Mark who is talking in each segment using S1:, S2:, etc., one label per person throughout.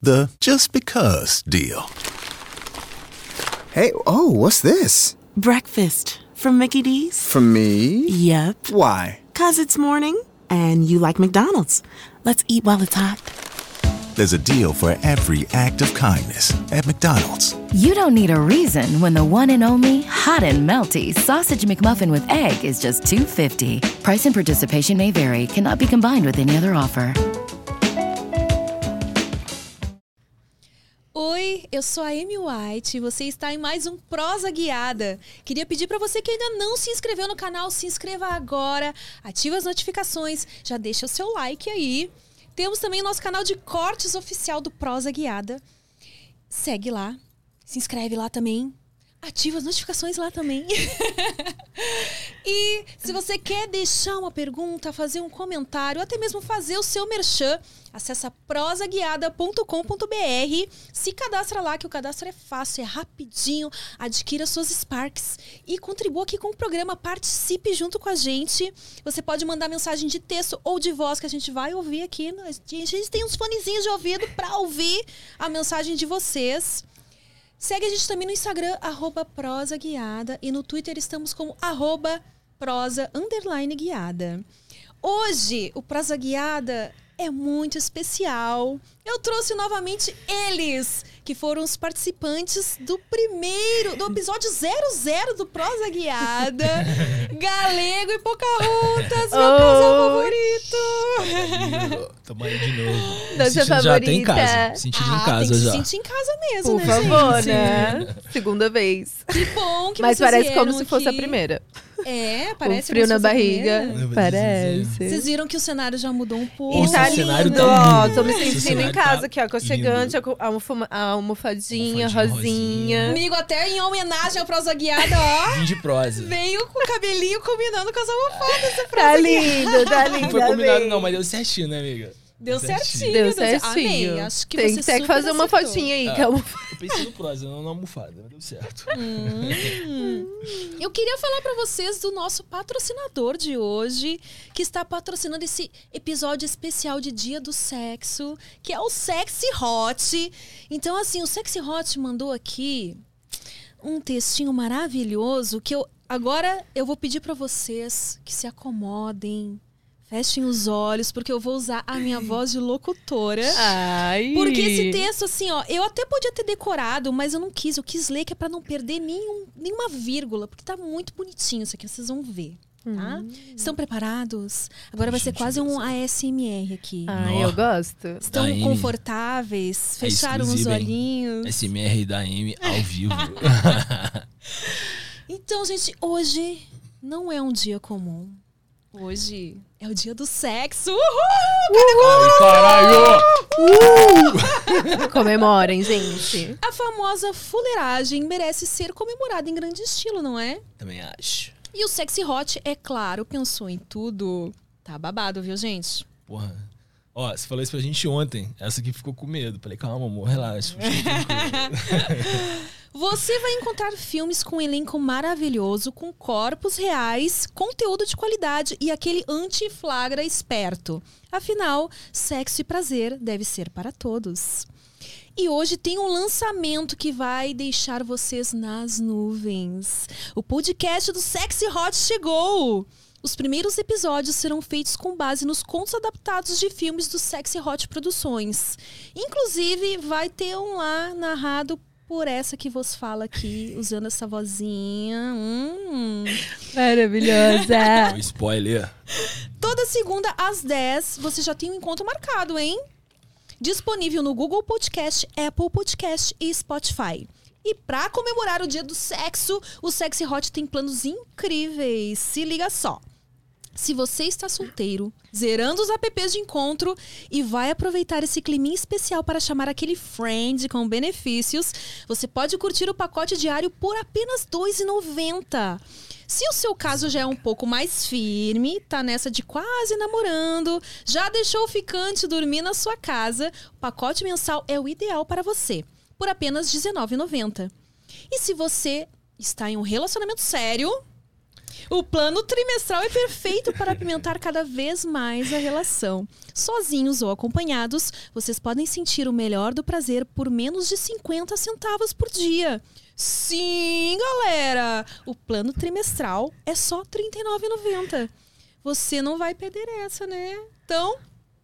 S1: the just because deal.
S2: Hey, oh, what's this?
S3: Breakfast from Mickey D's?
S2: From me?
S3: Yep.
S2: Why?
S3: Cause it's morning and you like McDonald's. Let's eat while it's hot.
S1: There's a deal for every act of kindness at McDonald's.
S4: You don't need a reason when the one and only hot and melty sausage McMuffin with egg is just $2.50. Price and participation may vary, cannot be combined with any other offer.
S5: Oi, eu sou a Amy White e você está em mais um Prosa Guiada. Queria pedir para você que ainda não se inscreveu no canal, se inscreva agora, ative as notificações, já deixa o seu like aí. Temos também o nosso canal de cortes oficial do Prosa Guiada. Segue lá, se inscreve lá também, ativa as notificações lá também. E se você quer deixar uma pergunta, fazer um comentário, até mesmo fazer o seu merchan, acessa prosaguiada.com.br, se cadastra lá, que o cadastro é fácil, é rapidinho, adquira suas Sparks e contribua aqui com o programa, participe junto com a gente. Você pode mandar mensagem de texto ou de voz que a gente vai ouvir aqui. A gente tem uns fonezinhos de ouvido para ouvir a mensagem de vocês. Segue a gente também no Instagram, arroba prosa guiada. E no Twitter estamos como arroba prosa underline guiada. Hoje, o Prosa Guiada é muito especial. Eu trouxe novamente eles, que foram os participantes do primeiro, do episódio 00 do Prosa Guiada. Galego e Pocahontas, meu casal favorito.
S6: Tamo aí de novo.
S7: Dança
S6: Sentindo Já até em
S7: favorita.
S6: casa. Sentindo em
S5: é Ah, tem que
S6: casa
S5: se
S6: já.
S5: sentir em casa mesmo,
S7: Por
S5: né,
S7: favor,
S5: gente?
S7: né? Segunda vez.
S5: Que bom que
S7: Mas
S5: vocês
S7: parece
S5: vieram
S7: como se fosse a
S5: aqui.
S7: primeira.
S5: É,
S7: Com
S5: parece
S7: frio
S5: como se
S7: na
S5: fosse a
S7: barriga.
S5: primeira. É,
S6: Eu vou
S5: Vocês
S7: Parece.
S5: viram que o cenário já mudou um pouco.
S7: E tá
S6: Nossa, o cenário
S7: lindo,
S6: tá
S7: ó.
S6: lindo.
S7: Tô me
S6: Esse
S7: sentindo em
S6: cenário
S7: casa
S6: tá
S7: aqui, ó. Aconchegante, a almofoma- a almofadinha,
S6: Almofadinha, é
S7: rosinha.
S5: Amigo, até em homenagem ao Prosa Guiada, ó.
S6: Vim de prosa.
S5: Veio com o cabelinho combinando com as almofadas. essa
S7: Tá
S5: Prosa Guiada.
S7: lindo, tá lindo.
S6: Não foi combinado
S7: amei.
S6: não, mas deu certinho, né, amiga?
S5: Deu certinho.
S7: Deu
S5: certo.
S7: certinho.
S5: Amei, acho que
S7: é Tem
S5: você
S7: que ter que
S5: super
S7: fazer uma
S5: acertou.
S7: fotinha aí.
S6: Ah.
S7: que é uma-
S6: Eu pensei no prosa, não na almofada, mas deu certo.
S5: Hum, Eu queria falar pra vocês do nosso patrocinador de hoje, que está patrocinando esse episódio especial de Dia do Sexo, que é o Sexy Hot. Então, assim, o Sexy Hot mandou aqui um textinho maravilhoso que eu agora eu vou pedir pra vocês que se acomodem, fechem os olhos, porque eu vou usar a minha voz de locutora.
S7: Ai.
S5: Porque esse texto, assim, ó, eu até podia ter decorado, mas eu não quis. Eu quis ler que é pra não perder nenhum, nenhuma vírgula, porque tá muito bonitinho isso aqui, vocês vão ver. Tá? Estão preparados? Agora vai ser
S6: Gente,
S5: quase um
S6: Deus.
S5: ASMR aqui.
S7: Ai,
S6: Nó.
S7: eu gosto.
S5: Estão
S6: Daí.
S5: confortáveis?
S6: É
S5: Fecharam os
S6: exclusivo, hein?
S5: olhinhos?
S6: SMR da M ao vivo.
S5: Então, gente, hoje não é um dia comum. Hoje é o dia do sexo. Uhul!
S6: Ai, caralho!
S7: Comemorem, gente.
S5: A famosa fuleiragem merece ser comemorada em grande estilo, não é?
S6: Também acho.
S5: E o sexy hot, é claro, pensou em tudo. Tá babado, viu, gente?
S6: Porra. Ó, você falou isso pra gente ontem. Essa aqui ficou com medo. Falei, calma, amor, relaxa. Fica tranquilo.
S5: Você vai encontrar filmes com um elenco maravilhoso, com corpos reais, conteúdo de qualidade e aquele anti-flagra esperto. Afinal, sexo e prazer deve ser para todos. E hoje tem um lançamento que vai deixar vocês nas nuvens. O podcast do Sexy Hot chegou! Os primeiros episódios serão feitos com base nos contos adaptados de filmes do Sexy Hot Produções. Inclusive, vai ter um lá narrado por essa que vos fala aqui, usando essa vozinha. Hum.
S7: Maravilhosa.
S6: Foi spoiler.
S5: Toda segunda às 10, você já tem um encontro marcado, hein? Disponível no Google Podcast, Apple Podcast e Spotify. E pra comemorar o dia do sexo, o Sexy Hot tem planos incríveis. Se liga só. Se você está solteiro, zerando os apps de encontro e vai aproveitar esse climinha especial para chamar aquele friend com benefícios, você pode curtir o pacote diário por apenas R$ 2,90. Se o seu caso já é um pouco mais firme, tá nessa de quase namorando, já deixou o ficante dormir na sua casa, o pacote mensal é o ideal para você, por apenas R$ 19,90. E se você está em um relacionamento sério, O plano trimestral é perfeito para apimentar cada vez mais a relação. Sozinhos ou acompanhados, vocês podem sentir o melhor do prazer por menos de 50 centavos por dia. Sim, galera! O plano trimestral é só R$ 39,90. Você não vai perder essa, né? Então,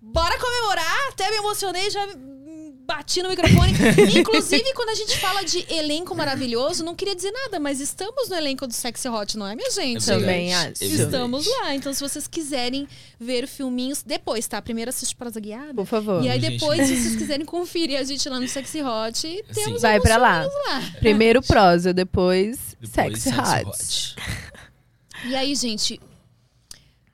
S5: bora comemorar! Até me emocionei, já hum, bati no microfone. Inclusive, quando a gente fala de elenco maravilhoso, não queria dizer nada, mas estamos no elenco do Sexy Hot, não é, minha gente?
S7: Também acho.
S5: Estamos lá, então se vocês quiserem ver filminhos depois, tá? Primeiro assiste Prosa Guiada.
S7: Por favor.
S5: E aí
S6: gente.
S5: depois, se vocês quiserem conferir a gente lá no Sexy Hot, temos
S7: Vai
S5: alguns
S7: pra lá.
S5: filminhos lá.
S7: Primeiro prosa, depois,
S6: Depois,
S7: sexy hot.
S5: E aí, gente,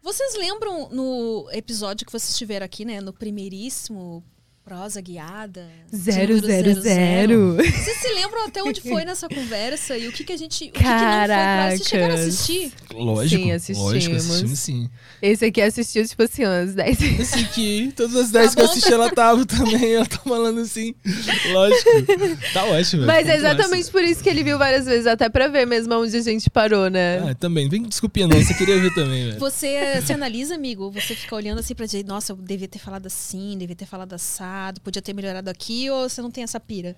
S5: vocês lembram no episódio que vocês tiveram aqui, né? No primeiríssimo Prosa Guiada?
S7: Zero,
S5: número
S7: zero, zero.
S5: Vocês se lembram até onde foi nessa conversa e o que que a gente... O que que não foi pra... Vocês
S7: Caracas.
S5: chegaram a assistir?
S6: Lógico,
S7: Sim, assistimos.
S6: lógico, assistimos sim.
S7: Esse aqui assistiu, tipo assim, umas 10 vezes.
S6: Assim que todas as 10 que eu
S5: bom?
S6: assisti, ela tava também, ela tá falando assim. Lógico. Tá ótimo.
S7: Mas
S6: ficou
S7: é
S6: muito
S7: exatamente por isso que ele viu várias vezes, até pra ver mesmo onde a gente parou, né?
S6: massa. Ah, também. Vem desculpinha, não. Você queria ver também, velho.
S5: Você se analisa, amigo? Você fica olhando assim pra dizer, nossa, eu devia ter falado assim, devia ter falado assado, podia ter melhorado aqui, ou você não tem essa pira?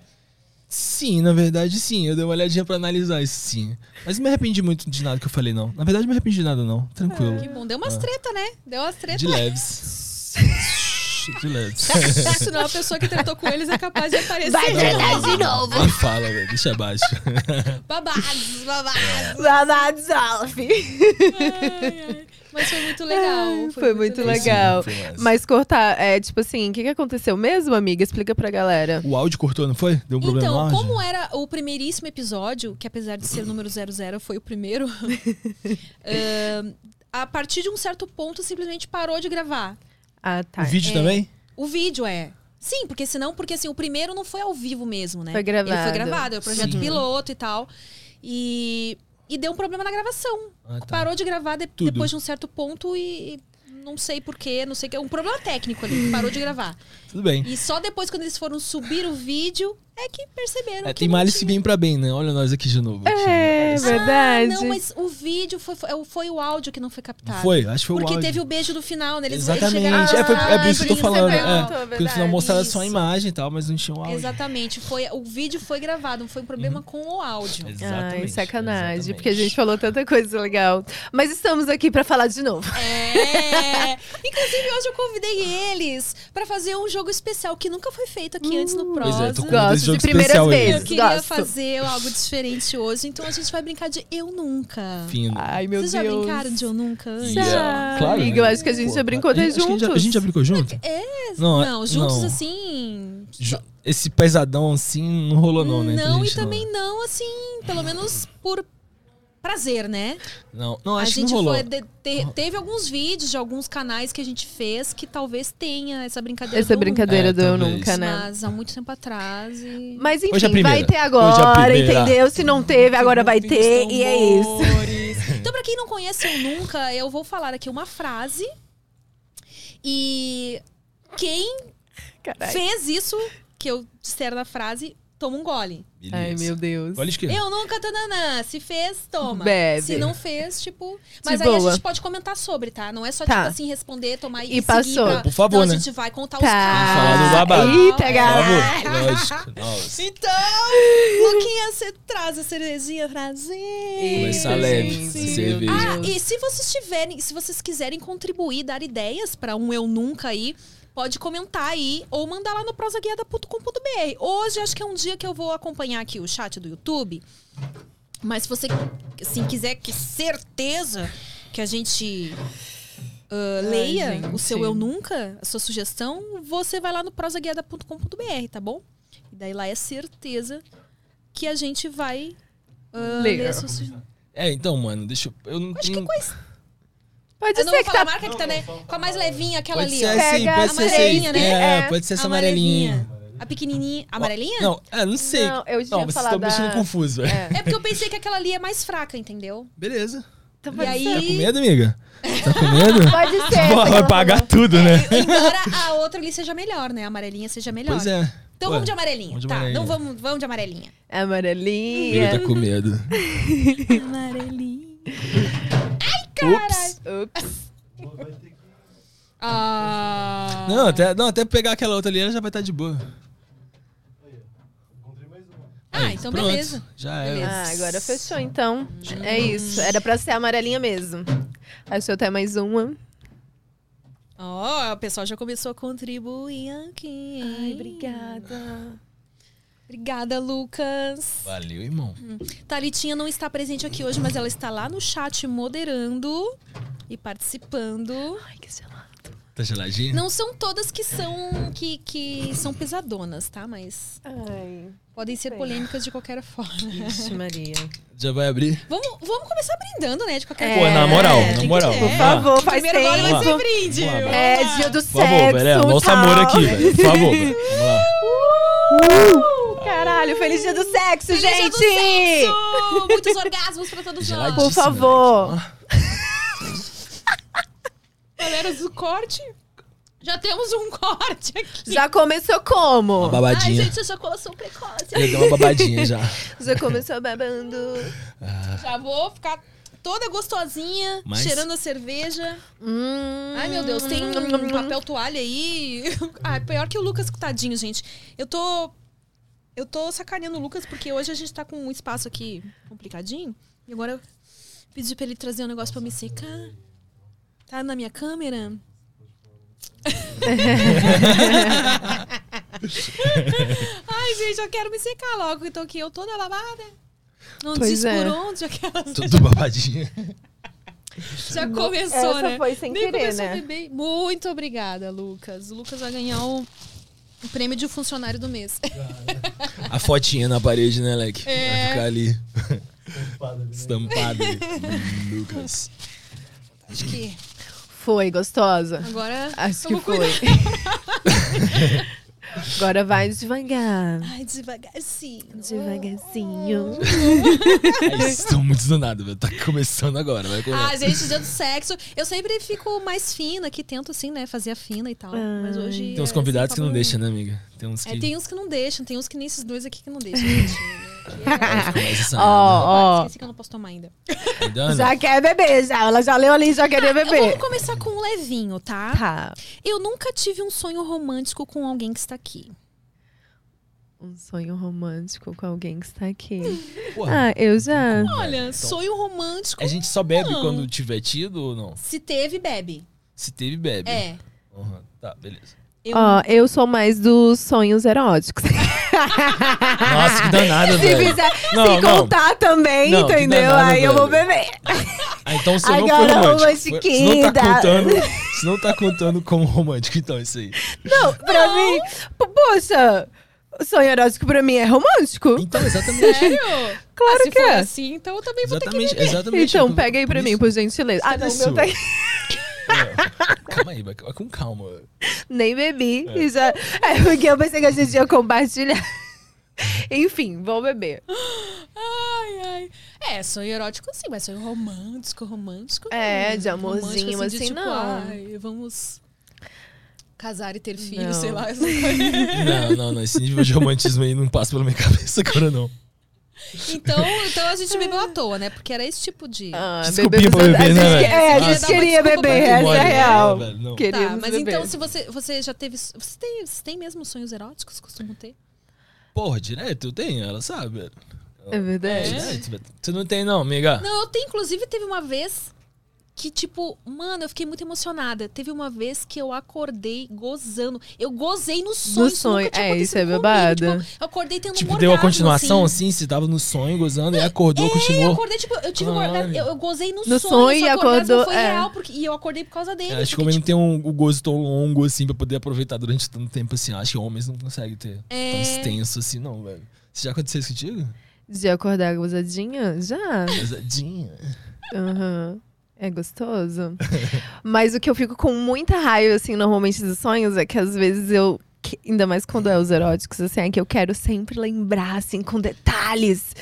S6: Sim, na verdade, sim. Eu dei uma olhadinha pra analisar isso, sim. Mas não me arrependi muito de nada que eu falei, não. Na verdade, não me arrependi de nada, não. Tranquilo.
S5: Que bom, deu umas treta, né? Deu umas treta.
S6: De leves. de leves.
S5: Senão a pessoa que tretou com eles é capaz de aparecer.
S6: de novo. Nem fala, velho. Deixa abaixo.
S5: Babados,
S6: É.
S5: babados.
S7: Babado, salve!
S5: Ai, ai. Mas foi muito legal.
S7: Ai, É, foi muito legal.
S6: Sim, foi massa.
S7: Mas cortar, é tipo assim, o que, que aconteceu mesmo, amiga? Explica pra galera.
S6: O áudio cortou, não foi? Deu um problema no
S5: Então,
S6: áudio?
S5: como era o primeiríssimo episódio, que apesar de ser o número 00, foi o primeiro, ahn, a partir de um certo ponto simplesmente parou de gravar.
S7: Ah, tá.
S6: O vídeo também?
S5: O vídeo é. Sim, porque senão, porque assim, o primeiro não foi ao vivo mesmo, né?
S7: Foi
S5: Ele foi
S7: gravado.
S5: gravado, é o projeto
S6: Sim.
S5: piloto e tal. E, e deu um problema na gravação.
S6: Ah, tá.
S5: Parou de gravar de-
S6: Tudo.
S5: depois de um certo ponto e não sei porquê, não sei o que. Um problema técnico ali, parou de gravar.
S6: Tudo bem.
S5: E só depois, quando eles foram subir o vídeo, é que perceberam
S6: É,
S5: que.
S6: tem
S5: não
S6: malice
S5: tinha-
S6: bem pra bem, né? Olha nós aqui de novo.
S7: É
S5: Ah,
S7: verdade.
S5: não, mas o vídeo foi, foi, foi o áudio que não foi captado.
S6: Foi, acho que foi
S5: Porque
S6: o áudio.
S5: teve o beijo do final, né? Eles eles
S6: Exatamente.
S5: chegaram-
S6: é, foi, é por
S7: Ah,
S6: isso que eu tô
S7: por isso
S6: falando.
S7: você
S6: É,
S7: perguntou,
S6: porque no final
S7: verdade.
S6: mostrava só a
S5: Isso.
S6: imagem e tal, mas não tinha o áudio.
S5: Exatamente, foi o vídeo foi gravado, não foi um problema
S6: Uhum.
S5: com o áudio.
S7: Ai,
S6: Exatamente,
S7: É sacanagem,
S6: exatamente.
S7: porque a gente falou tanta coisa legal. Mas estamos aqui pra falar de novo.
S5: É. Inclusive hoje eu convidei eles pra fazer um jogo especial que nunca foi feito aqui antes no Prosa.
S6: Pois é, tô com medo desse
S7: Gosto
S6: jogo
S7: de primeiras
S6: especial aí.
S5: Eu
S7: vezes.
S5: queria
S7: Gosto.
S5: fazer algo diferente hoje, então a gente vai brincar de Eu Nunca.
S6: Fino.
S7: Ai, meu
S5: Vocês já
S7: Deus.
S5: brincaram de Eu Nunca? antes?
S6: Yeah. Claro,
S7: Ah, Amiga, eu
S6: né?
S7: acho que a gente
S6: Pô,
S7: já brincou até
S6: acho que a gente já-
S7: juntos.
S6: A gente já brincou junto? Não,
S5: É,
S6: é-
S5: Não, juntos
S6: não.
S5: assim.
S6: Ju- Esse pesadão assim não rolou, não, né? entre a
S5: não, e
S6: gente,
S5: também não, assim, pelo menos por prazer, né?
S6: Não, não
S5: a
S6: acho que
S5: gente
S6: não rolou. Ah.
S5: foi. de- te- teve alguns vídeos de alguns canais que a gente fez que talvez tenha essa brincadeira.
S7: Essa
S5: do
S7: brincadeira
S6: É,
S7: do Eu
S6: talvez.
S7: Nunca, né?
S5: Mas há muito tempo atrás. E...
S7: Mas
S6: Hoje é a
S7: enfim,
S6: primeira.
S7: vai ter
S6: Hoje é a
S7: agora,
S6: primeira.
S7: entendeu? Se não teve, agora vai ter. E é isso.
S5: Então, pra quem não conhece o Nunca, eu vou falar aqui uma frase. E quem
S7: Caralho.
S5: fez isso que eu disser na frase, toma um gole.
S6: Beleza.
S7: Ai, meu Deus.
S6: Olha a esquerda.
S5: Eu nunca, tananã. Se fez, toma.
S7: Bebe.
S5: Se não fez, tipo. Mas
S7: De
S5: aí a
S7: boa.
S5: gente pode comentar sobre, tá? Não é só,
S7: Tá.
S5: tipo assim, responder, tomar e,
S7: E passou.
S5: Seguir pra...
S6: Por favor,
S5: não,
S6: né?
S5: A gente vai contar os
S7: Tá.
S5: casos.
S6: Falar do babado.
S7: Eita, galera.
S6: Por favor. Lógico. Nossa.
S5: Então, Luquinha, você traz a cervejinha pra gente.
S6: Começar tá leve, cerveja.
S5: Ah, e se vocês tiverem, se vocês quiserem contribuir, dar ideias pra um Eu Nunca aí, pode comentar aí ou mandar lá no prosaguiada.com.br. Hoje acho que é um dia que eu vou acompanhar aqui o chat do YouTube. Mas se você assim, quiser que certeza que a gente ah, leia o
S7: gente.
S5: seu Eu Nunca, a sua sugestão, você vai lá no prosaguiada.com.br, tá bom? E daí lá é certeza que a gente vai ah,
S7: Ler.
S5: ler a sua sugestão.
S6: É, então, mano, deixa eu. Eu não
S5: Acho
S6: tenho.
S5: que coisa.
S7: Pode
S5: Eu não vou
S7: ser que
S5: falar a
S7: tá.
S5: marca que tá, né? Com a mais levinha, aquela
S6: Pode
S5: ali,
S6: ser
S5: ó. É,
S6: assim,
S7: Pega
S6: pode ser assim.
S5: amarelinha, né?
S6: É, pode ser essa
S5: Amarelinha.
S6: amarelinha.
S5: A pequenininha. Amarelinha?
S6: Não, é, não sei.
S7: Não, eu já
S6: Não,
S7: ia
S6: vocês
S7: falar
S6: estão
S7: da-
S6: me deixando confuso, velho.
S5: É porque eu pensei que aquela ali é mais fraca, entendeu?
S6: Beleza.
S7: Então
S5: E É,
S7: pode
S5: aí-
S7: ser.
S6: Tá com medo, amiga? Tá com medo?
S7: Pode ser. essa que
S6: Pô,
S7: tá
S6: vai
S7: ela
S6: pagar
S7: falou.
S6: tudo, né?
S5: Embora a outra ali seja melhor, né? A amarelinha seja melhor.
S6: Pois é.
S5: Então
S6: Ué,
S5: vamos de amarelinha.
S6: vamos de
S5: tá,
S6: amarelinha.
S5: não vamos, vamos de amarelinha.
S6: Amiga,
S7: Amarelinha.
S6: tá com medo.
S5: Amarelinha. Ups.
S7: Ups.
S5: Ah.
S6: Não, até, não, até pegar aquela outra ali, ela já vai estar de boa.
S5: Ah, então
S6: Pronto,
S5: beleza.
S6: Já é.
S5: Beleza.
S7: Ah, agora fechou, então. É isso. Era pra ser a amarelinha mesmo. Achou até mais uma.
S5: Ó, o pessoal já começou a contribuir aqui.
S7: obrigada.
S5: Obrigada, Lucas.
S6: Valeu, irmão.
S5: Talitinha não está presente aqui hoje, mas ela está lá no chat moderando e participando.
S7: Ai, que gelado.
S6: Tá geladinho?
S5: Não são todas que são que, que são pesadonas, tá? Mas
S7: Ai,
S5: podem ser polêmicas de qualquer forma.
S7: vixe Maria.
S6: Já vai abrir?
S5: Vamos, vamos começar brindando, né? De qualquer
S7: É.
S5: forma.
S7: na moral,
S5: É, tem que- é.
S7: Por favor, faz
S5: Primeiro agora vai
S7: tempo.
S5: ser brinde.
S6: Vamos lá.
S7: É, dia do
S6: Por
S7: sexo.
S6: favor, velho. Nosso
S7: tal.
S6: amor aqui, velho. Por favor. velho. Vamos lá.
S7: Uh, caralho, feliz dia do sexo,
S5: Feliz dia
S7: gente!
S5: do sexo! Muitos orgasmos pra todos nós.
S6: Geladinho.
S7: Por favor.
S5: Galera, do corte. Já temos um corte
S6: Tipo,
S5: aqui.
S7: Já começou como?
S6: Uma babadinha.
S5: Ai, gente, eu já sou precoce.
S6: Já deu uma babadinha já.
S7: Já começou babando.
S5: Já vou ficar toda gostosinha,
S6: Mas-
S5: cheirando a cerveja.
S7: Hum.
S5: Ai, meu Deus, tem um papel toalha aí. Ai, pior que o Lucas, tadinho, gente. Eu tô. Eu tô sacaneando o Lucas porque hoje a gente tá com um espaço aqui complicadinho. E agora eu pedi pra ele trazer um negócio pra me secar. Tá na minha câmera? Ai, gente, eu quero me secar logo. Então aqui eu toda lavada. Não
S7: Pois
S5: diz
S7: é.
S5: por onde aquelas.
S6: Tudo babadinha.
S5: Já começou,
S7: Essa
S5: né?
S7: foi sem
S5: Nem
S7: querer,
S5: começou a
S7: né?
S5: beber. Muito obrigada, Lucas. O Lucas vai ganhar o, o prêmio de funcionário do mês.
S6: A fotinha na parede, né, Leque?
S5: É.
S6: Vai ficar ali. Estampada ali. Hum, Lucas.
S5: Acho que
S7: Foi gostosa.
S5: agora
S7: Acho
S5: eu
S7: que
S5: vou
S7: foi.
S5: cuidar.
S7: Agora vai devagar.
S5: Ai, devagarzinho.
S7: Devagarzinho.
S6: Ai, estão muito danados, velho. Tá começando agora, vai começar.
S5: Ah, gente, dia do sexo. Eu sempre fico mais fina, que tento assim, né, fazer a fina e tal. Mas hoje...
S6: Tem uns
S5: é,
S6: convidados
S5: assim,
S6: que não
S5: tá bom.
S6: deixam, né, amiga? Tem uns que
S5: É, tem uns que não deixam. Tem uns que nem esses dois aqui que não deixam. gente.
S6: ficam mais né? ensaiados.
S5: Ah,
S7: Ó, ó.
S5: esqueci que eu não posso tomar ainda.
S6: Ainda não.
S7: Já quer beber, já. Ela já leu ali, já queria beber.
S5: Vamos começar Ah, com um levinho, tá?
S7: Tá.
S5: Eu nunca tive um sonho romântico com alguém que está aqui.
S7: Um sonho romântico com alguém que está aqui.
S6: Porra,
S7: Ah, eu já.
S5: Olha, sonho romântico.
S6: Então, a gente só bebe
S5: Não.
S6: quando tiver tido ou não?
S5: Se teve, bebe.
S6: Se teve, bebe.
S5: É.
S6: Uhum, Tá, beleza.
S5: Eu,
S7: Ó, eu sou mais dos sonhos eróticos.
S5: Ah,
S6: Nossa, que danada,
S7: Se
S6: velho.
S7: fizer,
S6: Não,
S7: se
S6: não.
S7: contar também,
S6: Não, que
S7: entendeu?
S6: danada,
S7: Aí eu
S6: velho.
S7: vou beber.
S6: Ah, então você
S7: Agora,
S6: não foi romântico. Foi- Você não tá contando,
S7: romantiquida.
S6: você não tá contando como romântico, então, isso aí.
S7: Não, pra mim, po- poxa, o sonho erótico pra mim é romântico.
S6: Então, exatamente.
S5: sério?
S7: Claro
S5: Ah, se
S7: que
S5: for
S7: é.
S5: assim, então eu também vou
S6: Exatamente,
S5: ter que beber.
S6: exatamente.
S7: então,
S6: Eu-
S7: pega aí pra
S6: isso-
S7: mim, por gentileza. Ah,
S6: Cadê
S7: não,
S6: a
S7: o
S6: sua?
S7: meu tá aí.
S6: É. Calma aí, vai vai com calma.
S7: Nem bebi. E já... É porque eu pensei que a gente ia compartilhar. Enfim, vou beber.
S5: Ai, ai. É, sonho erótico sim, mas sonho romântico, romântico.
S7: É,
S5: não.
S7: de amorzinho,
S5: Romântico,
S7: assim,
S5: de, tipo,
S7: não.
S5: Ai, vamos casar e ter filhos,
S7: Não.
S5: sei lá. essa coisa.
S6: Não, não, não. Esse nível de romantismo aí não passa pela minha cabeça agora, não.
S5: então, então a gente bebeu à toa, né? Porque era esse tipo de...
S7: É. Ah,
S6: Desculpinha
S7: bebemos
S6: pra beber,
S7: a- a
S6: né,
S7: gente
S6: velho?
S7: que- É, a
S5: Queria
S7: gente
S5: dar uma
S7: queria
S5: desculpa pra
S7: beber,
S5: É,
S6: Mole,
S7: essa é
S6: né,
S7: real.
S6: velho? Não.
S5: Tá,
S7: Queríamos
S5: mas
S7: beber.
S5: então se você, você já teve... Você tem, você tem mesmo sonhos eróticos? Costuma ter?
S6: Porra, direto, eu tenho, ela sabe, velho.
S7: É verdade.
S6: Direto, velho. Você não tem, não, amiga?
S5: Não, eu tenho, inclusive, teve uma vez que, tipo, mano, eu fiquei muito emocionada. Teve uma vez que eu acordei gozando. Eu gozei no sonho.
S7: No
S5: isso nunca
S7: sonho,
S5: tinha
S7: é,
S5: acontecido
S7: isso é
S5: comigo.
S7: babado.
S5: Tipo, eu acordei tendo um
S6: Tipo,
S5: orgasmo,
S6: deu a continuação
S5: assim.
S6: assim, você tava no sonho gozando e acordou,
S5: É, eu
S6: continuou.
S5: acordei, tipo, eu tive um
S6: Caralho.
S5: orgasmo, eu, eu gozei no,
S7: No
S5: sonho,
S7: sonho,
S5: só que o orgasmo
S7: acordou,
S5: foi
S7: é.
S5: real, porque, e eu acordei por causa dele.
S6: É, acho que
S5: porque,
S6: o homem não
S5: tipo,
S6: tem um, o gozo tão longo assim pra poder aproveitar durante tanto tempo assim. Acho que homens não conseguem ter tão
S5: É.
S6: extenso assim, não, velho. Você já aconteceu isso contigo?
S7: De acordar gozadinha? Já.
S6: É. Pesadinha.
S7: Aham. É gostoso. Mas o que eu fico com muita raiva, assim, normalmente dos sonhos, é que às vezes eu. que- Ainda mais quando é os eróticos, assim, é que eu quero sempre lembrar, assim, com detalhes.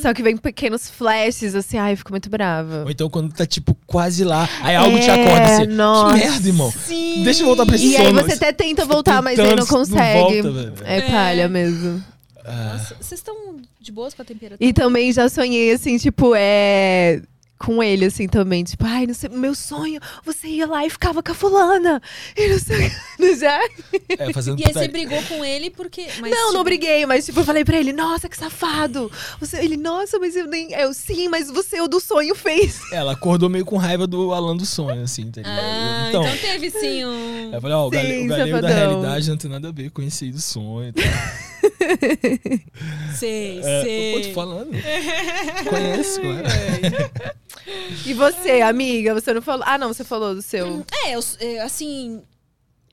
S7: Só que vem pequenos flashes, assim, ai, eu fico muito brava.
S6: Ou então quando tá, tipo, quase lá, aí algo te
S7: É,
S6: acorda assim.
S7: nossa.
S6: Que merda, irmão.
S5: Sim.
S6: Deixa eu voltar pra esse
S7: E aí
S6: sono.
S7: você até tenta voltar, mas aí
S6: tentando,
S7: não
S6: não
S7: consegue.
S6: volta, velho.
S7: é palha mesmo. tá-
S5: Nossa, vocês estão de boas com a temperatura?
S7: E também já sonhei, assim, tipo, é. com ele, assim, também. Tipo, ai, não sei, meu sonho, você ia lá e ficava com a fulana. E não sei o que. Já?
S6: É, fazendo
S5: E aí você
S6: putaria.
S5: brigou com ele porque. mas,
S7: não, não
S5: tipo,
S7: briguei, mas tipo, eu falei pra ele, nossa, que safado. Você- ele, nossa, mas eu nem. Eu sim, mas você, o do sonho, fez.
S6: Ela acordou meio com raiva do Alan do sonho, assim, tá ligado?
S5: Ah,
S6: então,
S5: então teve sim um.
S6: aí eu falei, ó, o gale-
S7: Sim,
S6: o galego da
S7: safadão.
S6: realidade não tem nada a ver com esse aí do sonho. e tal.
S5: Sei,
S6: É, eu
S5: sei.
S6: tô te falando. Conhece, claro.
S7: E você, amiga, você não falou. Ah, não, você falou do seu.
S5: É, eu- é, assim.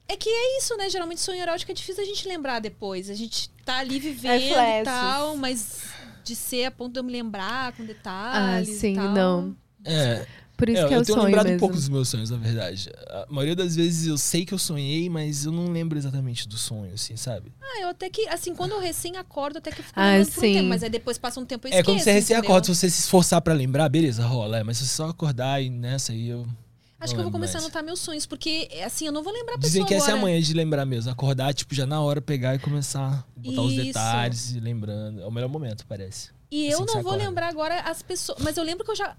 S5: É que é isso, né? Geralmente sonho erótico é difícil a gente lembrar depois. A gente tá ali vivendo e
S7: Reflexos.
S5: tal, mas de ser a ponto de eu me lembrar com
S7: Ah,
S5: detalhes. e
S7: sim,
S5: tal.
S7: não.
S6: É,
S7: Por isso
S6: é,
S7: que é
S6: eu
S7: o
S6: tenho
S7: sonho
S6: lembrado
S7: mesmo.
S6: pouco dos meus sonhos, na verdade. A maioria das vezes eu sei que eu sonhei, mas eu não lembro exatamente do sonho, assim, sabe?
S5: Ah, eu até que, assim, quando eu recém acordo, até que eu fico
S7: Ah,
S5: lembrando por um
S7: sim.
S5: tempo, mas aí depois passa um tempo eu
S6: é,
S5: esqueço.
S6: quando você recém
S5: entendeu?
S6: acorda, se você se esforçar pra lembrar, beleza, rola. É, mas se você só acordar e nessa aí eu.
S5: Acho
S6: não
S5: que eu vou
S6: lembro
S5: começar
S6: mais.
S5: a anotar meus sonhos, porque, assim, eu não vou lembrar a pessoa
S6: Dizem que essa é a
S5: agora.
S6: manhã de lembrar mesmo. Acordar, tipo, já na hora pegar e começar a botar os
S5: Isso.
S6: detalhes e lembrando. É o melhor momento, parece.
S5: E
S6: Assim
S5: eu
S6: que
S5: não
S6: você
S5: vou
S6: acorda.
S5: lembrar agora as pessoas. Mas eu lembro que eu já.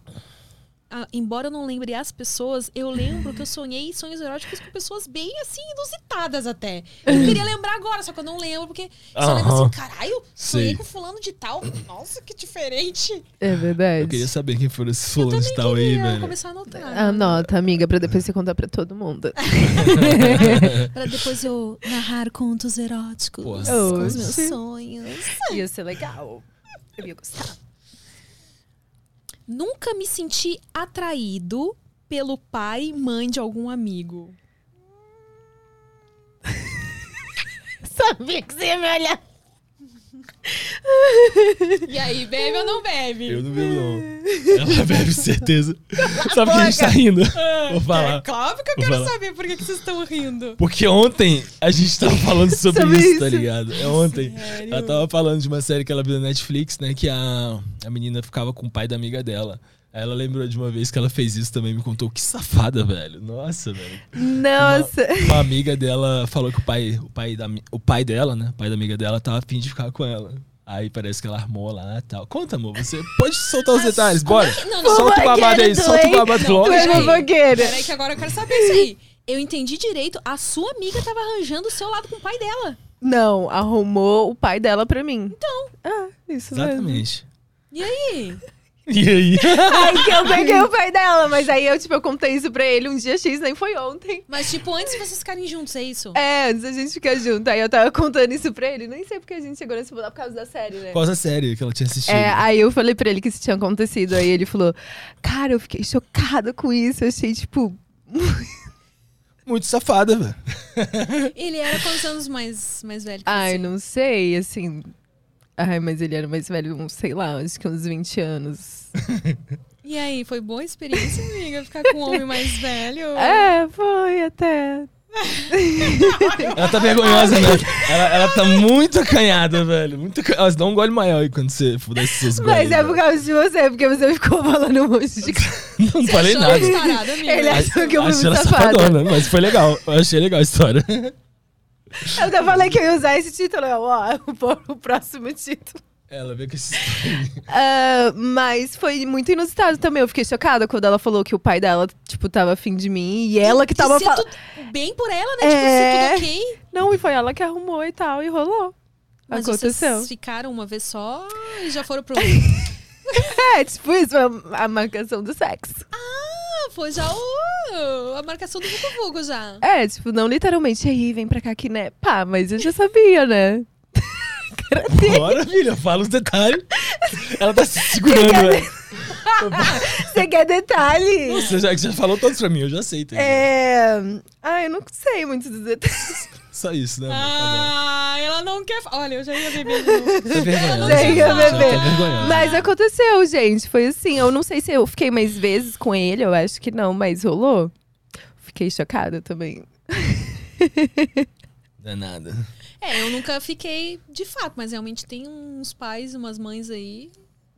S5: Ah, embora eu não lembre as pessoas, eu lembro que eu sonhei sonhos eróticos com pessoas bem assim, inusitadas até. Eu queria lembrar agora, só que eu não lembro, porque eu só lembro
S6: Aham.
S5: assim, caralho, sonhei
S6: Sei.
S5: com fulano de tal. Nossa, que diferente.
S7: É verdade.
S6: Eu queria saber quem foram esses
S5: Eu
S6: fulanos
S5: também
S6: de tal aí,
S5: queria
S6: velho.
S5: começar a anotar.
S7: Anota, amiga, pra depois você contar pra todo mundo.
S5: Pra depois eu narrar contos eróticos.
S6: Porra.
S5: com os
S7: Oh,
S5: meus
S7: sim.
S5: sonhos.
S7: Ia ser legal. Eu ia gostar.
S5: Nunca me senti atraído pelo pai e mãe de algum amigo.
S7: Sabia que você ia me olhar.
S5: E aí, bebe ou não bebe?
S6: Eu não bebo, não. Ela bebe, certeza. Sabe que a gente tá rindo?
S5: É,
S6: Vou falar.
S5: Claro que eu
S6: Vou
S5: quero
S6: falar.
S5: saber por que, que vocês estão rindo.
S6: Porque ontem a gente tava falando sobre
S7: Sobre
S6: isso, tá
S7: isso.
S6: ligado? É ontem. Ela tava falando de uma série que ela viu na Netflix, né? Que a, a menina ficava com o pai da amiga dela. Aí ela lembrou de uma vez que ela fez isso também, me contou. Que safada, velho. Nossa, velho.
S7: Nossa.
S6: Uma amiga dela falou que o pai, o pai, da, mi- o pai dela, né? O pai da amiga dela tava afim de ficar com ela. Aí parece que ela armou lá e tal. Conta, amor, você pode soltar os detalhes,
S7: é
S6: bora.
S5: Não, não,
S6: Solta o babado
S7: Fofoqueira
S6: aí, solta o
S7: doente.
S6: babado logo.
S7: Tu é
S5: peraí.
S7: fofoqueira.
S5: Peraí, que agora eu quero saber isso aí. Eu entendi direito, a sua amiga tava arranjando o seu lado com o pai dela.
S7: Não, arrumou o pai dela pra mim. Então. Ah, isso mesmo.
S6: Exatamente. É
S5: E aí?
S6: E aí?
S7: Ai, que eu peguei o pai dela, mas aí eu, tipo, eu contei isso pra ele um dia X, nem foi ontem.
S5: Mas, tipo, antes de vocês ficarem juntos, é isso?
S7: É, antes a gente ficar junto. Aí eu tava contando isso pra ele. Nem sei porque a gente chegou nesse ponto, por causa da série, né?
S6: Qual a série que ela tinha assistido?
S7: É, aí eu falei pra ele que isso tinha acontecido. Aí ele falou, cara, eu fiquei chocada com isso. Eu achei, tipo,
S6: Muito safada, velho.
S5: Ele era quantos anos mais, mais velho que
S7: ai,
S5: você?
S7: não sei, assim. Ai, mas ele era mais velho, uns, sei lá, acho que uns 20 anos.
S5: E aí, foi boa a experiência, amiga? Ficar com um homem mais velho?
S7: É, foi até.
S6: Ela tá vergonhosa, né? Ela, ela tá muito acanhada, velho. Muito acanhada. Ela dá um gole maior aí quando você for dar esses seus goles.
S7: Mas é por
S6: velho.
S7: causa de você, porque você ficou falando um monte de coisa.
S6: Não falei
S5: Achou
S6: nada.
S5: um tarado, amiga.
S7: Ele achou que eu fui
S6: Achei ela
S7: muito safada.
S6: safadona, mas foi legal. Eu achei legal a história.
S7: Eu até falei que eu ia usar esse título. eu, Ó, o próximo título.
S6: Ela veio com esse.
S7: Ah, mas foi muito inusitado também. Eu fiquei chocada quando ela falou que o pai dela, tipo, tava afim de mim. E ela que tava
S5: ser
S7: falando.
S5: tudo bem por ela, né?
S7: É.
S5: Tipo, ser tudo ok.
S7: Não, e foi ela que arrumou e tal, e rolou.
S5: Mas
S7: Aconteceu.
S5: vocês ficaram uma vez só e já foram pro...
S7: É, tipo, isso é a marcação do sexo.
S5: Ah, foi já o... a marcação do Vucu Vucu já.
S7: É, tipo, não literalmente, "E aí, vem pra cá que, né? Pá, mas eu já sabia, né? Cara dele.
S6: Bora, filha, fala os detalhes. Ela tá se segurando, velho.
S7: Você quer detalhe?
S6: Você já, já falou todos pra mim, eu já sei. Tá? ligado?
S7: É. Ah, eu não sei muito dos detalhes.
S6: Só isso, né? amor? Tá
S5: Ah, ela não quer. fa- Olha, eu já ia beber. de novo.
S6: bom. Tá vergonhosa.
S7: Sei que é
S6: Ela tá
S7: bebê.
S6: vergonhosa.
S7: Mas aconteceu, gente. Foi assim. Eu não sei se eu fiquei mais vezes com ele, eu acho que não, mas rolou. Fiquei chocada também.
S6: Danada.
S5: é, eu nunca fiquei de fato, mas realmente tem uns pais, umas mães aí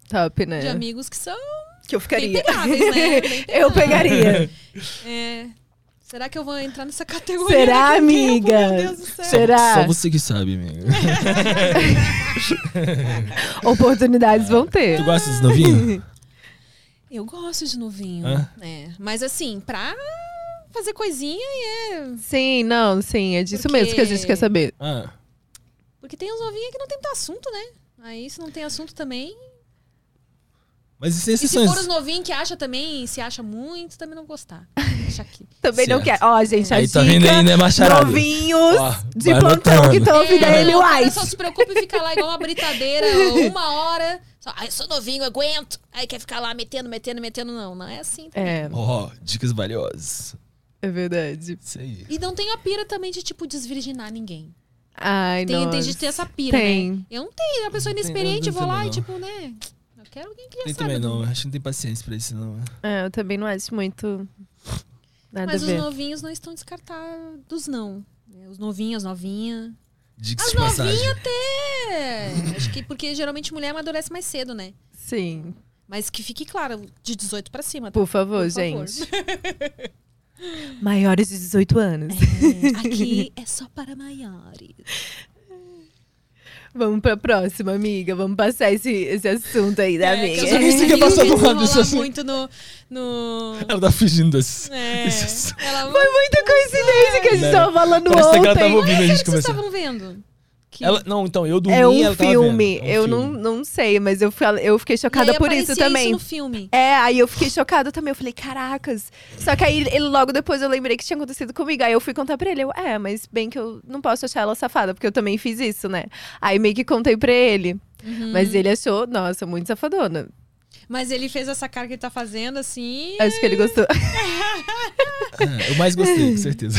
S7: Top, né?
S5: de amigos que são
S7: Que eu
S5: bem
S7: ficaria.
S5: pegáveis, né? Bem-
S7: eu pegaria.
S5: é. Será que eu vou entrar nessa categoria?
S7: Será,
S5: daqui a um tempo?
S7: amiga?
S5: Meu Deus do céu.
S6: Só-
S7: Será?
S6: Só você que sabe, amigo.
S7: Oportunidades vão ter.
S6: Tu gosta desse novinho?
S5: Eu gosto de novinho.
S6: Hã?
S5: É. Mas assim, pra fazer coisinha é.
S7: Sim, não, sim, é disso
S5: Porque-
S7: mesmo que a gente quer saber.
S6: Ah,
S5: Porque tem uns novinhos que não tem muito assunto, né? Aí se não tem assunto também.
S6: mas e sem
S5: E se
S6: exceções?
S5: for os novinhos que acha também, se acha muito, também não gostar. Deixa aqui.
S7: Também não quer.
S6: Certo.
S7: Ó, gente, a
S6: Aí
S7: dica,
S6: tá vendo aí, né, macharada?
S7: novinhos
S6: Ó,
S7: de
S6: vai
S7: plantão
S6: anotando.
S7: que estão ouvindo a Amy
S5: É, não, cara, só
S7: White.
S5: se preocupa e fica lá igual uma britadeira uma hora. Só, Ai, sou novinho, aguento. Aí quer ficar lá metendo, metendo, metendo. Não, não é assim.
S7: É,
S6: Ó, dicas valiosas.
S7: é verdade.
S6: Isso aí.
S5: E não tem a pira também de, tipo, desvirginar ninguém.
S7: Ai,
S5: Tem,
S7: nossa.
S5: tem de ter essa pira,
S7: Tem.
S5: né? Eu não tenho. A pessoa
S6: Não tem,
S5: inexperiente,
S6: eu não
S5: vou lá e,
S6: também
S5: tipo, né? Eu quero alguém que já
S6: Tem
S5: sabe.
S6: também
S5: do-
S6: não, acho que não tem paciência pra isso não.
S7: É, eu também não acho muito nada
S5: Mas
S7: a
S5: os
S7: ver.
S5: novinhos não estão descartados, não. É, Os novinhos, novinha.
S6: Dicas
S5: As
S6: de passagem.
S5: novinhas até. Acho que porque geralmente mulher amadurece mais cedo, né?
S7: Sim,
S5: Mas que fique claro, de 18 pra cima. tá?
S7: por favor,
S5: Por favor.
S7: gente. Maiores de 18 anos.
S5: É. Aqui é só para maiores.
S7: Vamos pra próxima, amiga. Vamos passar esse, esse assunto aí da
S5: É, que
S7: amiga.
S5: eu sou
S6: Você quer
S5: muito
S6: passar do
S5: difícil
S6: lado desse
S5: rolar
S7: assim.
S6: assunto?
S5: muito no. no...
S6: Ela tá fugindo desse.
S5: É,
S6: desse assunto.
S5: ela...
S7: Foi muita coincidência que a gente
S6: Né?
S7: tava falando
S6: Parece que um ela tava
S7: ontem.
S6: ouvindo a gente
S5: Vocês
S6: conversar.
S5: estavam vendo? Que-
S6: Ela, não, então, eu dormi
S7: É
S6: e
S7: um
S6: ela tava
S7: filme.
S6: vendo. É um
S7: eu não,
S6: filme.
S7: não sei, mas eu, fal- eu fiquei
S5: E aí
S7: chocada por
S5: aparecia
S7: isso também.
S5: no filme.
S7: É, aí eu fiquei chocada também. Eu falei, caracas. Só que aí ele- logo depois eu lembrei que tinha acontecido comigo. Aí eu fui contar pra ele. Eu, é, mas bem que eu não posso achar ela safada, porque eu também fiz isso, né? Aí meio que contei pra ele. Mas ele achou, nossa, muito safadona.
S5: Mas ele fez essa cara que ele tá fazendo, assim.
S7: Acho que ele gostou.
S6: É, eu mais gostei, com certeza.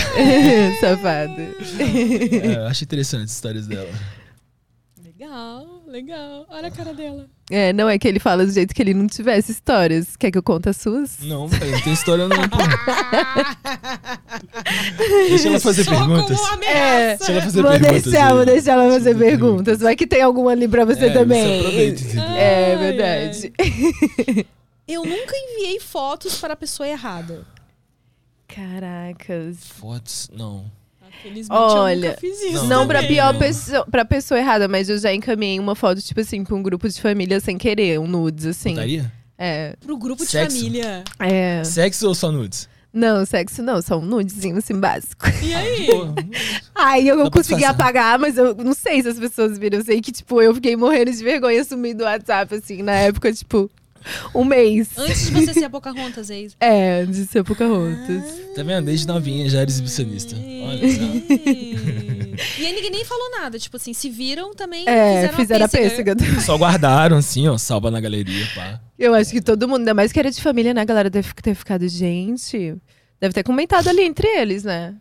S7: Safado.
S6: É, eu acho interessante as histórias dela.
S5: Legal, legal. Olha a cara dela.
S7: É, não é que ele fala do jeito que ele não tivesse histórias. Quer que eu conte as suas?
S6: Não, velho, não tem história não, pô. Deixa ela fazer
S5: Só
S6: perguntas.
S5: como uma
S7: É.
S5: ameaça.
S6: Deixa ela fazer
S7: vou
S6: perguntas.
S7: deixar,
S6: aí.
S7: vou deixar ela
S6: Deixa
S7: fazer perguntas. Vai que tem alguma ali pra você
S6: É,
S7: também.
S6: aproveita, entendeu?
S7: É
S5: Ai,
S7: verdade.
S5: Eu nunca enviei fotos para a pessoa errada.
S7: Caracas.
S6: Fotos, não.
S5: Felizmente eu
S7: Olha,
S5: nunca fiz isso.
S7: não né? pra
S5: também.
S7: pior pessoa, pra pessoa errada, mas eu já encaminhei uma foto, tipo assim, pra um grupo de família sem querer, um nudes, assim.
S6: Putaria?
S7: É.
S5: Pro grupo de
S6: Sexo.
S5: família.
S7: É.
S6: Sexo ou só nudes? Ah,
S7: Não, sexo não, só um nudezinho assim básico.
S5: E aí?
S6: Pô,
S7: Aí eu
S6: Dá pra
S7: consegui
S6: disfarçar.
S7: apagar, mas eu não sei se as pessoas viram. Eu sei que, tipo, eu fiquei morrendo de vergonha sumir do WhatsApp, assim, na época, tipo, um mês.
S5: Antes de você ser a Pocahontas, é isso?
S7: É, de ser Pocahontas.
S6: tá vendo? Desde novinha já era exibicionista. Olha só.
S5: E aí ninguém nem falou nada. Tipo assim, se viram também.
S7: é, fizeram a
S5: pêssega.
S7: pêssega.
S6: tá. Só guardaram assim, ó, salva na galeria, pá.
S7: Eu acho que todo mundo, ainda mais que era de família, né? A galera deve ter ficado, gente. Deve ter comentado ali entre eles, né?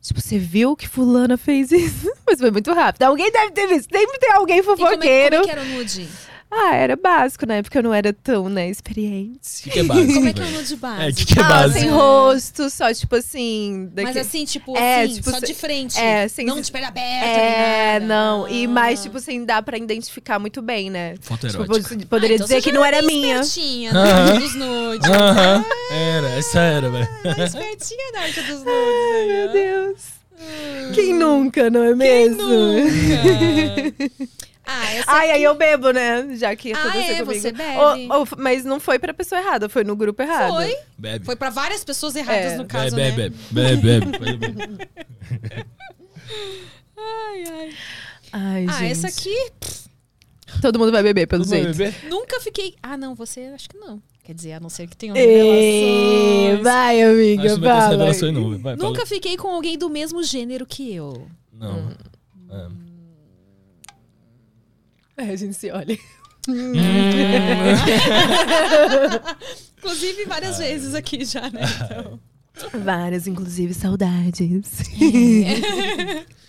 S7: Tipo, você viu que fulana fez isso? Mas foi muito rápido. Alguém deve ter visto. Sempre tem alguém
S5: E como é, como é
S7: fofoqueiro.
S5: que era o nude?
S7: Ah, era básico, né? Porque eu não era tão, né, experiente.
S6: O que, que é básico?
S5: Como é que é o
S6: velho?
S5: nude base?
S6: É, o que, que é
S7: ah,
S6: básico?
S7: sem rosto, só tipo assim. Daqui...
S5: Mas assim, tipo,
S7: É,
S5: assim,
S7: tipo,
S5: só
S7: se-
S5: de frente.
S7: é, sem-
S5: Não de pele aberta,
S7: É,
S5: nem nada.
S7: não. E
S5: Ah.
S7: mais, tipo, sem dar pra identificar muito bem, né?
S6: Foto
S7: Tipo,
S6: erótica.
S7: pod- poderia
S5: Ah, então
S7: dizer
S5: você
S7: que
S5: já
S7: não era
S5: bem
S7: minha.
S5: Espertinha
S6: Aham.
S5: na arte dos nudes.
S6: Aham, era, essa era, velho.
S5: Espertinha na arte dos nudes. Ai,
S7: Meu Deus. Quem nunca, não é mesmo?
S5: ah, essa
S7: Ai, aí eu bebo, né? Já que
S5: Ah,
S7: aconteceu
S5: é?
S7: comigo.
S5: Você bebe?
S7: Ô, ô, f- mas não foi pra pessoa errada, foi no grupo errado.
S5: foi.
S6: Bebe.
S5: Foi pra várias pessoas erradas,
S7: É.
S5: no caso,
S6: bebe,
S5: né?
S6: bebe, bebe, bebe, bebe, bebe.
S5: Ai, ai.
S7: Ai,
S5: Ah,
S7: gente.
S5: essa aqui,
S7: Todo mundo vai beber, pelo
S6: Tudo bem,
S7: jeito.
S6: bebê?
S5: nunca fiquei... Ah, não, você acho que não. Quer dizer, a não ser que tenha
S7: Ê,
S5: revelações.
S7: vai,
S6: Acho que
S7: amiga,
S6: não vai ter essa
S7: fala.
S6: revelação aí, não. Vai, fala.
S5: Nunca Hum. fiquei com alguém do mesmo gênero que eu.
S6: Não. É.
S7: É, a gente se olha.
S5: Inclusive, várias vezes aqui já, né? Então.
S7: Várias, inclusive, saudades.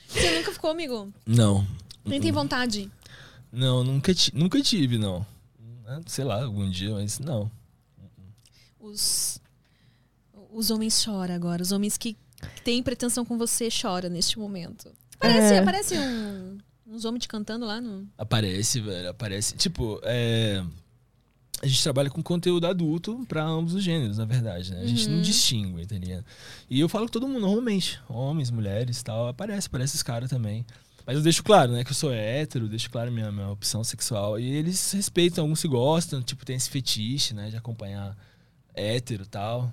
S5: Você nunca ficou, amigo?
S6: Não.
S5: Nem
S6: Uhum.
S5: tem vontade.
S6: Não, nunca, ti- nunca tive, não. Né, Sei lá, algum dia, mas não.
S5: Os, os homens choram agora. Os homens que têm pretensão com você choram neste momento. Parece,
S7: É.
S5: parece um, uns homens te cantando lá no...
S6: Aparece, velho, aparece. Tipo, é. A gente trabalha com conteúdo adulto pra ambos os gêneros, na verdade, né? A gente
S5: Uhum.
S6: não distingue, tá ligado? E eu falo com todo mundo, normalmente. Homens, mulheres e tal. Aparece, aparece esses caras também. Mas eu deixo claro, né, que eu sou hétero, deixo claro minha, minha opção sexual. E eles respeitam, alguns se gostam, tipo, tem esse fetiche, né, de acompanhar hétero e tal.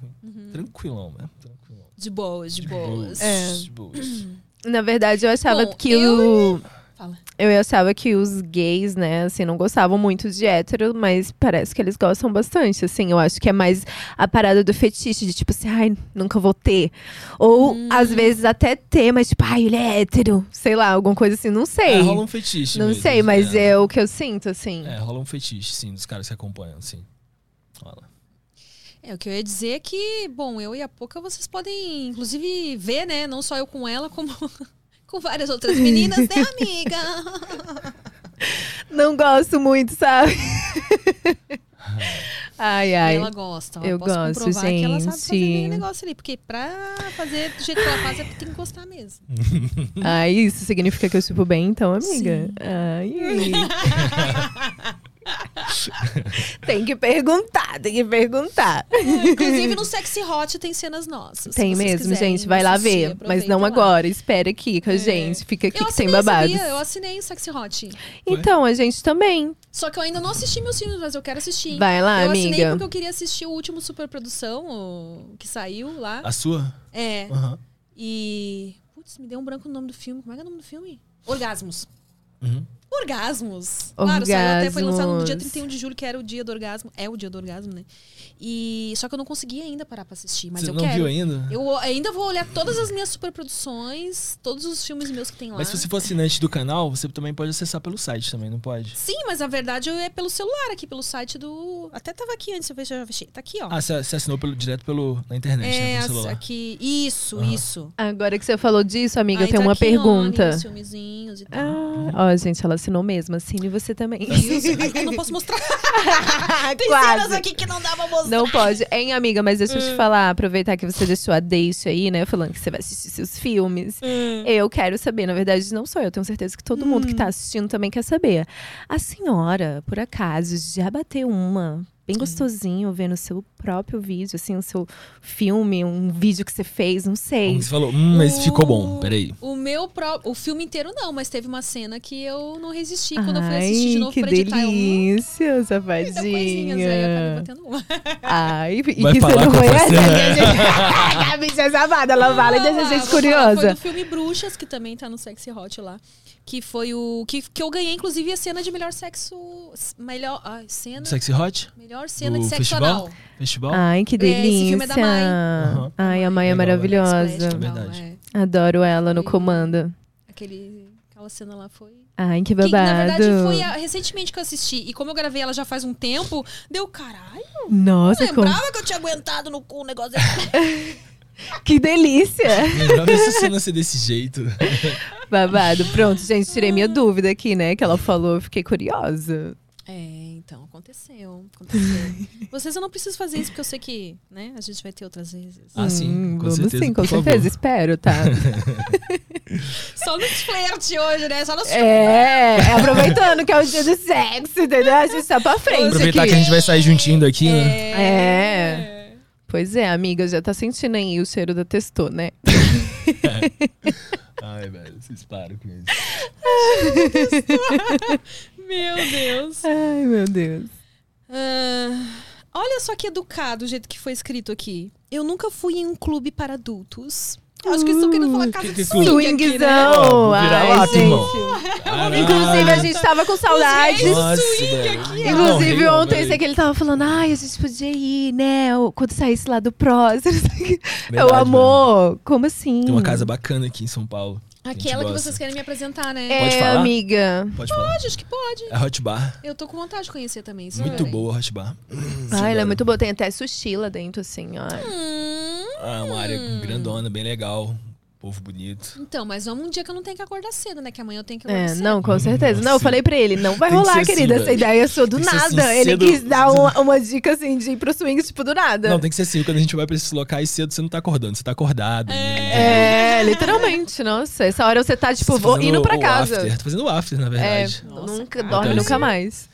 S6: Tranquilão, né? Tranquilão.
S5: De boas, Uhum. de boas.
S7: É.
S6: De boas.
S7: Na verdade, eu achava
S5: Bom,
S7: que
S5: eu-
S7: o.
S5: Fala.
S7: Eu achava que os gays, né, assim, não gostavam muito de hétero, mas parece que eles gostam bastante, assim. Eu acho que é mais a parada do fetiche, de tipo assim, ai, nunca vou ter. Ou, às vezes, até ter, mas tipo, ai, ele é hétero. Sei lá, alguma coisa assim, não sei.
S6: É, rola um fetiche.
S7: não
S6: mesmo,
S7: sei, mas
S6: né?
S7: é o que eu sinto, assim.
S6: É, rola um fetiche, sim, dos caras que acompanham, assim. Rola.
S5: É, o que eu ia dizer é que, bom, eu e a Poca vocês podem, inclusive, ver, né? Não só eu com ela, como com várias outras meninas, né, amiga?
S7: Não gosto muito, sabe? ai, ai.
S5: ela gosta. ó,
S7: eu
S5: posso
S7: gosto,
S5: comprovar que ela sabe fazer
S7: gente.
S5: bem o negócio ali. Porque pra fazer do jeito que ela faz, é porque tem que gostar mesmo.
S7: Ah, isso significa que eu chupo bem, então, amiga?
S5: Uhum. Sim.
S7: Ai. tem que perguntar, tem que perguntar.
S5: Inclusive, no Sexy Hot tem cenas nossas. se
S7: Tem
S5: vocês
S7: mesmo,
S5: quiserem
S7: gente. Vai lá
S5: assistir,
S7: ver. Mas não
S5: aproveita lá. É.
S7: agora. Espera aqui com a gente. Fica aqui
S5: Eu
S7: que tem
S5: assinei,
S7: babados.
S5: sabia? Eu assinei o Sexy Hot.
S7: Então, a gente também.
S5: Só que eu ainda não assisti meus filmes, mas eu quero assistir.
S7: Vai lá,
S5: eu assinei
S7: amiga.
S5: porque eu queria assistir o último Superprodução, o que saiu lá.
S6: A sua?
S5: É.
S6: Aham.
S5: E. Putz, me deu um branco no nome do filme. Como é que é o nome do filme? Orgasmos.
S6: Uhum.
S5: Orgasmos. Claro, saiu até foi
S7: Orgasmos.
S5: lançado no dia 31 de julho, que era o dia do orgasmo. É o dia do orgasmo, né? E só que eu não consegui ainda parar pra assistir, mas
S6: Você
S5: eu
S6: não
S5: quero.
S6: viu ainda?
S5: Eu ainda vou olhar todas as minhas superproduções, todos os filmes meus que tem lá.
S6: Mas se você for assinante do canal, você também pode acessar pelo site também, não pode?
S5: Sim, mas na verdade eu é pelo celular aqui, pelo site do. Até tava aqui antes, eu vejo, já fechei. Tá aqui, ó.
S6: Ah, você você assinou pelo, direto pelo, na internet, né?
S5: é,
S6: Pelo celular.
S5: aqui. Isso,
S6: Aham.
S5: isso.
S7: Agora que você falou disso, amiga, eu
S5: Aí
S7: tenho
S5: tá
S7: uma
S5: aqui, ó,
S7: pergunta.
S5: os filmezinhos e tal.
S7: Ah, ó, gente, ela assinou mesmo. Assine você também.
S5: Isso. Ai, eu não posso mostrar. Tem cenas
S7: Quase.
S5: aqui que não dá pra mostrar.
S7: Não pode. Hein, amiga, mas deixa eu
S5: Hum.
S7: te falar, aproveitar que você deixou a deixa aí, né? Falando que você vai assistir seus filmes.
S5: Hum.
S7: Eu quero saber, na verdade, não só eu, tenho certeza que todo mundo que tá assistindo também quer saber. A senhora, por acaso, já bateu uma bem
S5: Hum.
S7: gostosinho vendo o seu próprio vídeo, assim, o seu filme, um vídeo que você fez, não sei.
S6: Você falou, hum, mas
S5: O-
S6: ficou bom,
S7: Uh,
S6: peraí.
S5: O meu próprio. O filme inteiro não, mas teve uma cena que eu não resisti quando eu fui
S7: Ai,
S5: assistir de novo
S7: que
S5: pra editar. hum,
S7: delícia,
S5: Eu, hum, coisinhas, aí eu acabei
S7: safadinha.
S5: batendo um." uma.
S7: Ah, Ai, e
S6: Vai
S7: que você
S6: falar
S7: não
S6: com a
S7: conhece?
S6: parceira.
S7: A bicha é safada, ela fala e deixa a
S5: Ah,
S7: gente
S5: vou falar, Foi
S7: curiosa.
S5: do filme Bruxas, que também tá no Sexy Hot lá. Que foi o. Que, que eu ganhei, inclusive, a cena de melhor sexo. Melhor. Ai, cena.
S6: Sexy Hot?
S5: Melhor cena
S6: do
S5: de sexo
S6: festival?
S5: anal.
S6: Festival?
S7: Ai, que
S5: É, esse
S7: delícia.
S5: filme é da Mai.
S6: Aham.
S7: Ai, a mãe é
S6: Legal,
S5: Splash,
S7: maravilhosa.
S5: tal,
S6: verdade.
S5: é.
S7: Adoro ela no
S5: Foi-
S7: comando.
S5: Aquele, aquela cena lá foi.
S7: Ai,
S5: Que,
S7: que babado.
S5: na verdade, foi a- recentemente que eu assisti. E como eu gravei ela já faz um tempo, deu caralho.
S7: Nossa,
S5: Eu
S7: como-
S5: lembrava que eu tinha aguentado no cu o negócio desse.
S7: que delícia.
S6: Lembrava dessa cena ser desse jeito.
S7: Babado. Pronto, gente, tirei minha dúvida aqui, né? Que ela falou, eu fiquei curiosa.
S5: É, então, aconteceu. Aconteceu. Vocês eu não preciso fazer isso, porque eu sei que, né, a gente vai ter outras vezes.
S6: Ah, sim,
S7: Hum,
S6: com
S7: vamos
S6: certeza.
S7: sim, com
S6: por favor.
S7: certeza, espero, tá?
S5: Só nos flerte hoje, né? Só nos
S7: é, é aproveitando que é o dia do sexo, entendeu? A gente tá pra frente
S6: Aproveitar
S7: aqui.
S6: que a gente vai sair juntinho daqui, né?
S7: É. Pois é, amiga, já tá sentindo aí o cheiro da testô, né?
S6: Ai, velho, vocês param com isso.
S5: Meu Deus.
S7: Ai, meu Deus.
S5: Ah, olha só que educado o jeito que foi escrito aqui. Eu nunca fui em um clube para adultos. Acho Uh, que eles estão querendo falar casa
S6: que
S5: de
S6: que
S5: swing aqui, né?
S6: Ó, vou
S7: Swingzão!
S6: virar
S7: Ai,
S6: lata,
S7: gente.
S6: irmão.
S7: Inclusive, a gente tava com saudade.
S6: Nossa, velho.
S7: Inclusive,
S6: Não,
S7: ontem,
S6: peraí.
S7: eu sei que ele tava falando, ai, a gente podia ir, né? o- Quando saísse lá do prós. Eu,
S6: Verdade,
S7: amor, como assim?
S6: Tem uma casa bacana aqui em São Paulo. a gente
S5: Hum. Aquela que
S6: gosta.
S5: vocês querem me apresentar, né?
S7: É,
S6: Pode falar?
S7: amiga.
S6: Pode falar.
S5: Pode, acho que pode.
S6: É Hot Bar.
S5: Eu tô com vontade de conhecer também. Isso é.
S6: Muito
S5: bem.
S6: boa a Hot Bar.
S7: Ai, ela é muito boa. Tem até sushi lá dentro, assim, ó.
S5: Hum,
S6: Ah, uma área grandona, bem legal. Povo bonito.
S5: então, mas vamos um dia que eu não tenho que acordar cedo, né? Que amanhã eu tenho que acordar
S7: É,
S5: cedo.
S7: não, com certeza. Não, eu
S6: Hum, Nossa.
S7: falei pra ele, não vai
S6: Tem que ser
S7: rolar,
S6: assim,
S7: querida, essa
S6: velho.
S7: ideia é sua do
S6: Tem que ser assim,
S7: nada. ele
S6: cedo.
S7: quis dar uma, uma dica, assim, de ir pro swing, tipo, do nada.
S5: É.
S6: Não, tem que ser assim. Quando a gente vai pra esses locais cedo, você não tá acordando, você tá acordado. né?
S7: É, literalmente, nossa. Essa hora você tá, tipo,
S6: Você tá
S7: vou
S6: fazendo
S7: indo pra
S6: o
S7: casa.
S6: After. Tô fazendo o after, na
S7: É,
S6: verdade.
S7: nunca
S6: cara.
S7: dorme
S6: Então,
S7: nunca
S6: assim-
S7: mais.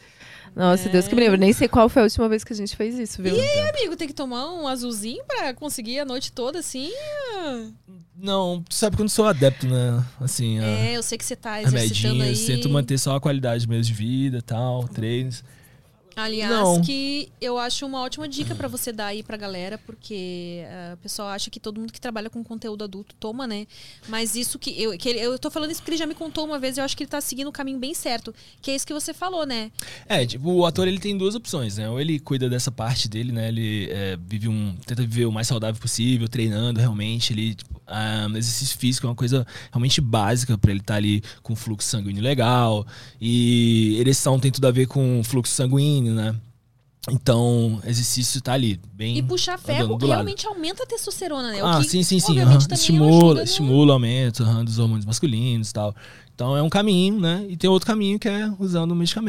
S7: Nossa, Deus que me livre. Nem sei qual foi a última vez que a gente fez isso, viu?
S5: Amigo, tem que tomar um azulzinho pra conseguir a noite toda, assim. ah.
S6: Não, tu sabe que eu não sou adepto, né? Assim, a-
S5: É, eu sei que você tá
S6: a
S5: exercitando
S6: medinha,
S5: aí.
S6: eu tento manter só a qualidade mesmo de vida e tal, treinos.
S5: Aliás,
S6: Não.
S5: que eu acho uma ótima dica pra você dar aí pra galera, porque ah, o pessoal acha que todo mundo que trabalha com conteúdo adulto toma, né? Mas isso que eu, que ele- eu tô falando isso porque ele já me contou uma vez, eu acho que ele tá seguindo o caminho bem certo, que é isso que você falou, né?
S6: É, tipo, o ator ele tem duas opções, né? Ou ele cuida dessa parte dele, né? Ele é, vive um. tenta viver o mais saudável possível, treinando realmente. Ele, tipo, ah, exercício físico é uma coisa realmente básica pra ele estar ali com fluxo sanguíneo legal. E ereção tem tudo a ver com fluxo sanguíneo, né? Então, exercício tá ali, bem.
S5: E puxar ferro
S6: andando do lado.
S5: realmente aumenta a testosterona, né? O
S6: Ah,
S5: que,
S6: sim, sim, sim.
S5: obviamente,
S6: aham.
S5: também um ajuda né?
S6: Estimula,
S5: no-
S6: estimula o aumento aham, dos hormônios masculinos e tal. Então é um caminho, né? E tem outro caminho que é usando o medicamento.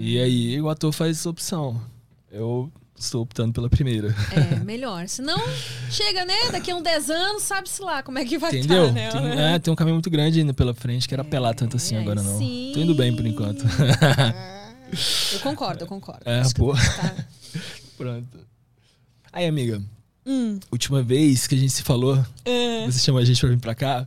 S6: E aí o ator faz essa opção. Eu estou optando pela primeira.
S5: É, melhor. Senão, chega, né? Daqui a uns 10 anos, sabe-se lá como é que vai
S6: Entendeu?
S5: estar, né?
S6: tem, é, tem um caminho muito grande ainda pela frente, que era apelar tanto assim
S5: aí
S6: agora não.
S5: sim.
S6: Tô indo bem por enquanto.
S5: Eu concordo, eu concordo.
S6: É,
S5: Acho que
S6: pô.
S5: tá-
S6: Pronto. Aí, amiga,
S5: Hum. É.
S6: última vez que a gente se falou, você chamou a gente pra vir pra cá,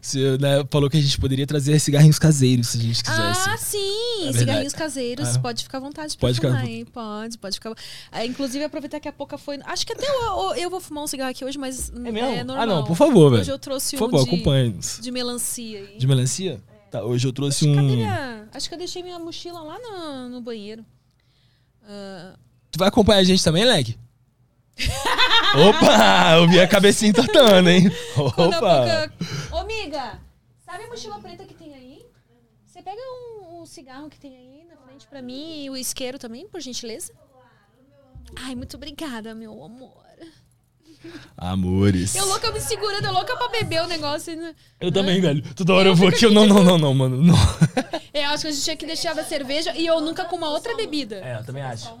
S6: você né, falou que a gente poderia trazer cigarrinhos caseiros se a gente quisesse.
S5: Ah, sim!
S6: É
S5: Cigarrinhos
S6: verdade.
S5: caseiros,
S6: Ah.
S5: pode ficar à vontade pra
S6: Pode ficar à
S5: fumar, hein? Pode, pode ficar. É, inclusive, aproveitar que a pouca foi. Acho que até eu, eu vou fumar um cigarro aqui hoje, mas é,
S6: mesmo? Ah,
S5: normal.
S6: não, por favor,
S5: Hoje
S6: velho.
S5: eu trouxe
S6: Por
S5: um
S6: favor,
S5: de,
S6: acompanhe-nos.
S5: de melancia aí.
S6: De melancia? Tá, hoje eu trouxe
S5: Cadê
S6: um.
S5: minha- Acho que eu deixei minha mochila lá no, no banheiro. Ah,
S6: Tu vai acompanhar a gente também, Leg? Opa! Eu vi a cabecinha entortando, hein?
S5: quando a
S6: Opa!
S5: pouca... Ô, amiga, sabe a mochila preta que tem aí? Você pega um, um cigarro que tem aí na frente pra mim e o isqueiro também, por gentileza? Ai, muito obrigada, meu amor.
S6: Amores.
S5: Eu louca me segurando, eu louca pra beber o negócio. né? e não-
S6: Eu também, né? velho. Toda hora eu vou aqui. Eu não, não, não, não, mano. Não.
S5: É, acho que a gente tinha que deixar a cerveja e eu nunca com uma outra bebida.
S6: É, eu também acho.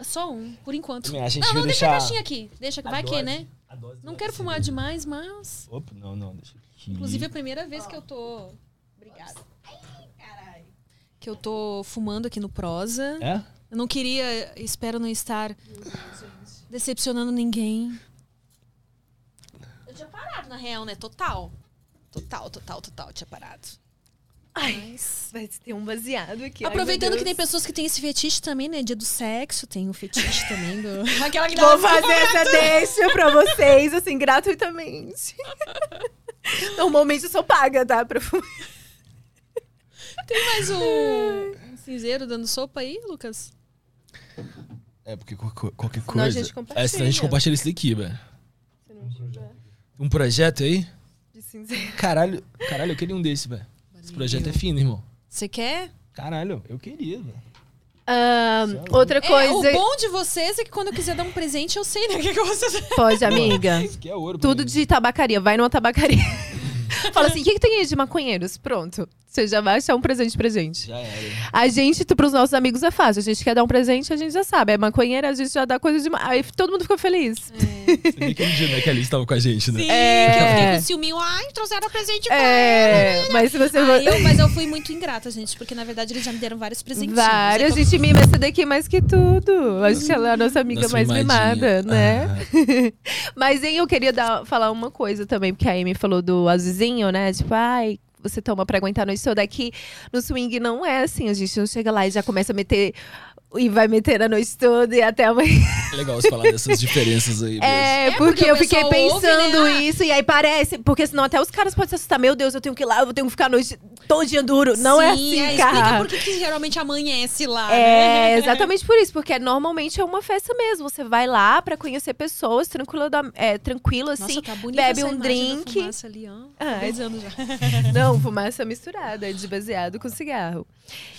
S5: Só um, por enquanto.
S6: É. Também acho, a gente
S5: não,
S6: vai
S5: não deixa a
S6: deixar-
S5: caixinha aqui. Deixa, vai que, né? Não quero fumar demais, mas.
S6: Opa, não, não, deixa aqui.
S5: Inclusive, é a primeira vez que eu tô. Obrigada. Que eu tô fumando aqui no Prosa.
S6: É?
S5: Eu não queria, espero não estar decepcionando ninguém. Eu tinha parado, na real, né? Total. Total, total, total. Eu tinha parado.
S7: Vai ter um baseado aqui.
S5: Aproveitando que tem pessoas que têm esse fetiche também, né? Dia do sexo, tem o fetiche também do. Aquela que
S7: Vou fazer essa deixa pra vocês, assim, gratuitamente. Normalmente eu sou paga, tá? Pra fumar.
S5: Tem mais um, um cinzeiro dando sopa aí, Lucas?
S6: É, porque co- co- qualquer coisa.
S7: Senão a gente compartilha.
S6: É, senão a gente compartilha isso daqui, velho. Um projeto aí?
S7: De cinzeiro.
S6: Caralho, caralho, eu queria um desse, velho. Esse projeto é fino, irmão.
S5: Você quer?
S6: Caralho, eu queria, velho.
S7: outra coisa.
S5: É, o bom de vocês é que quando eu quiser dar um presente, eu sei, né? O que, que vocês.
S7: Pode, amiga.
S6: Isso aqui é ouro. pra
S7: Tudo
S6: mim.
S7: de tabacaria. Vai numa tabacaria. Fala assim: o que, que tem aí de maconheiros? Pronto. Você já vai achar um presente pra gente.
S6: Já era.
S7: A gente, tu- pros nossos amigos, é fácil. A gente quer dar um presente, a gente já sabe. É maconheira, a gente já dá coisa de. ma- Aí todo mundo fica feliz.
S6: Você nem aquele dia, né, que a Alice tava com a gente, né?
S5: Que eu fiquei
S7: É.
S5: com ciúminho. Ai, trouxeram presente pra
S7: É, mas se você.
S5: Ai, eu, mas eu fui muito ingrata, gente, porque na verdade eles já me deram vários presentinhos.
S7: Várias,
S5: É
S7: a
S5: que eu-
S7: gente mima essa daqui mais que tudo. Acho que ela é a nossa amiga
S6: Nossa
S7: mais
S6: mimadinha. Ah.
S7: mimada, né? Mas hein, eu queria dar- falar uma coisa também, porque a Amy falou do azulzinho, né? Tipo, ai. Você toma pra aguentar a noite toda aqui. No swing não é assim. A gente não chega lá e já começa a meter. E vai meter a noite toda e até amanhã.
S6: É Legal você falar dessas diferenças aí. mesmo.
S7: É,
S5: porque
S7: porque
S5: o
S7: eu fiquei
S5: pessoal ouve,
S7: pensando
S5: né? Ah.
S7: isso. E aí parece. Porque senão até os caras podem se assustar. Meu Deus, eu tenho que ir lá, eu tenho que ficar a noite todinha duro. Não é
S5: Sim,
S7: assim,
S5: Explica
S7: cara.
S5: por que que geralmente amanhece lá.
S7: É,
S5: né?
S7: exatamente por isso, porque normalmente é uma festa mesmo. Você vai lá pra conhecer pessoas, tranquilo, da- é, tranquilo
S5: Nossa,
S7: assim.
S5: tá bonita
S7: bebe
S5: essa
S7: um
S5: imagem da
S7: drink.
S5: fumaça ali, ó.
S7: Ah,
S5: Dois anos já.
S7: Não, é fumaça misturada, de baseado com cigarro.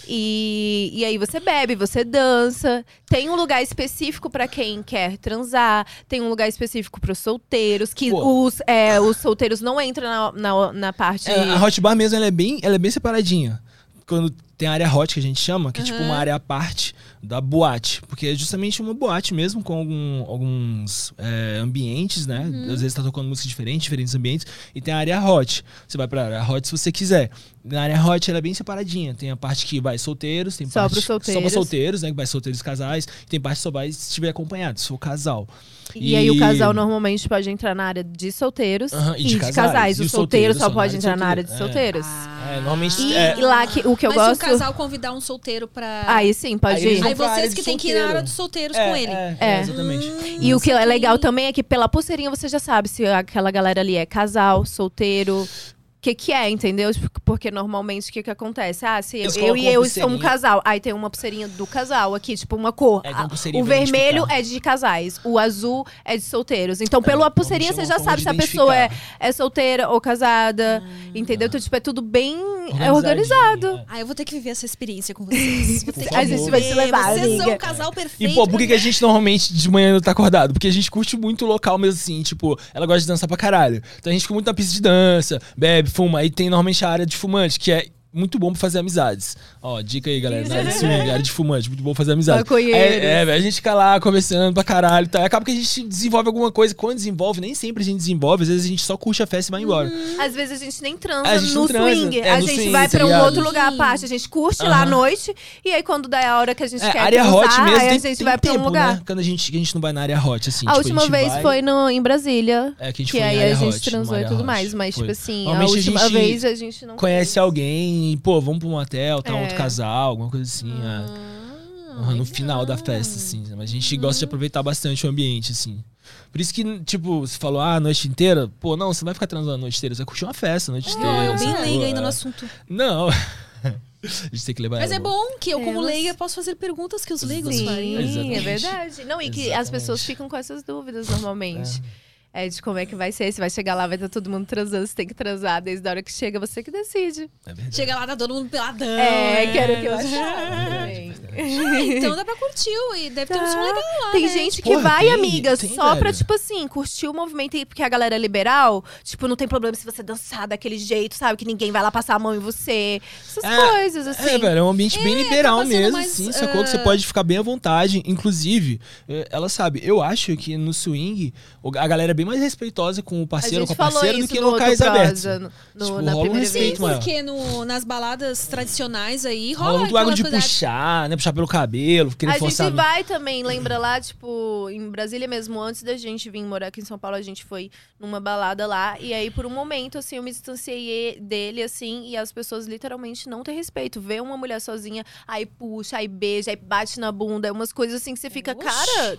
S7: E, e aí você bebe, você criança, tem um lugar específico pra quem quer transar, tem um lugar específico pros solteiros, que
S6: Pô.
S7: os, é, os solteiros não entram na, na, na parte.
S6: É, a hot bar mesmo, ela é bem, ela é bem separadinha. Quando tem a área hot, que a gente chama, que é tipo uma área à parte da boate. Porque é justamente uma boate mesmo, com algum- alguns é, ambientes, né?
S7: Uhum.
S6: Às vezes tá tocando música diferente, diferentes ambientes. E tem a área hot. Você vai pra área hot se você quiser. Na área hot, ela é bem separadinha. Tem a parte que vai solteiros, tem
S7: Só
S6: parte...
S7: pros solteiros.
S6: Só pra solteiros, né? Que vai solteiros e casais. E tem parte que só vai se estiver acompanhado, se for casal.
S7: e, aí o casal normalmente pode entrar na área de solteiros
S6: Aham,
S7: e de casais. O
S6: E os
S7: solteiro
S6: solteiros
S7: só
S6: só na
S7: pode
S6: área de
S7: entrar na área de
S6: solteiro, é.
S7: solteiros.
S6: É, normalmente...
S7: E,
S6: é,
S7: e lá que, o que eu
S5: Ah. Mas
S7: gosto.
S5: se um casal convidar um solteiro pra.
S7: Aí sim, pode
S6: Aí
S7: ir.
S6: eles vão
S5: Aí
S6: pra área
S5: vocês
S6: de
S5: que tem que ir na
S6: solteiro.
S5: área dos solteiros
S6: É,
S5: com ele. Hum.
S6: É,
S7: É.
S6: é, exatamente.
S7: E o que é
S5: Saquei.
S7: legal também é que pela pulseirinha você já sabe se aquela galera ali é casal, solteiro. O que, que é, entendeu? Porque normalmente o que, que acontece? Ah, se eu,
S6: Eles
S7: eu
S6: colocam
S7: e
S6: uma
S7: eu sou um
S6: pulseirinha.
S7: casal, aí tem uma pulseirinha do casal aqui, tipo uma cor.
S6: É, tem uma
S7: Ah,
S6: pulseirinha
S7: o
S6: pra
S7: vermelho
S6: identificar.
S7: é de casais, o azul é de solteiros. Então, pela
S6: como
S7: pulseirinha
S6: chama
S7: você já
S6: uma forma
S7: sabe se
S6: de
S7: a pessoa é,
S6: identificar. Hum, tá.
S7: é solteira ou casada, entendeu? Então, tipo, é tudo bem é, organizado.
S6: Organizadinho,
S5: Ah, eu vou ter que viver essa experiência com vocês. Vou ter que
S6: A gente
S5: viver.
S6: vai
S7: te levar,
S5: Vocês são
S7: amiga.
S5: um casal
S6: é.
S5: perfeito.
S6: E, pô, por que, que a gente normalmente de manhã não tá acordado? Porque a gente curte muito o local mesmo assim, tipo, ela gosta de dançar pra caralho. Então a gente fica muito na pista de dança, bebe, fuma. Aí tem normalmente a área de fumante, que é muito bom pra fazer amizades. Ó, dica aí, galera. Na área de swing, área de fumante, muito bom fazer amizades.
S7: Maconheiros.
S6: É, é, velho, a gente fica lá conversando pra caralho. Tá? Acaba que a gente desenvolve alguma coisa. Quando desenvolve, nem sempre a gente desenvolve. Às vezes a gente só curte a festa e vai embora.
S5: Uhum.
S7: Às vezes a gente nem transa
S6: A gente não
S7: no
S6: transa.
S7: swing.
S6: É,
S7: a
S6: no
S7: gente
S6: swing,
S7: vai
S6: tá
S7: pra um
S6: ligado?
S7: outro lugar à parte. A gente curte lá à
S6: Aham.
S7: noite. E aí, quando dá a hora que a gente
S6: É,
S7: quer
S6: área
S7: transar,
S6: hot mesmo.
S7: aí
S6: tem,
S7: a gente
S6: tem
S7: vai pra
S6: tempo,
S7: um lugar.
S6: Né? Quando a gente, que a gente não vai na área hot, assim.
S7: A
S6: tipo,
S7: última
S6: gente
S7: vez
S6: vai-
S7: foi no, em Brasília.
S6: É, que a gente
S7: que
S6: foi em
S7: aí
S6: área
S7: a gente
S6: hot,
S7: transou
S6: numa
S7: e
S6: área
S7: tudo
S6: hot.
S7: mais. Mas,
S6: Foi.
S7: tipo assim, a
S6: Normalmente a
S7: última
S6: gente
S7: vez a gente não
S6: Conhece
S7: fez.
S6: alguém, pô, vamos pra um hotel, tá
S7: É. Ah,
S6: outro casal, alguma coisa assim. é. Aham, no final da festa, assim. né? Mas a gente gosta
S7: Uhum.
S6: de aproveitar bastante o ambiente, assim. Por isso que, tipo, você falou, ah, a noite inteira. Pô, não, você não vai ficar transando a noite inteira, você vai curtir uma
S7: É,
S6: festa a noite inteira.
S5: Não, eu bem
S6: sacou?
S5: leiga ainda
S6: É.
S5: no assunto.
S6: Não. a gente tem que levar
S5: Mas é
S6: ela,
S5: bom que eu, como
S7: Elas-
S5: leiga, posso fazer perguntas que os leigos
S7: Sim,
S5: fariam.
S6: Exatamente.
S7: é verdade. Não, e que as
S6: Exatamente.
S7: pessoas ficam com essas dúvidas normalmente. É. de como é que vai ser, se vai chegar lá, vai estar todo mundo transando, se tem que transar desde a hora que chega, você que decide.
S6: É verdade.
S5: Chega lá, tá todo mundo peladão.
S7: É,
S5: né?
S7: que era o que eu
S6: É.
S7: achava também.
S5: Ah, então dá pra curtir e deve ter um som legal lá.
S7: Tá. Tem
S5: né?
S7: gente que
S6: Porra,
S7: vai,
S6: tem,
S7: amiga,
S6: tem,
S7: só pra,
S6: velho.
S7: tipo assim, curtir o movimento. E porque a galera é liberal, tipo, não tem problema se você dançar daquele jeito, sabe? Que ninguém vai lá passar a mão em você. Essas
S6: É,
S7: coisas, assim.
S6: É, velho, é um ambiente bem liberal
S5: acaba sendo
S6: mesmo,
S5: mais,
S6: sim, sacou? Que você pode ficar bem à vontade. Inclusive, eh, ela sabe, eu acho que no swing o- a galera é bem mais respeitosa com o
S7: a
S6: parceiro,
S7: gente
S6: com a
S7: falou
S6: parceira
S7: isso
S6: do que em
S7: no outro
S6: locais
S7: prosa,
S6: abertos.
S7: no- no-
S6: Tipo,
S7: na
S6: rola um
S7: primeira
S6: respeito
S7: vez.
S5: Sim,
S6: maior.
S5: porque no- nas baladas tradicionais aí rola,
S6: Rola muito bagulho
S5: aquela
S6: de
S5: coisa-
S6: puxar, né? Puxar pelo cabelo, querer
S7: A
S6: forçar.
S7: gente vai também, lembra lá, tipo, em Brasília mesmo, antes da gente vir morar aqui em São Paulo, a gente foi numa balada lá. E aí, por um momento, assim, eu me distanciei e- dele, assim, e as pessoas literalmente não têm respeito. Vê uma mulher sozinha, aí puxa, aí beija, aí bate na bunda, umas coisas assim que você fica,
S5: Oxi.
S7: cara.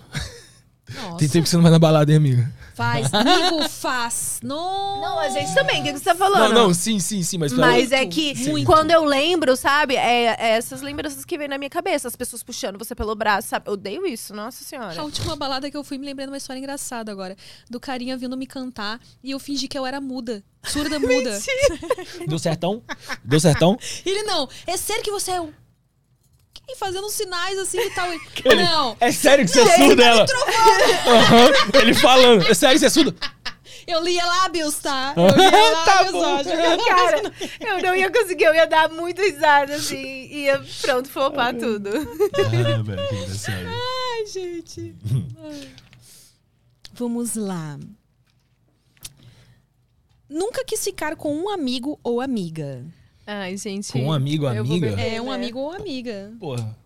S6: Tem
S5: Nossa,
S6: tempo que você não vai na balada, hein, amiga?
S5: faz, amigo, faz. Não,
S7: Não, a gente também, o que que você tá
S6: Não,
S7: falando?
S6: não, sim, sim, sim, mas.
S7: Mas
S5: Muito,
S7: é que
S5: muito.
S7: quando eu lembro, sabe? É, é essas lembranças que vêm na minha cabeça, as pessoas puxando você pelo braço, sabe? Eu odeio isso, nossa senhora.
S5: A última balada que eu fui, me lembrei de uma história engraçada agora. Do carinha vindo me cantar e eu fingi que eu era muda. Surda muda.
S6: Deu certão? Deu certão?
S5: E ele, não, é sério que você é um... E fazendo uns sinais assim e tal. Ele,
S6: Ele,
S5: não,
S6: É sério que você é surdo dela? Ele falando, é sério que você é surdo?
S5: eu lia lábios, tá? Eu lia lábios,
S6: bom.
S5: ó, acho que-
S7: Cara, eu não ia conseguir, eu ia dar muito risada, assim, ia pronto, flopar tudo.
S6: Ah, velho, que engraçado.
S5: Ai, gente. Ai. Vamos lá. Nunca quis ficar com um amigo ou amiga.
S7: Ai, gente.
S6: Com um amigo,
S7: eu vou
S6: amiga?
S7: beber,
S5: É, um
S7: né?
S5: amigo ou amiga.
S6: Porra.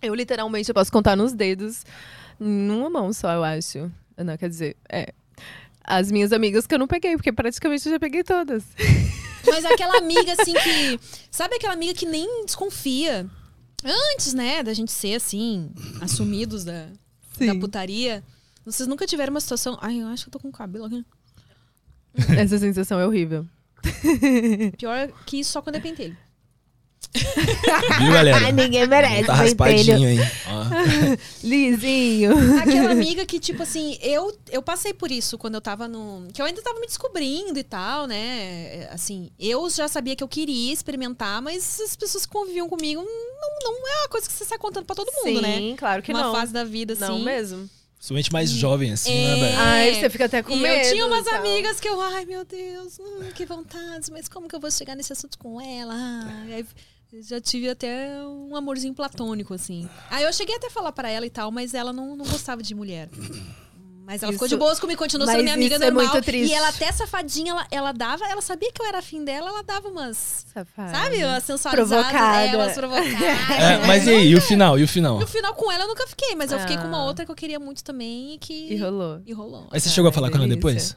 S7: Eu literalmente eu posso contar nos dedos, numa mão só, eu acho. Não, quer dizer, é. As minhas amigas que eu não peguei, porque praticamente eu já peguei todas.
S5: Mas aquela amiga, assim, que. Sabe aquela amiga que nem desconfia? Antes, né, da gente ser, assim, assumidos da, da putaria. Vocês nunca tiveram uma situação. Ai, eu acho que eu tô com o cabelo aqui.
S7: Essa sensação é horrível.
S5: Pior que só quando é pentelho.
S6: Viu, galera?
S7: Ninguém merece,
S6: Tá
S7: eu
S6: raspadinho
S7: entendo.
S6: aí. Ó. né?
S7: Lisinho.
S5: Aquela amiga que, tipo assim, eu, eu passei por isso quando eu tava no. Que eu ainda tava me descobrindo e tal, né? É, Assim, eu já sabia que eu queria experimentar, mas as pessoas que conviviam comigo hum, não, não é uma coisa que você sai contando pra todo mundo,
S7: Sim,
S5: né?
S7: claro que
S5: uma
S7: não.
S5: fase da vida, assim.
S7: Não mesmo.
S6: Somente mais jovem, assim,
S5: É.
S6: né, velho?
S7: Ai, você fica até com
S5: e
S7: medo. então.
S5: eu tinha umas
S7: e tal.
S5: amigas que eu, ai meu Deus, hum, que vontade, mas como que eu vou chegar nesse assunto com ela? Ai, aí eu já tive até um amorzinho platônico, assim. Aí eu cheguei até a falar pra ela e tal, mas ela não, não gostava de mulher. Mas ela ficou
S7: Isso-
S5: de boas comigo, continuou
S7: mas
S5: sendo minha amiga
S7: isso é
S5: normal.
S7: muito triste.
S5: E ela até safadinha, ela, ela dava, ela sabia que eu era afim dela, ela dava umas.
S7: Safada.
S5: Sabe? Umas sensualizadas,
S7: Ah, Provocada.
S5: é, umas provocadas.
S6: É, mas e aí, e o final? E o final?
S5: No final com ela eu nunca fiquei, mas eu fiquei com uma
S7: Ah.
S5: outra que eu queria muito também e que.
S7: E rolou.
S5: E rolou.
S6: Aí você chegou a
S7: Ai,
S6: falar com ela
S7: Ah, delícia.
S6: depois?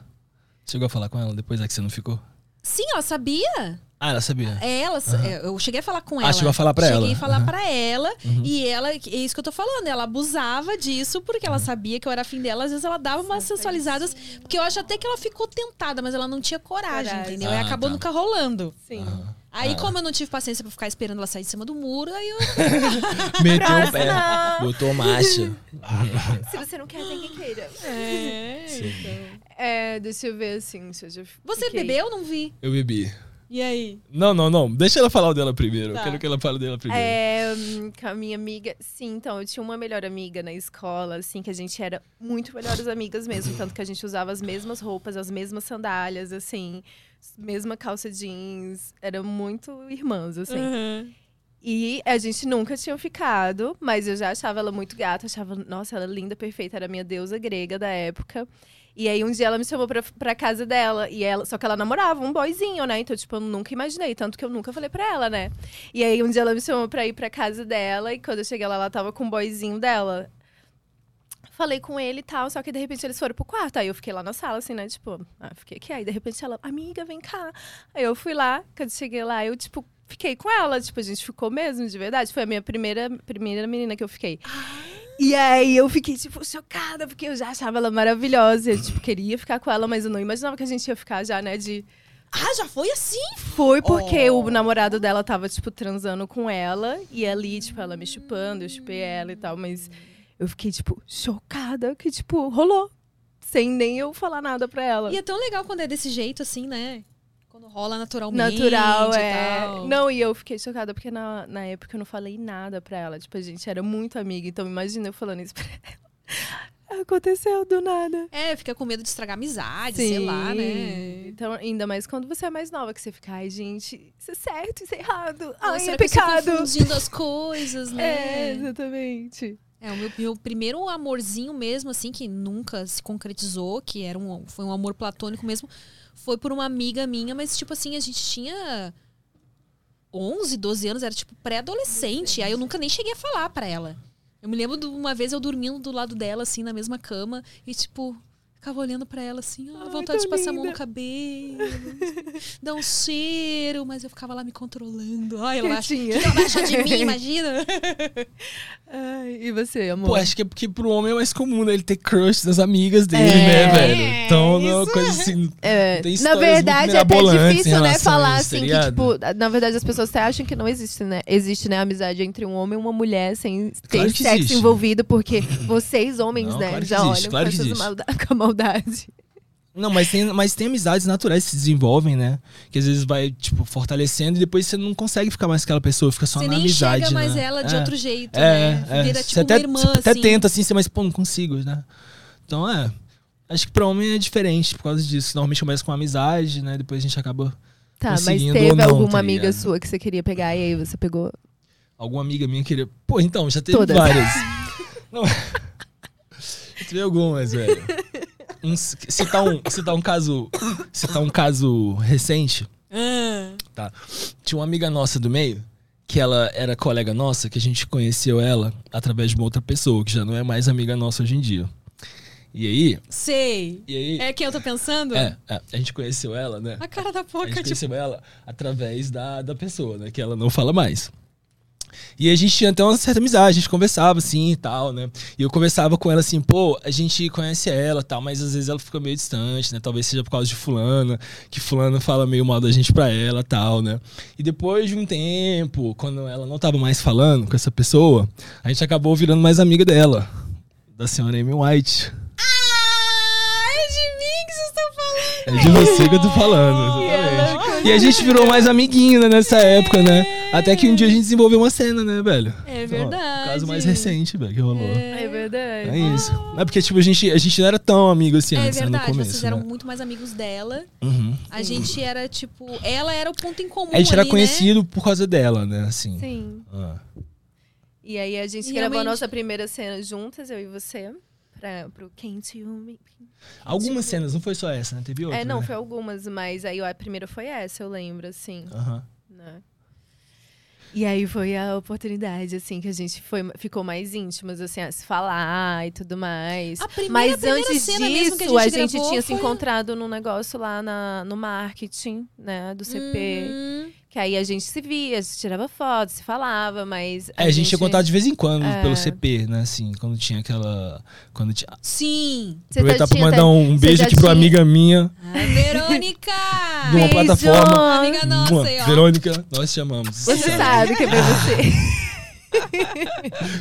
S6: Chegou a falar com ela depois, é que você não ficou?
S5: Sim, ela sabia.
S6: Ah, ela sabia.
S5: É, ela, é, eu cheguei a falar com
S6: Ah,
S5: ela.
S6: chegou a falar pra
S5: Cheguei
S6: ela.
S5: a falar
S6: Aham. Uhum.
S5: pra ela. E ela, é isso que eu tô falando, ela abusava disso porque
S6: Uhum.
S5: ela sabia que eu era afim dela. Às vezes ela dava umas sensualizadas, porque eu acho até que ela ficou tentada, mas ela não tinha coragem,
S7: Coragem.
S5: entendeu? e
S6: Ah,
S5: acabou
S6: tá. Ah.
S5: nunca rolando.
S7: Sim.
S5: Aí, como eu não tive paciência pra ficar esperando ela sair de cima do muro, aí eu.
S7: É,
S6: Meteu o pé, botou marcha.
S7: Se você não quer, tem quem queira.
S6: Sim.
S7: É, deixa eu ver assim, se eu já
S5: Você
S7: fiquei.
S5: bebeu? Não vi.
S6: Eu bebi.
S5: E aí?
S6: Não, não, não. Deixa ela falar o dela primeiro.
S5: Tá.
S6: Eu quero que ela fale o dela primeiro.
S7: É, hum, com a minha amiga. Sim, então, eu tinha uma melhor amiga na escola, assim, que a gente era muito melhores amigas mesmo. Tanto que a gente usava as mesmas roupas, as mesmas sandálias, assim, mesma calça jeans. Era muito irmãs, assim. E a gente nunca tinha ficado, mas eu já achava ela muito gata, achava, nossa, ela é linda, perfeita, era a minha deusa grega da época. E aí um dia ela me chamou pra, pra casa dela, e ela, só que ela namorava um boyzinho, né? Então, tipo, eu nunca imaginei, tanto que eu nunca falei pra ela, né? E aí um dia ela me chamou pra ir pra casa dela, e quando eu cheguei lá, ela tava com o boyzinho dela. Falei com ele e tal, só que de repente eles foram pro quarto. Aí eu fiquei lá na sala, assim, né? Tipo, ah, fiquei aqui. Aí de repente ela, amiga, vem cá. Aí eu fui lá, quando cheguei lá, eu, tipo, fiquei com ela. Tipo, a gente ficou mesmo, de verdade. Foi a minha primeira, primeira menina que eu fiquei. E aí eu fiquei, tipo, chocada, porque eu já achava ela maravilhosa. Eu, tipo, queria ficar com ela, mas eu não imaginava que a gente ia ficar já, né? De
S5: Ah, já foi assim? Oh.
S7: foi porque o namorado dela tava, tipo, transando com ela. E ali, tipo, ela me chupando, eu chupei ela e tal. Mas eu fiquei, tipo, chocada que, tipo, rolou. Sem nem eu falar nada pra ela.
S5: E é tão legal quando é desse jeito, assim, né? Quando rola naturalmente.
S7: Natural,
S5: e
S7: é.
S5: tal.
S7: Não, e eu fiquei chocada porque na, na época eu não falei nada pra ela. Tipo, a gente era muito amiga. Então, imagina eu falando isso pra ela. Aconteceu do nada.
S5: É, fica com medo de estragar amizade, sei lá, né?
S7: Então, ainda mais quando você é mais nova, que você fica, ai, gente, isso é certo, isso é errado.
S5: Ai,
S7: Ai,
S5: será
S7: é
S5: que eu estou
S7: pecado.
S5: confundindo as coisas,
S7: É,
S5: né?
S7: exatamente.
S5: É, o meu, meu primeiro amorzinho mesmo, assim, que nunca se concretizou, que era um, foi um amor platônico mesmo, foi por uma amiga minha, mas, tipo assim, a gente tinha 11, 12 anos, era, tipo, pré-adolescente. Aí eu nunca nem cheguei a falar pra ela. Eu me lembro de uma vez eu dormindo do lado dela, assim, na mesma cama, e, tipo... Ficava olhando pra ela assim, ó,
S7: Ai,
S5: vontade
S7: tô
S5: de passar a mão no
S7: linda.
S5: cabelo, dar um cheiro, mas eu ficava lá me controlando. Ai, ela acha
S7: Quietinha.
S5: ela vai achar de mim, imagina.
S7: Ai, e você, amor?
S6: Pô, acho que é porque pro homem é mais comum, né? Ele ter crush das amigas dele,
S7: É,
S6: né, velho? Então, não é uma coisa assim.
S7: É,
S6: Tem
S7: na
S6: histórias
S7: verdade,
S6: muito
S7: é até
S6: mirabolantes em
S7: difícil, né,
S6: relação a
S7: falar
S6: isso, tá
S7: assim que,
S6: ligado?
S7: tipo, na verdade as pessoas até acham que não existe, né? Existe, né, amizade entre um homem e uma mulher sem ter
S6: Claro que
S7: sexo
S6: existe.
S7: envolvido, porque vocês, homens,
S6: Não,
S7: né,
S6: claro que
S7: já
S6: existe,
S7: olham
S6: claro
S7: com,
S6: que
S7: essas
S6: existe.
S7: malda- com a maldade.
S6: Não, mas tem, mas tem amizades naturais que se desenvolvem, né? Que às vezes vai, tipo, fortalecendo e depois você não consegue ficar mais com aquela pessoa, fica só
S5: Você
S6: na
S5: nem
S6: amizade.
S5: enxerga mais
S6: né?
S5: ela de
S6: É.
S5: outro jeito,
S6: É,
S5: né?
S6: é.
S5: Vira
S6: Você
S5: tipo
S6: até,
S5: uma irmã,
S6: você até
S5: assim.
S6: tenta, assim, ser mais, pô, não consigo, né? Então, é. Acho que pra homem é diferente por causa disso. Normalmente começa com amizade, né? Depois a gente acaba.
S7: Tá, mas
S6: Conseguindo
S7: teve
S6: ou não,
S7: alguma
S6: tá
S7: amiga
S6: ligado?
S7: sua que você queria pegar e aí você pegou?
S6: Alguma amiga minha queria. Pô, então, já teve
S7: Todas.
S6: várias. Não. Já Teve algumas, velho. Um, citar, um, citar um caso. Citar um caso recente. Tá. Tinha uma amiga nossa do meio, que ela era colega nossa, que a gente conheceu ela através de uma outra pessoa, que já não é mais amiga nossa hoje em dia. E aí.
S5: Sei.
S6: E aí.
S5: É quem eu tô pensando?
S6: É, é, a gente conheceu ela, né?
S5: A cara da
S6: A
S5: boca,
S6: gente
S5: tipo.
S6: conheceu ela através da, da pessoa, né? Que ela não fala mais. E a gente tinha até uma certa amizade, a gente conversava assim e tal, né? E eu conversava com ela assim, pô, a gente conhece ela e tal, mas às vezes ela fica meio distante, né? Talvez seja por causa de fulana, que fulana fala meio mal da gente pra ela e tal, né? E depois de um tempo, quando ela não tava mais falando com essa pessoa, a gente acabou virando mais amiga dela, da senhora Amy White.
S5: Ai, é de mim que vocês estão falando.
S6: É de você que eu tô falando, exatamente. E a gente virou mais amiguinho né, nessa época, né? Até que um dia a gente desenvolveu uma cena, né, velho?
S5: É
S6: Ó,
S5: verdade.
S6: o caso mais recente, velho, que rolou. É,
S7: É verdade.
S6: isso. É porque, tipo, a gente, a gente não era tão amigo assim
S5: É
S6: antes, né, no
S5: verdade,
S6: começo.
S5: vocês eram
S6: né?
S5: muito mais amigos dela.
S6: Uhum.
S5: A gente era, tipo, ela era o ponto em comum.
S6: A gente era
S5: ali, né?
S6: conhecido por causa dela, né? Assim.
S7: Sim.
S6: Ah.
S7: E aí a gente
S5: E
S7: gravou a
S5: realmente-
S7: nossa primeira cena juntas, eu e você, pra, pro Quente Yumi.
S6: Algumas cenas, não foi só essa, né? Teve outra.
S7: É, não,
S6: né?
S7: foi algumas, mas aí a primeira foi essa, eu lembro, assim,
S6: Aham.
S7: né? E aí foi a oportunidade, assim, que a gente foi, ficou mais íntimos, assim, a se falar e tudo mais.
S5: A primeira-
S7: mas
S5: a primeira
S7: antes
S5: cena
S7: disso,
S5: mesmo que a gente gravou
S7: tinha se
S5: foi a-
S7: encontrado num negócio lá na, no marketing, né, do CP.
S5: Hum.
S7: Que aí a gente se via, se tirava foto, se falava, mas.
S6: É, a gente tinha contato de vez em quando
S7: É.
S6: pelo CP, né? Assim, quando tinha aquela. Quando tinha.
S5: Sim.
S7: Você já
S6: Aproveitar pra
S7: tinha
S6: mandar
S7: até-
S6: um
S7: você
S6: beijo
S7: já
S6: aqui pra uma
S7: tinha-
S6: amiga minha,
S5: A Verônica!
S6: de uma
S7: Beijo!
S6: plataforma.
S5: Amiga nossa
S6: Mua,
S5: aí, ó.
S6: Verônica, nós te amamos.
S7: Você sabe que é pra você.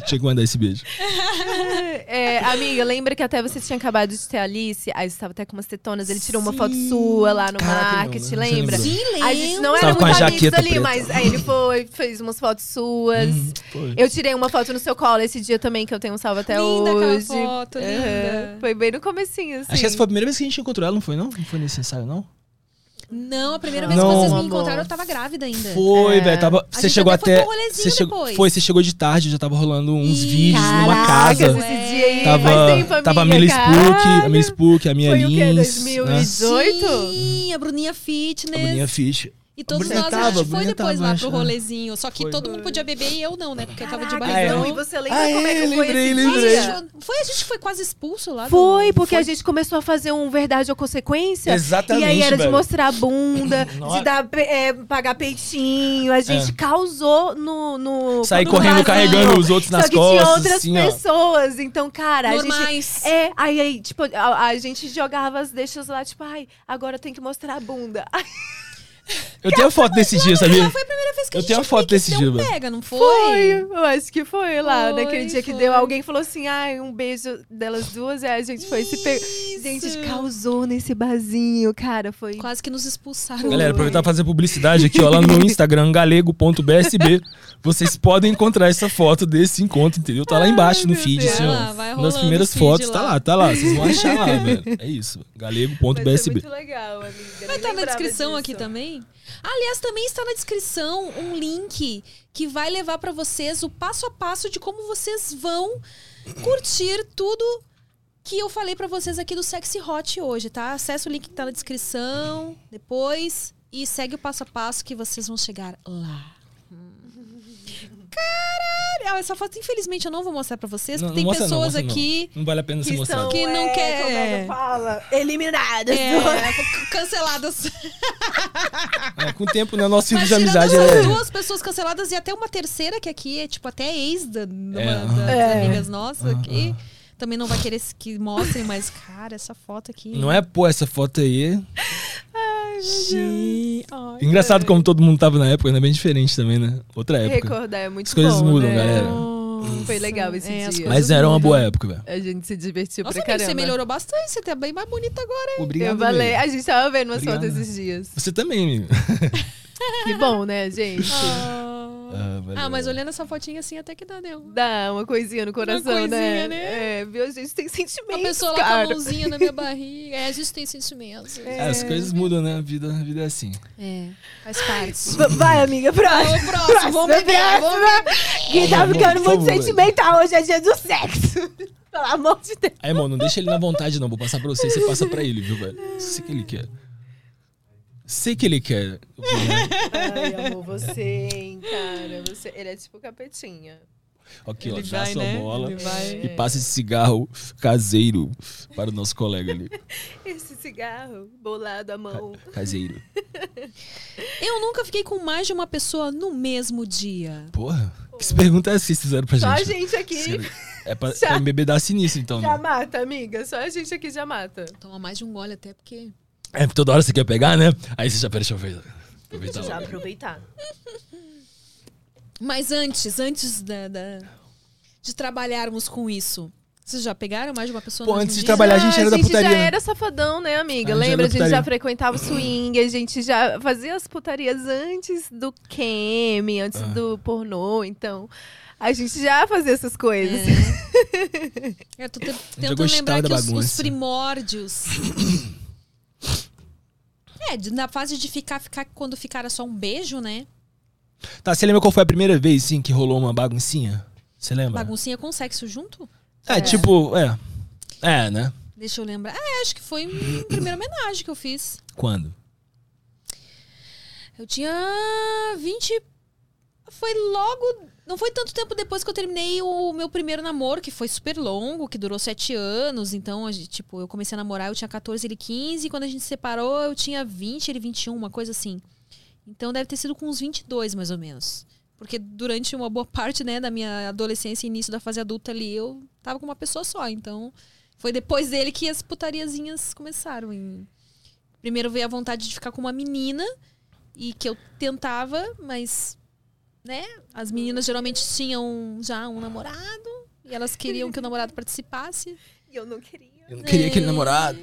S6: Tinha que mandar esse beijo.
S7: É, amiga, lembra que até você tinha acabado de ter a Alice? Aí você tava até com umas tetonas, ele tirou uma
S6: Sim.
S7: foto sua lá no
S6: Caraca, não,
S7: marketing,
S6: não, você
S7: lembra?
S6: lembrou.
S5: Sim, lembro.
S7: A gente não era
S6: Tava com
S7: muito
S6: a
S7: amigos
S6: jaqueta
S7: ali,
S6: preta. Uhum.
S7: mas aí ele foi, fez umas fotos suas.
S6: Foi.
S7: Eu tirei uma foto no seu colo esse dia também, que eu tenho um salvo até
S5: Linda aquela
S7: hoje. Uhum.
S5: foto, linda.
S7: Foi bem no comecinho, assim.
S6: Acho que essa foi a primeira vez que a gente encontrou ela, não foi, não? Não foi necessário, não?
S5: Não, a primeira vez
S6: Não.
S5: que vocês me
S7: Amor.
S5: encontraram, eu tava grávida ainda.
S6: Foi, velho. Tava,
S5: A
S6: você
S5: gente
S6: chegou
S5: até foi
S6: até.
S5: pra um rolezinho
S6: você chegou-
S5: depois.
S6: foi, você chegou de tarde, já tava rolando uns
S5: Ih,
S6: vídeos numa
S7: Caracas,
S6: casa.
S7: esse dia aí.
S6: Tava,
S7: faz tempo,
S6: tava a
S7: amiga,
S6: Mila Spook, a
S7: caralho.
S6: Mila Spook, a minha
S7: Foi o quê?
S6: Lins. né?
S7: 2018?
S5: Sim, a Bruninha Fitness.
S6: A Bruninha Fish.
S5: E todos
S6: A
S5: nós,
S6: Bruninha
S5: a
S6: tava, a
S5: gente foi
S6: Bruninha
S5: depois
S6: tava,
S5: lá
S6: acho,
S5: pro
S6: né?
S5: rolezinho. Só que
S6: Foi.
S5: todo mundo podia beber e eu não, né? Porque eu tava de
S7: Caraca,
S5: barrigão.
S7: não,
S6: é.
S7: e você lembra
S6: Ah,
S7: como é
S6: é,
S7: que foi
S6: lembrei,
S7: esse
S5: Nossa,
S6: lembrei.
S7: dia?
S5: gente, Foi, a gente foi quase expulso lá do-
S7: Foi, porque a gente começou a fazer um verdade ou consequência.
S6: Exatamente,
S7: E aí era de
S6: velho.
S7: mostrar a bunda,
S6: Nossa.
S7: de dar, pe- é, pagar peitinho. A gente
S6: É.
S7: causou no. no
S6: Sair
S7: no
S6: correndo,
S7: vazio.
S6: carregando os outros
S7: Só
S6: nas
S7: que
S6: costas,
S7: tinha outras
S6: assim, ó.
S7: pessoas. Então, cara, a gente.
S5: Normais.
S7: É, aí, aí, tipo, a, a gente jogava as deixas lá, tipo, ai, agora tem que mostrar a bunda. Ai,
S6: Eu tenho a foto desse dia, sabia?
S5: Não, foi a primeira vez que
S6: Eu
S5: a gente
S6: tenho a
S5: meio
S6: foto
S5: que
S6: desse
S5: deu
S6: dia,
S5: um
S6: velho.
S5: pega, não foi?
S7: eu acho que foi lá,
S5: Foi,
S7: naquele dia que
S5: foi.
S7: deu. Alguém falou assim, ai, um beijo delas duas, e aí a gente foi se pegou. Gente, a gente causou nesse barzinho, cara, foi
S5: Quase que nos expulsaram.
S6: Galera, aproveitar pra fazer publicidade aqui, ó, lá no Instagram, galego.bsb. Vocês podem encontrar essa foto desse encontro, entendeu? Tá lá embaixo no
S7: meu
S6: feed,
S7: Deus.
S6: assim,
S5: Vai lá, vai
S6: ó. Uma das
S5: rolando o
S6: primeiras
S5: feed
S6: fotos, tá
S5: lá.
S6: lá, tá lá. Vocês vão achar lá, velho. É isso,
S7: Mas foi
S6: galego.bsb.
S7: muito legal, amiga.
S5: Vai estar
S7: nem
S5: tá na
S7: lembrava
S5: descrição
S7: disso.
S5: aqui também. Aliás, também está na descrição um link que vai levar para vocês o passo a passo de como vocês vão curtir tudo que eu falei para vocês aqui do Sexy Hot hoje, tá? Acesse o link que tá na descrição depois e segue o passo a passo que vocês vão chegar lá. Caralho! Ah, Essa foto, infelizmente, eu não vou mostrar para vocês,
S6: Não,
S5: porque
S6: não
S5: tem
S6: mostra não,
S5: pessoas
S6: mostra não.
S5: aqui.
S6: Não. vale a pena se
S7: Que
S6: mostrar.
S7: são,
S5: Que não
S7: é,
S5: quer-
S7: Como é que fala? Eliminadas.
S5: É, canceladas.
S6: É, com o tempo, né? Nosso círculo de
S5: Tá tirando
S6: amizade
S5: essas
S6: é.
S7: né?
S5: duas pessoas canceladas e até uma terceira que aqui é tipo até ex da, uma
S6: aham.
S5: das
S7: É.
S5: amigas nossas aqui. Também não vai querer que mostrem, mas, cara, essa foto aqui.
S6: Não é, pô, essa foto aí.
S5: Sim. Ai.
S6: Engraçado como todo mundo tava na época, né? Bem diferente também, né? Outra época.
S7: Recordar é muito
S6: As coisas
S7: bom,
S6: mudam,
S7: né?
S6: galera.
S7: Foi legal esse
S5: É, as
S7: dia.
S5: coisas
S6: Mas era uma
S5: mudam.
S6: boa época, velho.
S7: A gente se divertiu
S5: Nossa,
S7: pra
S5: amigo,
S7: caramba.
S5: você melhorou bastante, você tá bem mais bonita agora.
S6: Obrigado.
S7: Eu falei,
S6: amigo.
S7: a gente tava vendo umas
S6: Obrigado.
S7: fotos esses dias.
S6: Você também, amigo.
S7: Que bom, né, gente?
S5: Ah,
S6: valeu.
S5: mas olhando essa fotinha assim até que dá, né?
S7: Dá uma coisinha no coração,
S5: coisinha,
S7: né?
S5: né?
S7: É, viu? A gente tem
S5: Uma
S7: sentimentos,
S5: pessoa lá
S7: cara.
S5: com a mãozinha na minha barriga. É, a gente tem sentimentos. É.
S6: É, as coisas mudam, né? A vida, a vida é assim.
S5: faz parte.
S7: V- Vai, amiga, próximo.
S5: Vamos pro próximo, vamos beber, vamos
S7: Que tá
S6: Vamos,
S7: ficando
S6: por
S7: muito
S6: favor.
S7: sentimental hoje, é dia do sexo. Pelo amor de Deus.
S6: Aí, irmão, não deixa ele na vontade, não. Vou passar pra você, você passa pra ele, viu, velho? Sei que ele quer. Sei que ele quer.
S7: Ai, amor, você, hein, cara. Você... Ele é tipo capetinha.
S6: Ok, ó,
S8: Ele
S6: dá
S8: vai,
S6: sua
S8: né?
S6: bola
S8: Ele vai.
S6: e passa esse cigarro caseiro para o nosso colega ali.
S7: Esse cigarro bolado à mão.
S6: Ca- caseiro.
S5: Eu nunca fiquei com mais de uma pessoa no mesmo dia.
S6: Porra, que pergunta é essa que vocês fizeram pra
S7: Só a
S6: gente? né?
S7: gente aqui
S6: Sério, É pra,
S7: Já.
S6: pra embebedar sinistro, então.
S7: já
S6: Né?
S7: mata, amiga. Só a gente aqui já mata.
S5: Toma mais de um gole até porque.
S6: É, toda hora você quer pegar, né? Aí você já, pera, deixa eu ver. Aproveitar
S7: Já
S6: logo.
S7: aproveitar.
S5: Mas antes, antes da, da- de trabalharmos com isso, vocês já pegaram mais de uma pessoa
S6: Pô,
S5: no mesmo
S6: antes de
S5: dia?
S6: trabalhar- a gente
S7: Ah,
S6: era da putaria,
S7: já
S6: né?
S7: era safadão, né, amiga?
S6: A gente era
S7: Lembra?
S6: da
S7: A gente
S6: putaria.
S7: já frequentava o swing, a gente já fazia as putarias antes do QM, antes
S6: Ah.
S7: do pornô, então. A gente já fazia essas coisas.
S5: É, tô te- tentando
S6: gostava
S5: lembrar
S6: da
S5: que os, os
S6: bagunça.
S5: primórdios. é, de- na fase de ficar, ficar quando ficar era só um beijo, né?
S6: Tá, você lembra qual foi a primeira vez, sim, que rolou uma baguncinha? Você lembra?
S5: Baguncinha com sexo junto?
S6: É, tipo, é. É, né?
S5: Deixa eu lembrar. É, acho que foi a primeira homenagem que eu fiz.
S6: Quando?
S5: Eu tinha 20. Foi logo. Não foi tanto tempo depois que eu terminei o meu primeiro namoro, que foi super longo, que durou sete anos. Então, a gente, tipo, eu comecei a namorar, eu tinha 14, ele 15. E quando a gente se separou, eu tinha 20, ele 21, uma coisa assim. Então, deve ter sido com uns 22, mais ou menos. Porque durante uma boa parte, né, da minha adolescência e início da fase adulta ali, eu tava com uma pessoa só. Então, foi depois dele que as putariazinhas começaram. em- Primeiro veio a vontade de ficar com uma menina e que eu tentava, mas, né? As meninas geralmente tinham já um namorado e elas queriam que o namorado participasse.
S7: E eu não queria.
S6: Eu não queria aquele namorado.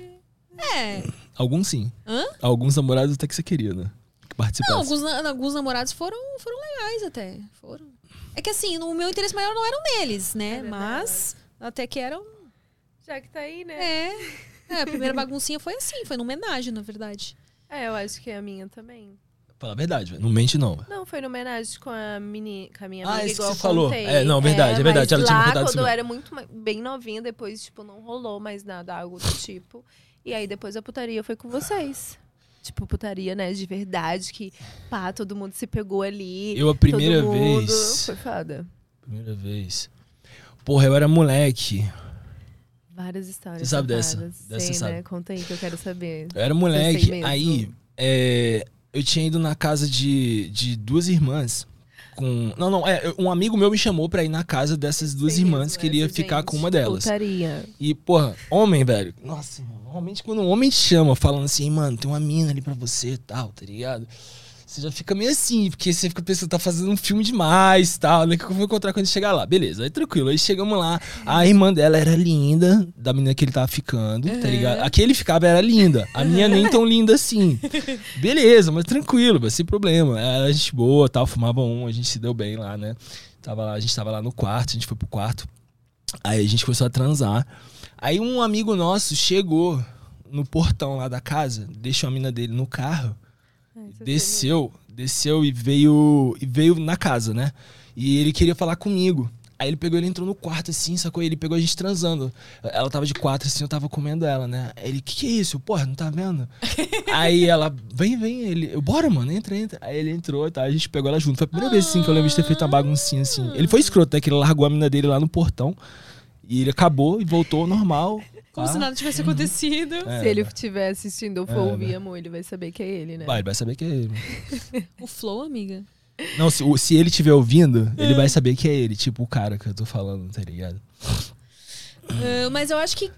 S5: É,
S6: Alguns sim.
S5: Hã?
S6: Alguns namorados até que você queria, né? Que participasse.
S5: não, alguns, na- alguns namorados foram, foram legais até, foram. É que assim, o meu interesse maior não eram neles, né? mas até que eram,
S7: Já que tá aí, né?
S5: é. É, a primeira baguncinha foi assim, foi numa homenagem, na verdade.
S7: É, eu acho que é a minha também.
S6: Fala a verdade, velho. Não mente, não.
S7: Não, foi no homenagem com a, mini, com a minha
S6: Ah,
S7: amiga,
S6: isso que
S7: igual
S6: você
S7: eu
S6: falou.
S7: contei.
S6: É, não, verdade, é verdade,
S7: mas
S6: ela tinha me
S7: lá,
S6: contado isso
S7: quando eu
S6: mesmo.
S7: era muito ma- bem novinha, depois, tipo, não rolou mais nada, algo do tipo. E aí, depois a putaria foi com vocês. Tipo, putaria, né, de verdade, que pá, todo mundo se pegou ali.
S6: Eu, a primeira
S7: todo mundo-
S6: vez.
S7: Foi foda.
S6: Primeira vez. Porra, eu era moleque.
S7: Várias histórias.
S6: Você sabe dessa?
S7: safadas.
S6: Dessa
S7: Sei,
S6: você sabe. É,
S7: né? Conta aí que eu quero saber.
S6: Eu era
S7: Eu sei
S6: moleque.
S7: mesmo.
S6: Aí, é, eu tinha ido na casa de, de duas irmãs. Com... Não, não, é. Um amigo meu me chamou pra ir na casa dessas duas
S7: Sei
S6: irmãs
S7: mesmo,
S6: que ele ia
S7: essa,
S6: ficar
S7: gente.
S6: com uma delas.
S7: Putaria.
S6: E, porra, homem, velho. Nossa, irmão, normalmente quando um homem te chama falando assim, mano, tem uma mina ali pra você e tal, tá ligado? Você já fica meio assim, porque você fica pensando, tá fazendo um filme demais tal, né? O que eu vou encontrar quando chegar lá? Beleza, aí tranquilo. Aí chegamos lá, a irmã dela era linda, da menina que ele tava ficando, tá ligado? A que ele ficava era linda, a minha nem tão linda assim. Beleza, mas tranquilo, mas sem problema. Ela Era gente boa tal, fumava um, a gente se deu bem lá, né? Tava lá, a gente tava lá no quarto, a gente foi pro quarto. Aí a gente começou a transar. Aí um amigo nosso chegou no portão lá da casa, deixou a mina dele no carro,
S5: é
S6: desceu, desceu e veio e veio na casa, né? E ele queria falar comigo. Aí ele pegou, ele entrou no quarto assim, sacou? Ele pegou a gente transando. Ela tava de quatro assim, eu tava comendo ela, né? Aí ele, que que é isso? Eu, Porra, não tá vendo? Aí ela, vem, vem. Ele, eu, bora, mano, entra, entra. Aí ele entrou, tá? A gente pegou ela junto. Foi a primeira vez, assim, que eu lembro de ter feito uma baguncinha, assim. Ele foi escroto, né? Que ele largou a mina dele lá no portão. E ele acabou e voltou ao normal.
S5: Como
S6: pá.
S5: se nada tivesse acontecido.
S6: É,
S7: Se
S6: né?
S7: ele estiver assistindo ou for ouvir, amor, ele vai saber que é ele, né?
S6: Vai, ele vai saber que é ele.
S5: O flow, amiga.
S6: Não, se, o- se ele estiver ouvindo, ele vai saber que é ele. Tipo, o cara que eu tô falando, tá ligado?
S5: Ah, mas eu acho que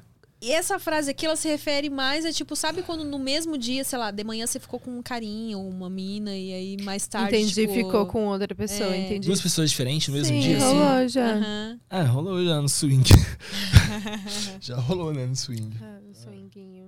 S5: essa frase aqui, ela se refere mais a tipo, sabe quando no mesmo dia, sei lá, de manhã você ficou com um carinho, uma mina, e aí mais tarde.
S7: Entendi,
S5: tipo,
S7: ficou com outra pessoa, entendi.
S6: Duas pessoas diferentes no mesmo
S7: Sim,
S6: dia, assim.
S7: rolou já.
S5: Aham.
S6: É, rolou já no swing. já rolou, né, no swing.
S7: Ah, um swinguinho.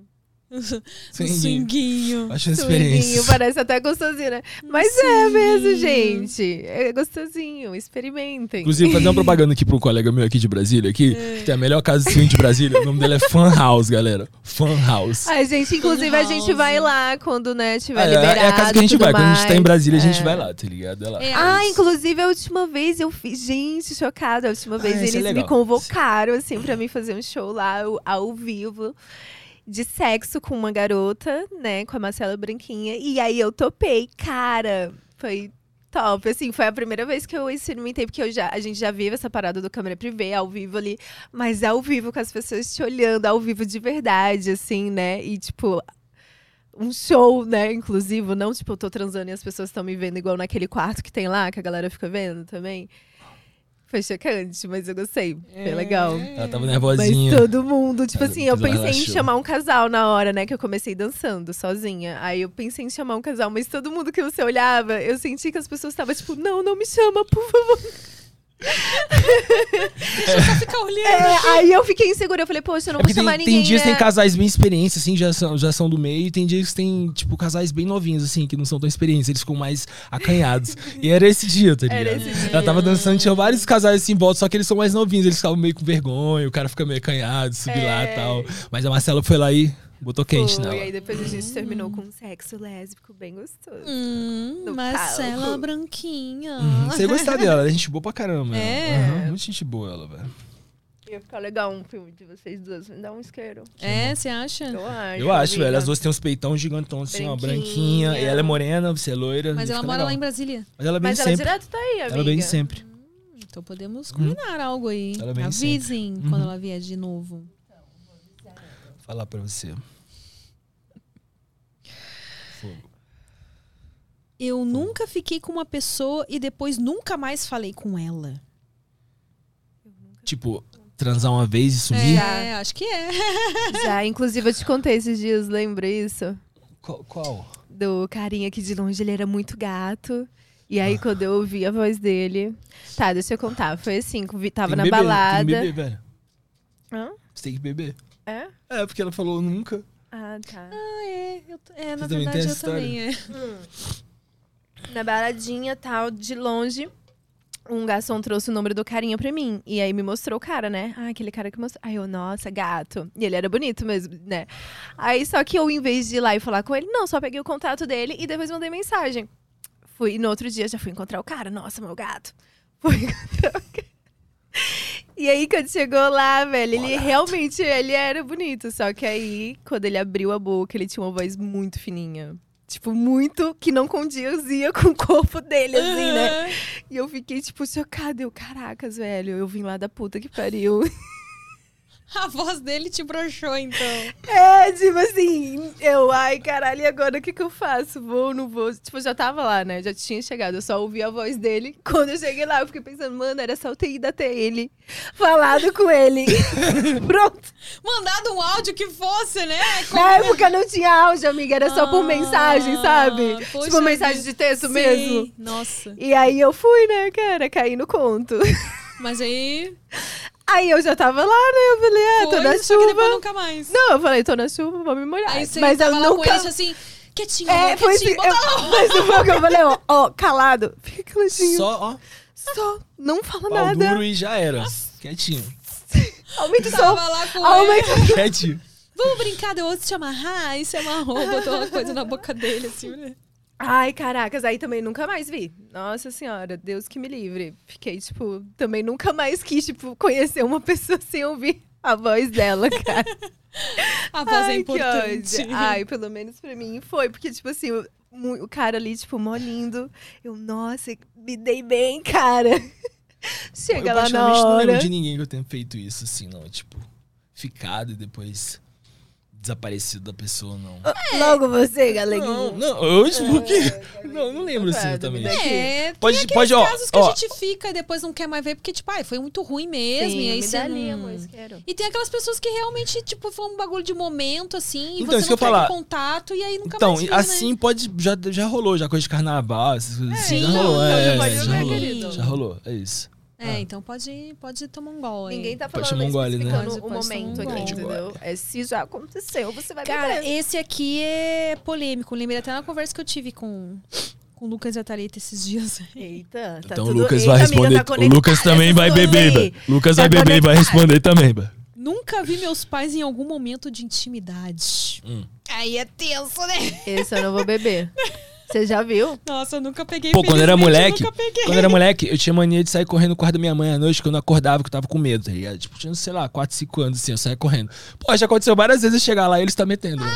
S5: Um swinguinho.
S6: Acho uma
S7: Swinguinho,
S6: experiência.
S7: parece até gostosinho, né? Mas é mesmo, gente. É gostosinho, experimentem.
S6: Inclusive, fazer uma propaganda aqui pro colega meu aqui de Brasília, aqui,
S7: É.
S6: que tem a melhor casa de swing de Brasília. O nome dele é Fan House, galera. Fan House.
S7: A gente, inclusive, a gente vai lá quando, né, tiver
S6: É,
S7: liberado.
S6: é a casa que a gente
S7: tudo
S6: vai. Quando a gente tá em
S7: mais.
S6: Brasília, a gente
S7: É.
S6: vai lá, tá ligado? É lá.
S5: É,
S7: Ah, inclusive a última vez eu fiz. Gente, chocada. A última vez
S6: Ah, isso é
S7: eles me
S6: legal.
S7: convocaram, assim, pra mim fazer um show lá ao, ao vivo de sexo com uma garota, né? Com a Marcela Branquinha. E aí eu topei, cara. Foi top. Assim, foi a primeira vez que eu experimentei, porque eu já, a gente já vive essa parada do câmera privê, ao vivo ali. Mas ao vivo, com as pessoas te olhando, ao vivo de verdade, assim, né? E, tipo, um show, né, inclusivo. Não, tipo, eu tô transando e as pessoas estão me vendo igual naquele quarto que tem lá, que a galera fica vendo também. Foi chocante, mas eu gostei. Foi legal.
S6: Ela tava
S7: Mas
S6: nervosinha.
S7: todo mundo, tipo
S6: Mas
S7: assim, eu
S6: depois ela
S7: pensei em
S6: É, relaxou.
S7: chamar um casal na hora, né? Que eu comecei dançando sozinha. Aí eu pensei em chamar um casal, mas todo mundo que você olhava, eu senti que as pessoas estavam tipo, não, não me chama, por favor.
S5: Fica olhando.
S7: É, aí eu fiquei insegura, eu falei, poxa, eu não
S6: É
S7: vou
S6: porque
S7: chamar
S6: tem, tem
S7: ninguém.
S6: dias que
S7: né?
S6: tem casais bem experientes, assim, já são, já são do meio, e tem dias que tem, tipo, casais bem novinhos, assim, que não são tão experientes, eles ficam mais acanhados. e era esse dia, tá ligado?
S7: Era esse dia.
S6: Ela tava dançando, tinha vários casais assim em volta, só que eles são mais novinhos, eles ficavam meio com vergonha, o cara fica meio acanhado, subir lá e tal. Mas a Marcela foi lá e botou quente,
S7: É. Foi, aí
S6: né?
S7: depois a gente terminou com um sexo lésbico bem gostoso.
S5: Hum,
S7: No
S5: Marcela
S7: palco.
S5: Branquinha.
S6: Você ia gostar dela, ela é gente boa pra caramba.
S5: É.
S6: ela. Aham, muito gente boa ela, velho.
S7: Ia ficar legal um filme de vocês duas. Me dá um isqueiro.
S5: É, você acha?
S7: Eu acho.
S6: Eu acho,
S7: é amiga.
S6: velho. As duas têm uns peitão gigantão, assim, ó,
S7: Branquinha.
S6: branquinha. E ela é morena, você é loira.
S5: Mas
S6: e
S5: ela
S6: fica
S5: mora
S6: legal.
S5: lá em Brasília.
S6: Mas ela vem
S7: Mas ela
S6: sempre.
S7: direto tá aí, amiga.
S6: Ela vem sempre.
S5: Então podemos combinar algo aí.
S6: Uhum. Ela vem Uhum.
S5: Avisem quando ela vier de novo.
S6: Vou falar pra você. Fogo.
S5: Eu nunca fiquei com uma pessoa e depois nunca mais falei com ela.
S6: Tipo, transar uma vez e sumir?
S5: É, acho que é.
S7: Já, inclusive, eu te contei esses dias, lembra isso?
S6: Qual? qual?
S7: do carinha aqui de longe, ele era muito gato. E
S6: Ah.
S7: aí, quando eu ouvi a voz dele. Tá, deixa eu contar. Foi assim, vi- tava
S6: Tem
S7: na
S6: que beber, Tem que
S7: balada.
S6: beber, velho.
S7: Hã?
S6: Você tem que beber.
S7: É?
S6: É, porque ela falou nunca.
S7: Ah, tá.
S5: Ah, é. Eu t- é, na
S6: também tem
S5: verdade eu
S6: essa história?
S5: também. É.
S7: Na baladinha tal, de longe, um garçom trouxe o número do carinha pra mim. E aí me mostrou o cara, né? Ah, aquele cara que mostrou. Aí eu, nossa, gato. E ele era bonito mesmo, né? Aí só que eu, em vez de ir lá e falar com ele, não, só peguei o contato dele e depois mandei mensagem. Fui, e no outro dia já fui encontrar o cara. Nossa, meu gato. Fui encontrar o cara. E aí, quando chegou lá, velho, ele realmente ele era bonito. Só que aí, quando ele abriu a boca, ele tinha uma voz muito fininha. Tipo, muito que não condizia com o corpo dele, assim, né? E eu fiquei, tipo, chocada. Eu, caracas, velho, eu vim lá da puta que pariu.
S5: A voz dele te broxou, então.
S7: É, tipo assim, eu, ai, caralho, e agora o que que eu faço? Vou, não vou? Tipo, eu já tava lá, né? Já tinha chegado, eu só ouvi a voz dele. Quando eu cheguei lá, eu fiquei pensando, mano, era só eu ter ido até ele, falado com ele. Pronto.
S5: Mandado um áudio que fosse, né?
S7: Na época não tinha áudio, amiga, era É só por mensagem, sabe?
S5: Ah, poxa
S7: tipo, mensagem
S5: vida.
S7: de texto
S5: Sim,
S7: mesmo.
S5: Nossa.
S7: E aí eu fui, né, cara, caí no conto.
S5: Mas aí.
S7: Aí eu já tava lá, né? Eu falei, ah, tô
S5: foi,
S7: na
S5: só que depois
S7: chuva.
S5: nunca mais.
S7: Não, eu falei, tô na chuva, vou me molhar.
S5: Aí você
S7: Mas eu
S5: tava lá com
S7: nunca...
S5: ele assim, quietinho,
S7: É,
S5: né?
S7: foi assim.
S5: quietinho,
S7: Eu,
S5: bota lá.
S7: mas o pouco eu falei, ó, ó, calado. Fica caladinho. Só,
S6: Só, ó,
S7: não fala
S6: pau
S7: nada.
S6: duro e já era. Quietinho.
S7: Aumenta o som.
S5: Tava lá com ele.
S7: Aumenta
S6: Quietinho.
S5: Vamos brincar, deu outro te amarrar, e se amarrou, botou uma coisa na boca dele, assim, né?
S7: Ai, caracas, aí também nunca mais vi. Nossa senhora, Deus que me livre. Fiquei, tipo, também nunca mais quis, tipo, conhecer uma pessoa sem ouvir a voz dela, cara.
S5: A voz é
S7: Ai, que
S5: importante.
S7: ódio. Ai, pelo menos pra mim foi, porque, tipo assim, o, mu- o cara ali, tipo, mó lindo. Eu, nossa, me dei bem, cara. Chega
S6: eu
S7: lá na
S6: praticamente não lembro
S7: hora.
S6: de ninguém que eu tenha feito isso, assim, não. Tipo, ficado e depois desaparecido da pessoa, não.
S7: Logo você, galeguinha.
S6: Não, não, eu tipo, que... Não, não lembro assim,
S7: Coitada,
S6: também.
S7: me dá-
S5: É, tem
S6: Pode-
S5: aqueles
S6: pode, ó,
S5: casos que
S6: ó.
S5: a gente fica e depois não quer mais ver, porque, tipo, ai, foi muito ruim mesmo. e aí você não- E tem aquelas pessoas que realmente, tipo, foi um bagulho de momento, assim, e
S6: Então,
S5: você
S6: isso
S5: não
S6: que eu ia falar.
S5: perde contato, e aí nunca
S6: Então,
S5: mais né? fica,
S6: assim pode. Já, já rolou, já coisa de carnaval, essas coisas assim. Já
S5: não,
S6: rolou,
S5: então
S6: é,
S5: já pode
S6: já,
S5: jogar,
S6: rolou
S5: querido.
S6: já rolou, é isso.
S5: né? É, então pode, pode tomar um gol aí.
S7: Ninguém tá
S6: Pode
S7: falando
S6: chamar um gole, né?
S7: especificando
S5: Pode,
S7: o
S5: pode chamar um
S7: momento
S5: gole.
S7: aqui, entendeu? É se já aconteceu, você vai
S5: Cara,
S7: beber.
S5: esse aqui é polêmico. Lembrei até na conversa que eu tive com, com o Lucas e a Thalita esses dias.
S7: Eita, tá
S6: então o
S7: tudo-
S6: Lucas
S7: Eita,
S6: vai
S7: amiga,
S6: responder.
S7: tá
S6: o Lucas também vai
S7: conectada,
S6: beber,
S7: tudo bem.
S6: Iba. Lucas
S7: Tá
S6: vai beber e vai
S7: conectada.
S6: responder também, Iba.
S5: Nunca vi meus pais em algum momento de intimidade.
S6: Hum.
S5: Aí é tenso, né?
S7: Esse eu não vou beber. Você já viu?
S5: Nossa, eu nunca peguei.
S6: Pô, quando eu era
S5: Infelizmente,
S6: moleque.
S5: eu Nunca peguei.
S6: Quando eu era moleque, eu tinha mania de sair correndo no quarto da minha mãe à noite, que eu não acordava, que eu tava com medo, tá ligado? Tipo, tinha, sei lá, 4, 5 anos assim, eu saía correndo. Pô, já aconteceu várias vezes eu chegar lá e eles tá metendo. né?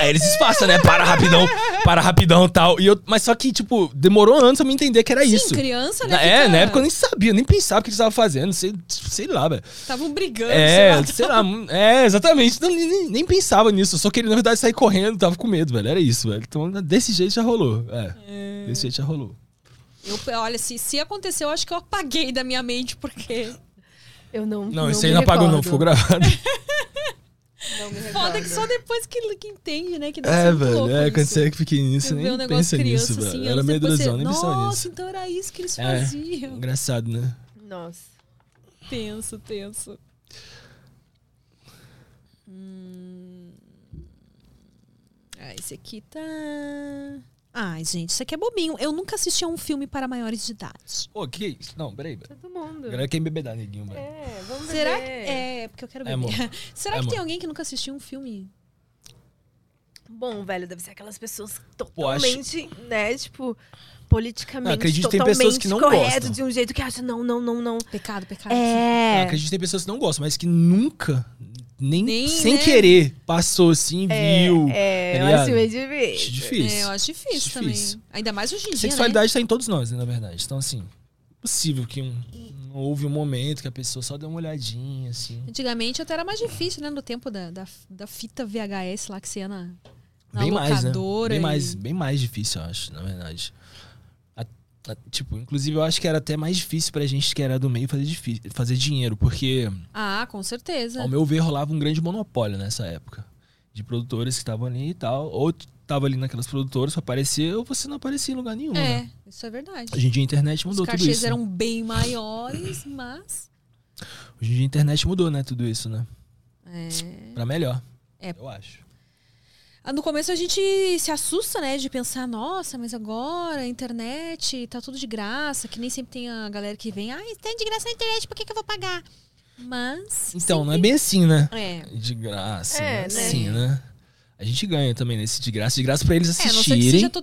S6: Aí eles disfarçam, né? Para rapidão, para rapidão tal. E eu, mas só que, tipo, demorou anos pra me entender que era
S5: Sim,
S6: isso.
S5: criança, né,
S6: Na- É,
S5: fica-
S6: na época eu nem sabia, nem pensava o que eles estavam fazendo. Sei, sei lá, velho.
S5: Estavam brigando, sei
S6: É,
S5: lá.
S6: sei lá. mu- É, exatamente. Não, nem- nem, nem pensava nisso. Eu só queria, na verdade, sair correndo. Tava com medo, velho. Era isso, velho. Então, desse jeito já rolou. É. Desse jeito já rolou.
S5: Eu- olha, se, se aconteceu, eu acho que eu apaguei da minha mente, porque.
S7: Eu não.
S6: Não, isso
S7: me
S6: aí não apagou, não.
S7: recordo.
S6: Ficou gravado.
S5: Foda que só depois que, que entende, né? Que dá
S6: É,
S5: sempre
S6: velho.
S5: louco
S6: É,
S5: isso.
S6: quando você é pequenininho, você
S5: Tu vê um
S6: nem
S5: negócio
S6: pensa
S5: criança,
S6: nisso,
S5: assim,
S6: velho. Era
S5: anos
S6: meio
S5: depois
S6: ilusão,
S5: você-
S6: nem pensava
S5: Nossa,
S6: nisso.
S5: então era isso que eles
S6: É,
S5: faziam.
S6: engraçado, né?
S7: Nossa.
S5: Tenso, tenso. Hum. Ah, esse aqui tá. Ai, gente, isso aqui é bobinho. Eu nunca assisti a um filme para maiores de idade.
S6: Pô, que isso? Não, peraí,
S5: Tá
S6: velho.
S7: Todo mundo.
S6: A galera quer embebedar, neguinho, velho.
S7: É, vamos ver.
S5: Será que. É, porque eu quero
S6: É, amor.
S5: beber. Será
S6: É,
S5: que
S6: amor.
S5: tem alguém que nunca assistiu um filme?
S7: Bom, velho, deve ser aquelas pessoas
S6: Pô, acho-
S7: totalmente, né, tipo, politicamente
S6: Eu acredito que tem
S7: totalmente
S6: pessoas que não
S7: correto,
S6: gostam.
S7: de um jeito que acha, não, não, não, não.
S5: Pecado, pecado.
S6: Eu
S7: É.
S6: acredito que tem pessoas que não gostam, mas que nunca, nem,
S5: Nem,
S6: sem
S5: né?
S6: querer, passou assim,
S7: É,
S6: viu.
S7: é,
S6: tá
S7: eu
S6: ligado?
S7: acho meio difícil.
S6: Difícil.
S5: É, eu acho difícil,
S6: Difícil.
S5: também. Ainda mais hoje em dia.
S6: Sexualidade está em todos nós, né, na verdade. Então, assim, possível que um, não houve um momento que a pessoa só deu uma olhadinha, assim.
S5: Né? Antigamente até era mais difícil, né? No tempo da, da, da fita VHS lá que você ia na, na
S6: bem mais, né?
S5: locadora.
S6: Bem
S5: e-
S6: mais, bem mais difícil, eu acho, na verdade. A- a- tipo, inclusive eu acho que era até mais difícil pra gente que era do meio fazer, difí- fazer dinheiro, porque
S5: Ah, com certeza.
S6: Ao meu ver, rolava um grande monopólio nessa época. De produtores que estavam ali e tal. Ou t- tava ali naquelas produtoras pra aparecer, ou você não aparecia em lugar nenhum, né?
S5: É, isso é verdade.
S6: Hoje em dia a internet
S5: Os
S6: mudou tudo
S5: cachês
S6: isso. né?
S5: eram bem maiores, mas.
S6: Hoje em dia a internet mudou, né? Tudo isso, né?
S5: É.
S6: Pra melhor.
S5: É.
S6: Eu acho.
S5: Ah, No começo a gente se assusta, né? De pensar, nossa, mas agora a internet tá tudo de graça, que nem sempre tem a galera que vem, ah, tem de graça a internet, por que, que eu vou pagar? Mas.
S6: Então, não é bem assim, né?
S5: É.
S6: De graça.
S7: É,
S6: É,
S7: né?
S6: Sim, né? A gente ganha também nesse de graça. De graça pra eles
S5: É, não sei que
S6: assistirem.
S5: seja todo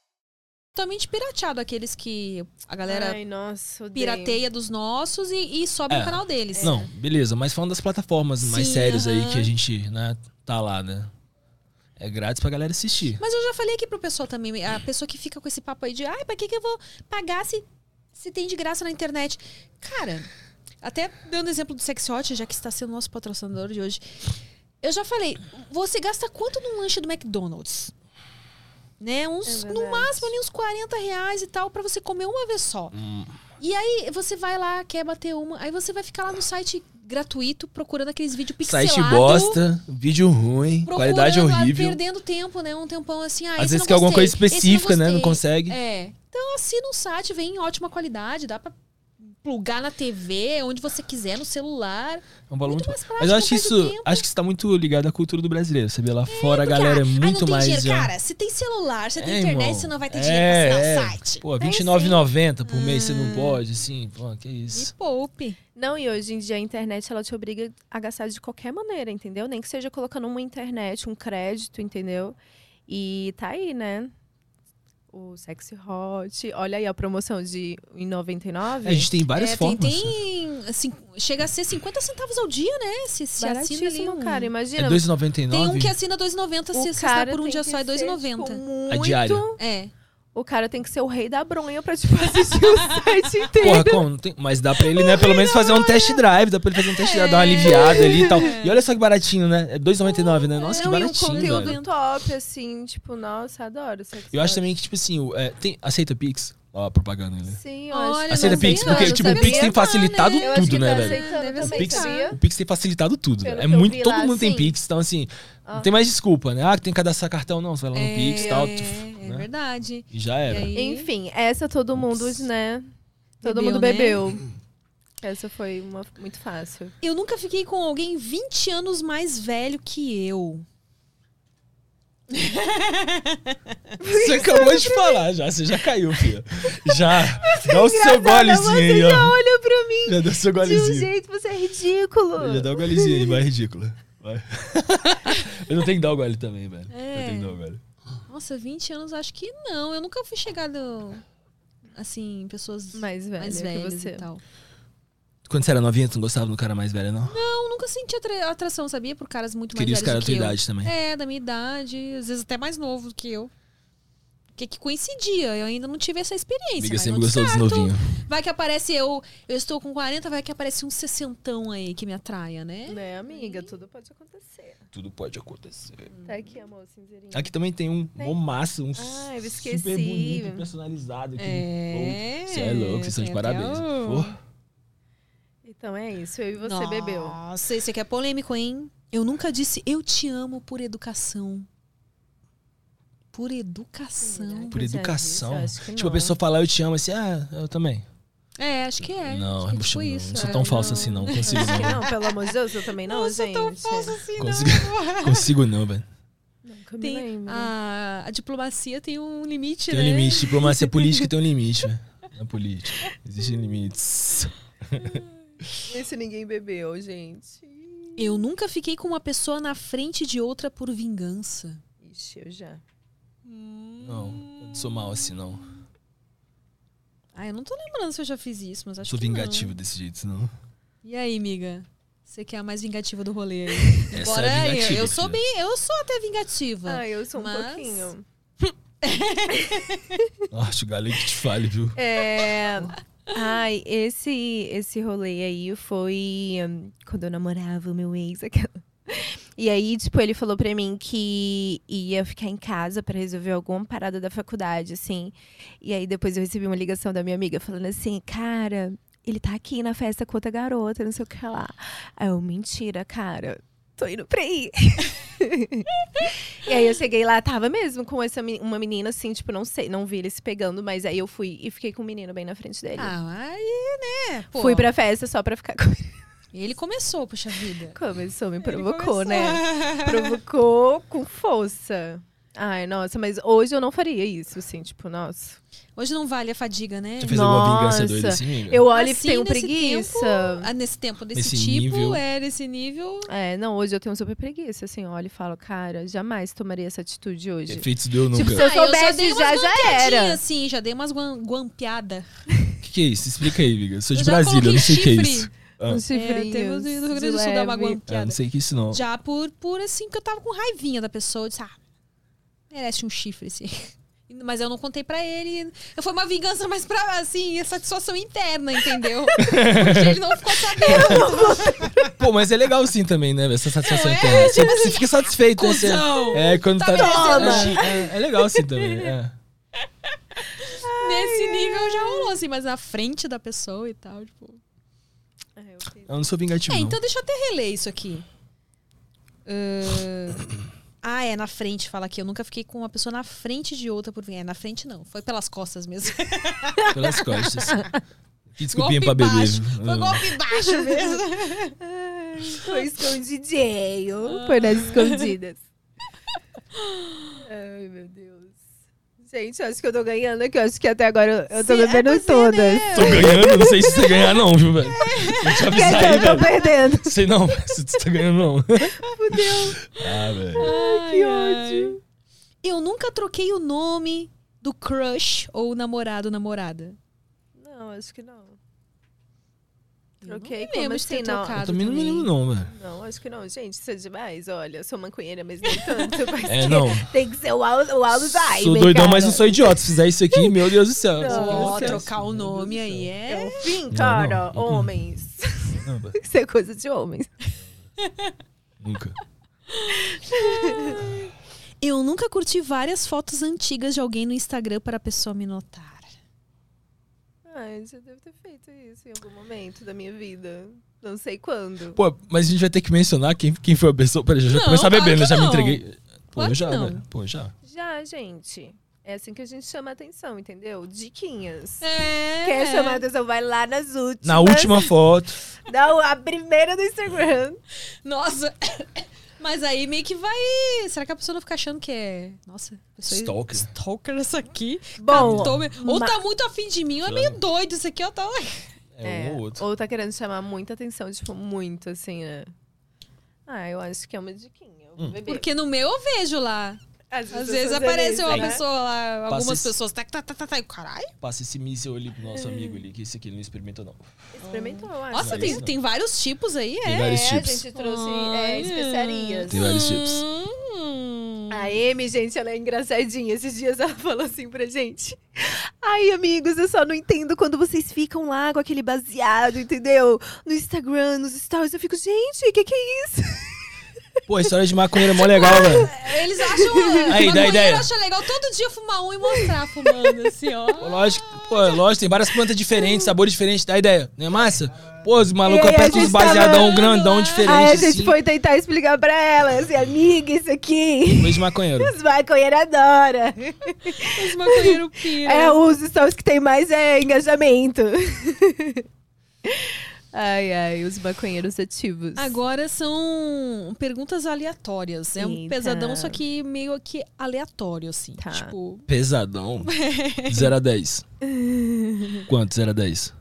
S5: totalmente pirateado aqueles que a galera
S7: Ai, nossa, odeio.
S5: pirateia dos nossos e, e sobe no
S6: É.
S5: canal deles.
S6: Não, beleza. Mas falando das plataformas mais
S5: Sim,
S6: sérias aí
S5: aham.
S6: que a gente, né, tá lá, né? É grátis pra galera assistir.
S5: Mas eu já falei aqui pro pessoal também, a pessoa que fica com esse papo aí de, ai, pra que, que eu vou pagar se, se tem de graça na internet? Cara, até dando exemplo do Sex Hot, já que está sendo nosso patrocinador de hoje, eu já falei, você gasta quanto num lanche do McDonald's? Né? Uns,
S7: É
S5: no
S7: verdade.
S5: máximo ali uns 40 reais e tal, pra você comer uma vez só.
S6: Hum.
S5: E aí você vai lá, quer bater uma, aí você vai ficar lá no site gratuito procurando aqueles vídeos pixelados.
S6: Site bosta, vídeo ruim,
S5: procurando,
S6: qualidade
S5: ah,
S6: horrível.
S5: perdendo tempo, né? Um tempão assim. Ah,
S6: Às
S5: esse
S6: vezes
S5: não
S6: quer alguma
S5: gostei,
S6: coisa
S5: esse
S6: específica, né? Não
S5: gostei.
S6: consegue.
S5: É. Então assina um site, vem em ótima qualidade, dá pra plugar na TV, onde você quiser, no celular.
S6: É um valor muito,
S5: Muito mais prático,
S6: Mas eu acho que
S5: não perde
S6: isso,
S5: tempo.
S6: acho que isso tá muito ligado à cultura do brasileiro, sabia? Lá fora a
S5: Porque,
S6: galera
S5: ah,
S6: é
S5: ai,
S6: muito
S5: não tem
S6: mais.
S5: dinheiro.
S6: já-
S5: Cara, se tem celular, você tem
S6: É,
S5: internet,
S6: irmão.
S5: você não vai ter
S6: É,
S5: dinheiro pra assinar
S6: é.
S5: o site. assim? Então,
S6: Pô, R$29,90 por mês você
S5: Hum.
S6: não pode, assim, pô, que
S5: Me
S6: isso.
S5: poupe.
S7: Não, e hoje em dia a internet ela te obriga a gastar de qualquer maneira, entendeu? Nem que seja colocando uma internet, um crédito, entendeu? E tá aí, né? O sexy hot. Olha aí a promoção de em 99.
S6: É, a gente tem várias
S5: É, tem,
S6: formas. né?
S5: tem assim, chega a ser 50 centavos ao dia, né? Se,
S6: tá
S5: se assina ali.
S7: Baratíssimo,
S5: Um...
S7: cara. Imagina.
S6: É R$2,99?
S5: Tem um que assina 2,90, se
S7: o
S5: assinar
S7: cara
S5: por um
S7: tem
S5: dia
S7: que
S5: só é
S7: ser,
S5: 2,90.
S7: tipo,
S6: A
S7: muito-
S6: diária.
S5: É.
S7: O cara tem que ser o rei da bronha pra, tipo, assistir o site inteiro.
S6: Porra, como? Não tem- Mas dá pra ele, né, pelo menos fazer um test drive. Dá pra ele fazer um test drive,
S5: É.
S6: dar uma aliviada ali e tal. E olha só que baratinho, né? É R$2,99, né? Nossa, que
S7: Não, e um
S6: baratinho,
S7: conteúdo
S6: velho.
S7: top, assim, tipo, nossa, adoro sexy
S6: Eu acho
S7: hot.
S6: também que, tipo assim, o- é, tem... aceita Pix? Ó, a propaganda, né?
S7: Sim, eu acho.
S5: Olha,
S7: que
S6: Aceita
S5: não
S7: tá
S6: Pix,
S5: sei,
S6: porque
S5: não
S7: aceitando,
S6: tipo, o Pix
S7: sabia?
S6: tem
S5: tá,
S6: facilitado
S5: né?
S7: Eu acho
S6: tudo,
S7: que
S6: né,
S7: tá
S6: velho?
S7: aceitando
S5: Deve
S7: também,
S6: O Pix,
S7: sabia?
S6: o Pix tem facilitado tudo.
S7: Pelo
S6: velho. É
S7: que eu
S6: muito,
S7: vi
S6: todo
S7: lá,
S6: mundo tem
S7: sim.
S6: Pix, então assim,
S7: Ah.
S6: não tem mais desculpa, né? Ah, que tem que cadastrar cartão, não, você vai lá
S7: né?
S6: no
S5: É,
S6: Pix e tal, tu-
S5: É,
S6: né?
S5: verdade.
S6: e já
S5: E
S6: era.
S5: aí-
S7: Enfim, essa todo mundo, né? Todo
S5: Bebeu,
S7: mundo
S5: né?
S7: bebeu. Essa foi uma muito fácil.
S5: Eu nunca fiquei com alguém 20 anos mais velho que eu.
S6: Você acabou de falar já, você já caiu, filho. Já. Dá o seu
S7: Engraçada, você
S6: golezinho aí,
S7: já
S6: ó.
S7: olha pra mim
S6: Já dá o seu
S7: de um
S6: golezinho.
S7: jeito, você é ridículo.
S6: Já dá o golezinho aí, vai, ridícula. Vai. Eu não tenho que dar o gole também, velho. Eu tenho que dar o gole.
S5: Nossa, 20 anos acho que não. Eu nunca fui chegado assim, em
S6: um
S5: pessoas
S7: Mais velha
S5: mais então.
S7: que
S5: velhas
S7: você.
S5: e tal.
S6: Quando você era novinha, tu não gostava do cara mais velho, não?
S5: Não, nunca senti atra- atração, sabia? Por caras muito
S6: Queria os
S5: mais
S6: caras
S5: velhos.
S6: da tua
S5: do que eu.
S6: idade também.
S5: É, da minha idade, às vezes até mais novo do que eu. Que, que coincidia, eu ainda não tive essa experiência.
S6: Amiga, é
S5: mas
S6: sempre
S5: não
S6: gostou dos
S5: descarto.
S6: novinhos.
S5: Vai que aparece eu, eu estou com 40, vai que aparece um sessentão aí que me atraia, né?
S7: Né, amiga? Tudo pode acontecer.
S6: Tudo pode acontecer.
S5: Hum.
S7: Tá aqui, amor, cinzeirinho.
S6: Aqui também tem um
S7: Tem.
S6: gomaço, um
S7: Ah, eu
S6: super
S7: esqueci.
S6: bonito e personalizado. Aqui.
S5: É,
S6: Você é louco, vocês são de
S5: tem até
S6: parabéns.
S5: o-
S6: Pô,
S7: Então é isso, eu e você bebeu.
S5: Nossa, isso aqui é polêmico, hein? Eu nunca disse eu te amo por educação. Por educação.
S6: por
S7: Você já
S6: educação.
S7: disse? Acho que
S6: tipo, a
S7: não.
S6: pessoa falar eu te amo assim, ah, eu também.
S5: É, acho que é.
S6: não,
S5: acho que
S6: eu
S5: tipo
S6: não,
S5: isso.
S6: não sou
S5: é.
S6: tão falso assim, não. Consigo
S7: Acho que
S6: não.
S7: não, pelo amor de Deus, eu também não,
S5: Nossa,
S7: gente. é.
S5: tão falso assim,
S6: Consigo, consigo não, velho. um
S7: Nunca me
S5: Tem,
S7: lembro.
S5: a, a diplomacia tem um limite,
S6: Tem
S5: né?
S6: um limite. Diplomacia política tem um limite, velho. Na política. Existem limites.
S7: Esse ninguém bebeu, gente.
S5: Eu nunca fiquei com uma pessoa na frente de outra por vingança.
S7: Ixi, eu já.
S6: Não, eu não sou mal assim, não.
S5: Ah, eu não tô lembrando se eu já fiz isso, mas acho
S6: sou
S5: que não.
S6: vingativo desse jeito, não.
S5: E aí, miga? Você que é a mais vingativa do rolê aí.
S6: Essa
S5: Bora
S6: é
S5: aí.
S6: vingativa,
S5: Eu sou
S6: filha.
S5: bem, eu sou até vingativa.
S7: Ah, eu sou um
S5: Mas-
S7: pouquinho.
S6: Nossa, o galego que te fale, viu?
S7: É. Ai, esse, esse rolê aí foi hum, quando eu namorava o meu ex, aquela. E aí, tipo, ele falou pra mim que ia ficar em casa pra resolver alguma parada da faculdade, assim. E aí depois eu recebi uma ligação da minha amiga falando assim, cara, ele tá aqui na festa com outra garota, não sei o que lá. Aí eu, mentira, cara, tô indo pra aí. e aí eu cheguei lá, tava mesmo com essa meni- uma menina, assim, tipo, não sei, não vi ele se pegando, mas aí eu fui e fiquei com o menino bem na frente dele.
S5: Ah, aí, né? Pô,
S7: Fui pra festa só pra ficar com ele.
S5: Ele começou, puxa vida.
S7: Começou, me
S5: começou.
S7: provocou, né? provocou com força. Ai, nossa, mas hoje eu não faria isso, assim, tipo, nossa.
S5: Hoje não vale a fadiga, né?
S6: Já fez alguma vingança
S7: Nossa,
S6: doida assim, amiga?
S7: Eu olho
S5: Assim,
S7: e tenho
S5: nesse
S7: preguiça.
S5: Ah, nesse tempo, desse
S6: Nesse
S5: tipo,
S6: nível.
S5: é, desse nível.
S7: É, não, hoje eu tenho super preguiça, assim, olho e falo, cara, jamais tomaria essa atitude hoje.
S6: Efeitos deu nunca.
S7: Tipo,
S6: O
S7: se eu
S5: Ah, já
S7: soubesse,
S5: dei umas
S7: já, já
S5: guampeadinhas,
S7: era.
S5: Assim, já dei umas guam- guampeada.
S6: que, que é isso? Explica aí, amiga. Eu sou de
S5: Eu já
S6: Brasília, eu não sei o que é
S5: coloquei
S6: isso. Ah,
S7: Um
S5: É,
S7: chifrinho.
S5: temos do Rio Grande do Sul dá uma
S6: eu não
S5: guampeada.
S6: sei o que é isso, não.
S5: Já por, por assim, porque eu tava com raivinha da pessoa. Eu disse, ah, merece um chifre, assim. Mas eu não contei pra ele. Foi uma vingança mais pra, assim, satisfação interna, entendeu? Porque ele não ficou sabendo.
S6: Pô, mas é legal sim também, né? velho? Essa
S5: É,
S6: satisfação interna. Você, você fica satisfeito, né? Você-
S5: Cusão!
S6: É, quando tá.
S5: tipo assim, Tá merecendo
S6: é, é, é legal sim também. É.
S5: Nesse nível já rolou, assim, mas na frente da pessoa e tal, tipo.
S7: É, eu fiz.
S6: Eu não sou vingativo.
S5: É,
S6: não.
S5: então deixa eu até reler isso aqui. Ahn, Ah, é, na frente, fala aqui. Eu nunca fiquei com uma pessoa na frente de outra por vir. É, na frente não. Foi pelas costas mesmo.
S6: Pelas costas. Que desculpinha
S5: tá. golpe
S6: pra Ah. beber.
S5: baixo.
S6: viu? É.
S5: Foi golpe baixo mesmo.
S7: Foi escondidinho. Foi nas escondidas. Ai, meu Deus. Gente, eu acho que eu tô ganhando aqui. Eu acho que até agora eu eu tô
S5: Sim, é,
S7: bebendo
S5: pois é,
S7: todas.
S6: Tô ganhando, não sei se você ganhar, não, viu, velho? Vou te
S7: Quer
S6: avisar aí,
S7: dizer, É eu tô
S6: velho.
S7: perdendo.
S6: Sei não, se você tá ganhando, não.
S7: Fudeu.
S6: Ah, velho.
S5: que ódio. Eu nunca troquei o nome do crush ou namorado namorada.
S7: Não, acho que não.
S5: Eu não
S7: Troquei,
S5: me
S7: como
S5: lembro de ter
S7: assim, não?
S5: trocado
S6: Eu também não me
S5: também.
S6: lembro, não, velho.
S7: Não, acho que não. Gente, isso é demais. Olha, eu sou maconheira, mas nem tanto. Mas
S6: É, não.
S7: Tem que ser o al- o Alzheimer,
S6: Sou doidão,
S7: cara.
S6: mas não sou idiota. Se fizer isso aqui, meu Deus do céu.
S7: Não.
S5: Ó,
S7: Ó,
S5: né, trocar o nome aí é.
S7: É o fim,
S6: não.
S7: cara.
S6: Uhum.
S7: Homens.
S6: Não, velho.
S7: Isso é coisa de homens.
S6: Nunca.
S5: Eu nunca curti várias fotos antigas de alguém no Instagram para a pessoa me notar.
S7: Ai, Ah, já devo ter feito isso em algum momento da minha vida. Não sei quando.
S6: Pô, mas a gente vai ter que mencionar quem, quem foi a pessoa. Peraí, já, já
S5: Não,
S6: começar
S5: claro
S6: bebendo,
S5: que
S6: eu já me
S5: não.
S6: entreguei. Pô,
S5: Claro
S6: eu
S5: que
S6: já,
S5: não.
S6: velho. Pô, já.
S7: Já, gente. É assim que a gente chama a atenção, entendeu? Diquinhas.
S5: É.
S7: Quer chamar a atenção? Vai lá nas últimas.
S6: Na última foto.
S7: Não, a primeira do Instagram.
S5: Nossa, Mas aí meio que vai. Será que a pessoa não fica achando que é. Nossa, pessoa
S6: Stalker.
S5: Stalker essa aqui.
S7: Bom,
S5: Captou me- Ou
S7: ma-
S5: tá muito afim de mim, ou é meio doido isso aqui, ó. Tá...
S6: É, um ou outro.
S7: Ou tá querendo chamar muita atenção, tipo, muito, assim, né? Ah, eu acho que é uma diquinha. Eu vou
S6: Hum.
S7: beber.
S5: Porque no meu eu vejo lá. Às vezes
S7: pessoas
S5: aparece uma
S7: elegem, né?
S5: pessoa lá, algumas
S6: esse-
S5: pessoas. Tá, tá, tá, tá, tá. eu, Caralho.
S6: Passa esse míssel ali pro
S5: É.
S6: nosso amigo ali, que esse aqui não experimentou, não.
S7: Experimentou, eu acho.
S5: Nossa,
S6: Não,
S5: tem,
S6: isso não.
S5: tem vários tipos aí,
S6: Tem
S5: é.
S7: É,
S6: vários
S7: a
S6: tipos.
S7: gente trouxe é, especiarias.
S6: Tem vários tipos.
S5: Hum.
S7: A Amy, gente, ela é engraçadinha. Esses dias ela falou assim pra gente. Ai, amigos, eu só não entendo quando vocês ficam lá com aquele baseado, entendeu? No Instagram, nos stories. Eu fico, gente, o que, que é isso?
S6: Pô, a história de maconheiro é mó legal, velho.
S5: Eles acham.
S6: Aí,
S5: Aí,
S6: dá ideia.
S5: acha legal todo dia fumar um e mostrar fumando, assim, ó.
S6: Pô, Lógico, pô, lógico, tem várias plantas diferentes, sabores diferentes, dá ideia, não é massa? Pô, os malucos
S7: E aí, É, a
S6: apertam uns
S7: gente tava-
S6: baseadão grandão diferente.
S7: Aí a gente
S6: assim,
S7: foi tentar explicar pra ela, assim, amiga, isso aqui.
S6: coisa de maconheiro.
S7: Os maconheiros adora.
S5: Os maconheiros piram.
S7: É, os stories que tem mais é engajamento. ai, ai, os maconheiros ativos.
S5: Agora são perguntas aleatórias. É um
S7: Eita.
S5: pesadão, só que meio que aleatório, assim.
S7: Tá.
S5: Tipo,
S6: Pesadão. 0 a 10. Quanto 0 a 10?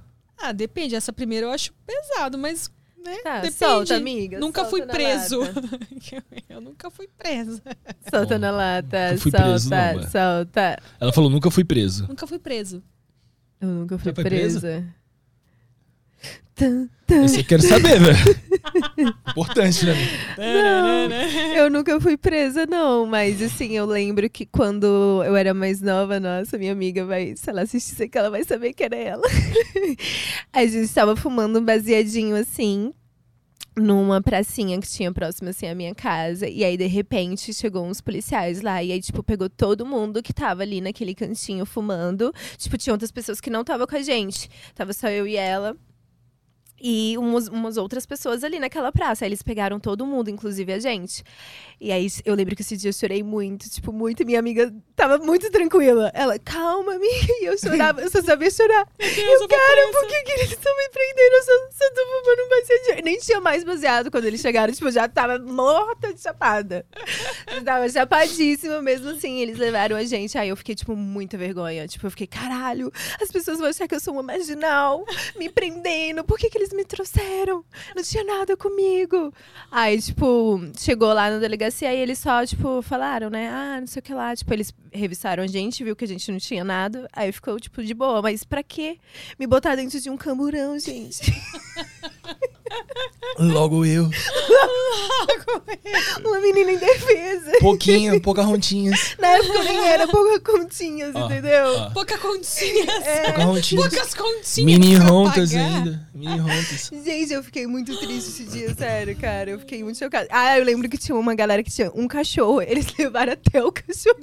S5: ah, depende. Essa primeira eu acho pesado, mas, né?
S7: Tá,
S5: depende.
S7: solta, amiga,
S5: Nunca
S7: solta
S5: fui
S7: na
S5: preso. eu nunca fui presa.
S7: Solta na lata,
S6: Nunca fui
S7: solta,
S6: preso, não, ué.
S7: solta.
S6: Ela falou, nunca fui preso.
S5: Nunca fui preso.
S7: Eu nunca fui
S6: Já foi presa?
S7: presa.
S6: Esse eu quero saber, velho. Importante, né?
S7: Eu nunca fui presa, não. Mas assim, eu lembro que quando eu era mais nova, nossa, minha amiga vai, se ela assistir isso aqui, ela vai saber que era ela. a gente tava fumando um baseadinho assim. Numa pracinha que tinha próxima assim à minha casa. E aí, de repente, chegou uns policiais lá. E aí, tipo, pegou todo mundo que tava ali naquele cantinho fumando. Tipo, tinha outras pessoas que não tava com a gente. Tava só eu e ela. E umas, umas outras pessoas ali naquela praça. Aí eles pegaram todo mundo, inclusive a gente. E aí eu lembro que esse dia eu chorei muito, tipo, muito. E minha amiga tava muito tranquila. Ela, calma, amiga. E eu chorava, eu só sabia chorar. eu, cara, por que, que eles estão me prendendo? Eu só, só tô fumando um baseado. Eu Nem tinha mais baseado quando eles chegaram. tipo, eu já tava morta de chapada. Eu tava chapadíssima mesmo assim. Eles levaram a gente. Aí eu fiquei, tipo, muita vergonha. Tipo, eu fiquei, caralho, as pessoas vão achar que eu sou uma marginal, me prendendo. Por que, que eles me trouxeram? Não tinha nada comigo. Aí, tipo, chegou lá na delegacia e eles só, tipo, falaram, né? Ah, não sei o que lá. Tipo, eles revistaram a gente, viu que a gente não tinha nada. Aí ficou, tipo, de boa. Mas pra quê? Me botar dentro de um camburão, gente.
S6: Logo eu.
S7: uma menina indefesa.
S6: Pouquinho, pouca rontinhas.
S7: Na época eu nem era pouca continhas,
S6: Ó,
S7: entendeu?
S6: ó.
S5: Pouca continhas.
S7: É,
S6: Pouca rontinhas.
S5: Poucas continhas.
S6: Mini
S5: pra
S6: rontas
S5: pagar.
S6: ainda. Mini rontas.
S7: Gente, eu fiquei muito triste esse dia, sério, cara. Eu fiquei muito chocada. Ah, eu lembro que tinha uma galera que tinha um cachorro. Eles levaram até o cachorro.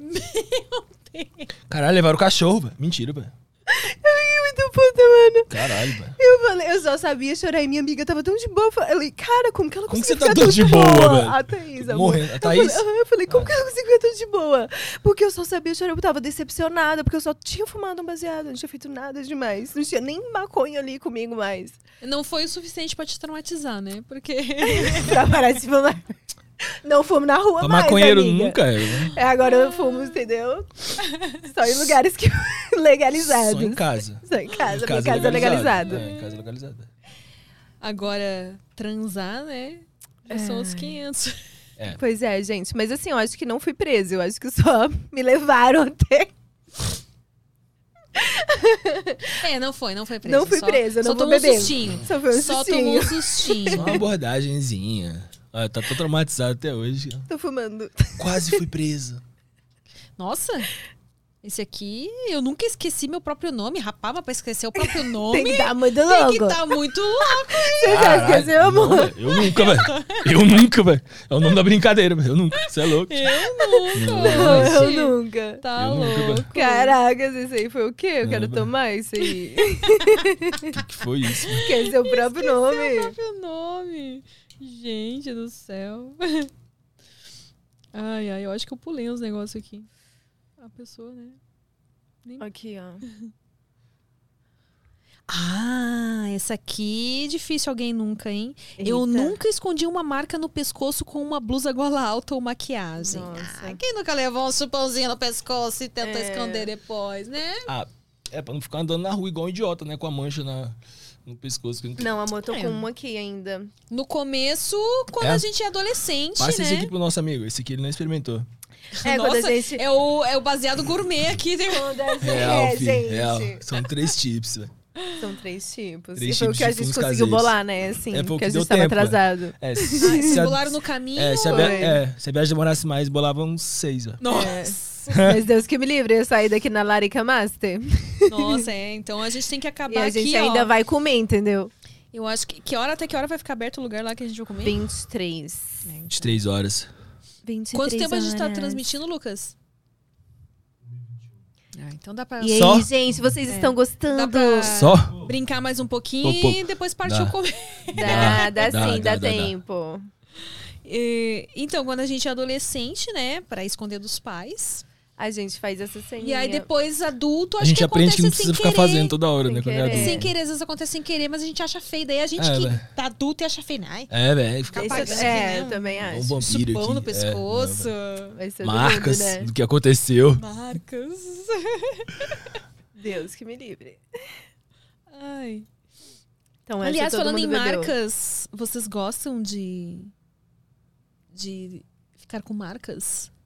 S7: Eu
S6: Caralho, levaram o cachorro, velho. Mentira, velho.
S7: fiquei muito puta, mano.
S6: Caralho, velho.
S7: Eu falei, eu só sabia chorar. E minha amiga tava tão de boa. Eu falei, cara, como que ela
S6: Como que
S7: conseguiu
S6: você tá
S7: ficar
S6: tão de boa, velho?
S7: A Ah, Thaís, amor.
S6: Morrendo. A
S7: Eu
S6: Thaís?
S7: falei, ah, eu falei, como que ela conseguiu ficar tão de boa? Porque eu só sabia chorar. Eu tava decepcionada, porque eu só tinha fumado um baseado. Não tinha feito nada demais. Não tinha nem maconha ali comigo mais.
S5: Não foi o suficiente pra te traumatizar, né? Porque.
S7: pra parar de fumar. Não fumo na rua
S6: Mas
S7: Tá mais,
S6: Tá maconheiro
S7: amiga.
S6: nunca é. né?
S7: É, agora eu fumo, entendeu? Só em lugares que legalizados.
S6: Só em casa.
S7: Só em casa,
S6: Em
S7: porque casa é legalizado.
S6: É, em casa é legalizado.
S5: Agora, transar, né? Já são os 500.
S7: Pois é, gente. Mas assim, eu acho que não fui presa. Eu acho que só me levaram até.
S5: É, não foi, não foi presa.
S7: Não fui
S5: só-
S7: presa, não
S5: só
S7: vou
S5: tomou
S7: beber.
S5: um sustinho.
S7: Só foi um
S5: Só
S7: sustinho.
S5: tomou um
S6: Só
S5: sustinho.
S6: uma abordagenzinha. Ah, tá tão traumatizado até hoje.
S7: Tô fumando.
S6: Quase fui preso.
S5: Nossa, esse aqui, eu nunca esqueci meu próprio nome. Rapaz, mas pra esquecer o próprio nome,
S7: Tem que dar muito
S5: tem que
S7: louco.
S5: tá muito louco.
S7: Você já esqueceu, amor?
S6: Não, velho, eu nunca, velho. Eu nunca, velho. É o nome da brincadeira, velho. Eu nunca. Você é louco.
S5: Eu nunca,
S7: Não, eu
S5: gente.
S7: nunca.
S5: Tá
S6: Eu nunca,
S5: louco.
S6: velho.
S7: Caracas, isso aí foi o quê? Eu
S6: Não,
S7: quero
S6: não.
S7: tomar isso aí.
S6: que foi isso? velho?
S7: Esqueceu o próprio
S5: Meu
S7: nome.
S5: próprio nome. Gente do céu. Ai, ai, eu acho que eu pulei uns negócios aqui. A pessoa, né?
S7: Aqui, ó.
S5: Ah, essa aqui difícil alguém nunca, hein?
S7: Eita.
S5: Eu nunca escondi uma marca no pescoço com uma blusa gola alta ou maquiagem.
S7: Nossa.
S5: Ah, quem nunca levou um chupãozinho no pescoço e tentou
S7: É.
S5: esconder depois, né?
S6: Ah, é pra não ficar andando na rua igual um idiota, né? Com a mancha na, no pescoço. que não-
S7: Não, amor, tô
S5: É.
S7: com uma aqui ainda.
S5: No começo, quando
S6: É?
S5: a gente é adolescente,
S6: Passa esse
S5: né?
S6: aqui pro nosso amigo. Esse aqui ele não experimentou.
S7: É, quando a
S5: Nossa,
S7: gente- É.
S5: é, o, é o baseado gourmet aqui, né?
S6: Real, filho, real. São três chips. velho.
S7: São três tipos.
S6: Três
S7: e foi o que a
S6: tipos de
S7: gente
S6: fundos
S7: conseguiu
S6: caseiros.
S7: bolar, né? Assim,
S6: É, foi o
S7: porque a
S6: que
S7: gente
S6: deu
S7: tava
S6: tempo, né?
S7: atrasado.
S6: É,
S5: Ah,
S6: se,
S5: se
S6: a-
S5: pularam no caminho.
S6: é, se, a, Bia-
S7: Foi.
S6: é, se a viagem demorasse mais, bolava uns seis, velho.
S5: Nossa,
S7: Mas Deus que me livre, eu saí daqui na Larica Master.
S5: nossa, é. Então a gente tem que acabar
S7: E a gente
S5: aqui,
S7: ainda
S5: ó.
S7: vai comer, entendeu?
S5: Eu acho que que hora até que hora vai ficar aberto o lugar lá que a gente vai comer?
S7: 23.
S6: De três horas.
S7: 23
S5: Quanto tempo a gente tá
S7: horas.
S5: transmitindo, Lucas? Ah, então dá pra
S7: E aí,
S6: Só?
S7: gente, vocês estão
S5: É. Dá
S7: gostando?
S5: pra-
S6: Só?
S5: brincar mais um pouquinho
S6: Opa,
S5: e depois partiu
S6: dá.
S5: comer.
S7: Dá, dá,
S6: Dá, dá,
S7: sim, dá,
S6: dá, dá, dá.
S7: tempo.
S5: E, Então, quando a gente é adolescente, né? Pra esconder dos pais.
S7: A gente faz essa ceninha.
S5: E aí depois adulto,
S6: A
S5: acho
S6: gente
S5: que
S6: aprende
S5: acontece
S6: que não
S5: sem
S6: precisa ficar
S5: querer.
S6: fazendo toda hora,
S7: Sem
S6: né? Quando é
S7: querer.
S6: adulto.
S5: Sem querer, às vezes acontece sem querer, mas a gente acha feio. Daí a gente
S6: É,
S5: que
S6: velho.
S5: tá adulto e acha feio. Ai,
S6: É, velho. Fica
S5: Capaz.
S6: parecendo
S5: Isso
S7: É,
S5: aqui, né?
S7: eu também
S6: um
S7: acho.
S6: vampiro
S5: chupão
S6: aqui.
S5: no
S6: É,
S5: pescoço.
S6: não,
S7: Vai ser
S6: velho.
S7: do
S6: Marcas
S7: mundo, né?
S6: do que aconteceu.
S5: Marcas.
S7: Deus que me livre.
S5: Ai.
S7: Então, essa
S5: Aliás,
S7: todo
S5: falando em
S7: mundo bebeu.
S5: marcas, vocês gostam de. de ficar com marcas?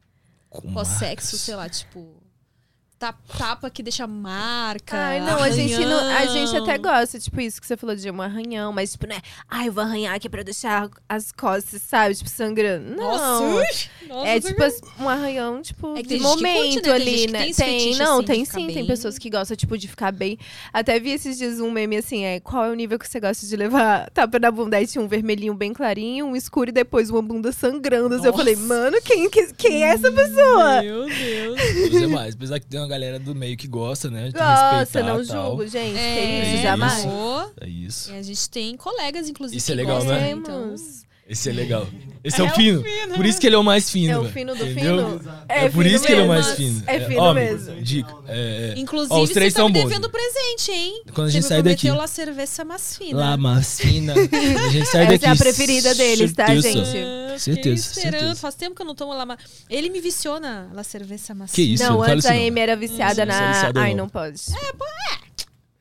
S6: Com
S5: Pós-sexo,
S6: marcas.
S5: sei lá, tipo. ta- Tapa que deixa marca.
S7: Ai, não, a gente, não, a gente até
S5: arranhão.
S7: gosta, tipo, isso que você falou de um arranhão, mas tipo, né? Ai, eu vou arranhar aqui pra deixar as costas, sabe? Tipo, sangrando. Não.
S5: Nossa, nossa,
S7: É tipo as- um arranhão, tipo,
S5: É que tem
S7: de
S5: gente que curte,
S7: momento
S5: né? Tem
S7: ali,
S5: gente que tem
S7: né? Tem,
S5: esse fetiche,
S7: não,
S5: assim, de
S7: tem
S5: ficar
S7: sim. Tem
S5: bem.
S7: pessoas que gostam, tipo, de ficar bem. Até vi esses dias um meme assim, é qual é o nível que você gosta de levar tapa na bunda? Aí tinha um vermelhinho bem clarinho, um escuro e depois uma bunda sangrando. assim. Eu
S5: Nossa.
S7: falei, mano, quem, que- quem é essa pessoa?
S5: Meu Deus.
S6: Pois é, mas apesar que tem uma galera do meio que gosta, né? De
S7: Gosta,
S6: respeitar
S7: não
S6: e tal.
S7: julgo, gente.
S5: É,
S7: que isso,
S6: isso.
S7: jamais.
S6: É isso.
S5: E a gente tem colegas, inclusive.
S6: Isso é
S5: que
S6: legal,
S5: gostam,
S6: né?
S5: Então,
S7: Temos.
S6: Esse é legal. Esse é, o fino. Por isso que ele é o mais fino.
S7: É o
S6: velho.
S7: fino do
S6: Entendeu?
S7: fino.
S6: É, por
S7: fino
S6: isso que ele é o mais
S7: mesmo.
S6: fino.
S7: É fino
S6: homem,
S7: mesmo.
S6: Dica. É, é.
S5: Inclusive,
S6: Ó, os três
S5: você tá
S6: são
S5: me
S6: bons.
S5: devendo presente, hein?
S6: Quando a gente
S5: você
S6: sair
S5: me prometeu
S6: daqui.
S5: lá cerveja mais fina.
S6: Lá, mas fina. A gente sai
S7: Essa
S6: daqui.
S7: é a preferida deles, tá,
S6: certeza.
S7: gente?
S5: Ah, fiquei
S6: Certeza,
S5: esperando.
S6: certeza.
S5: Faz tempo que eu não tomo lá. mas Ele me viciou na La Cerveza Macia.
S6: Que isso?
S7: não,
S6: não fala
S7: antes
S6: isso
S7: a
S6: não.
S7: Amy era viciada
S5: Hum.
S6: Isso, isso é
S7: na.
S6: viciado
S7: Ai,
S6: não.
S7: não pode.
S5: É,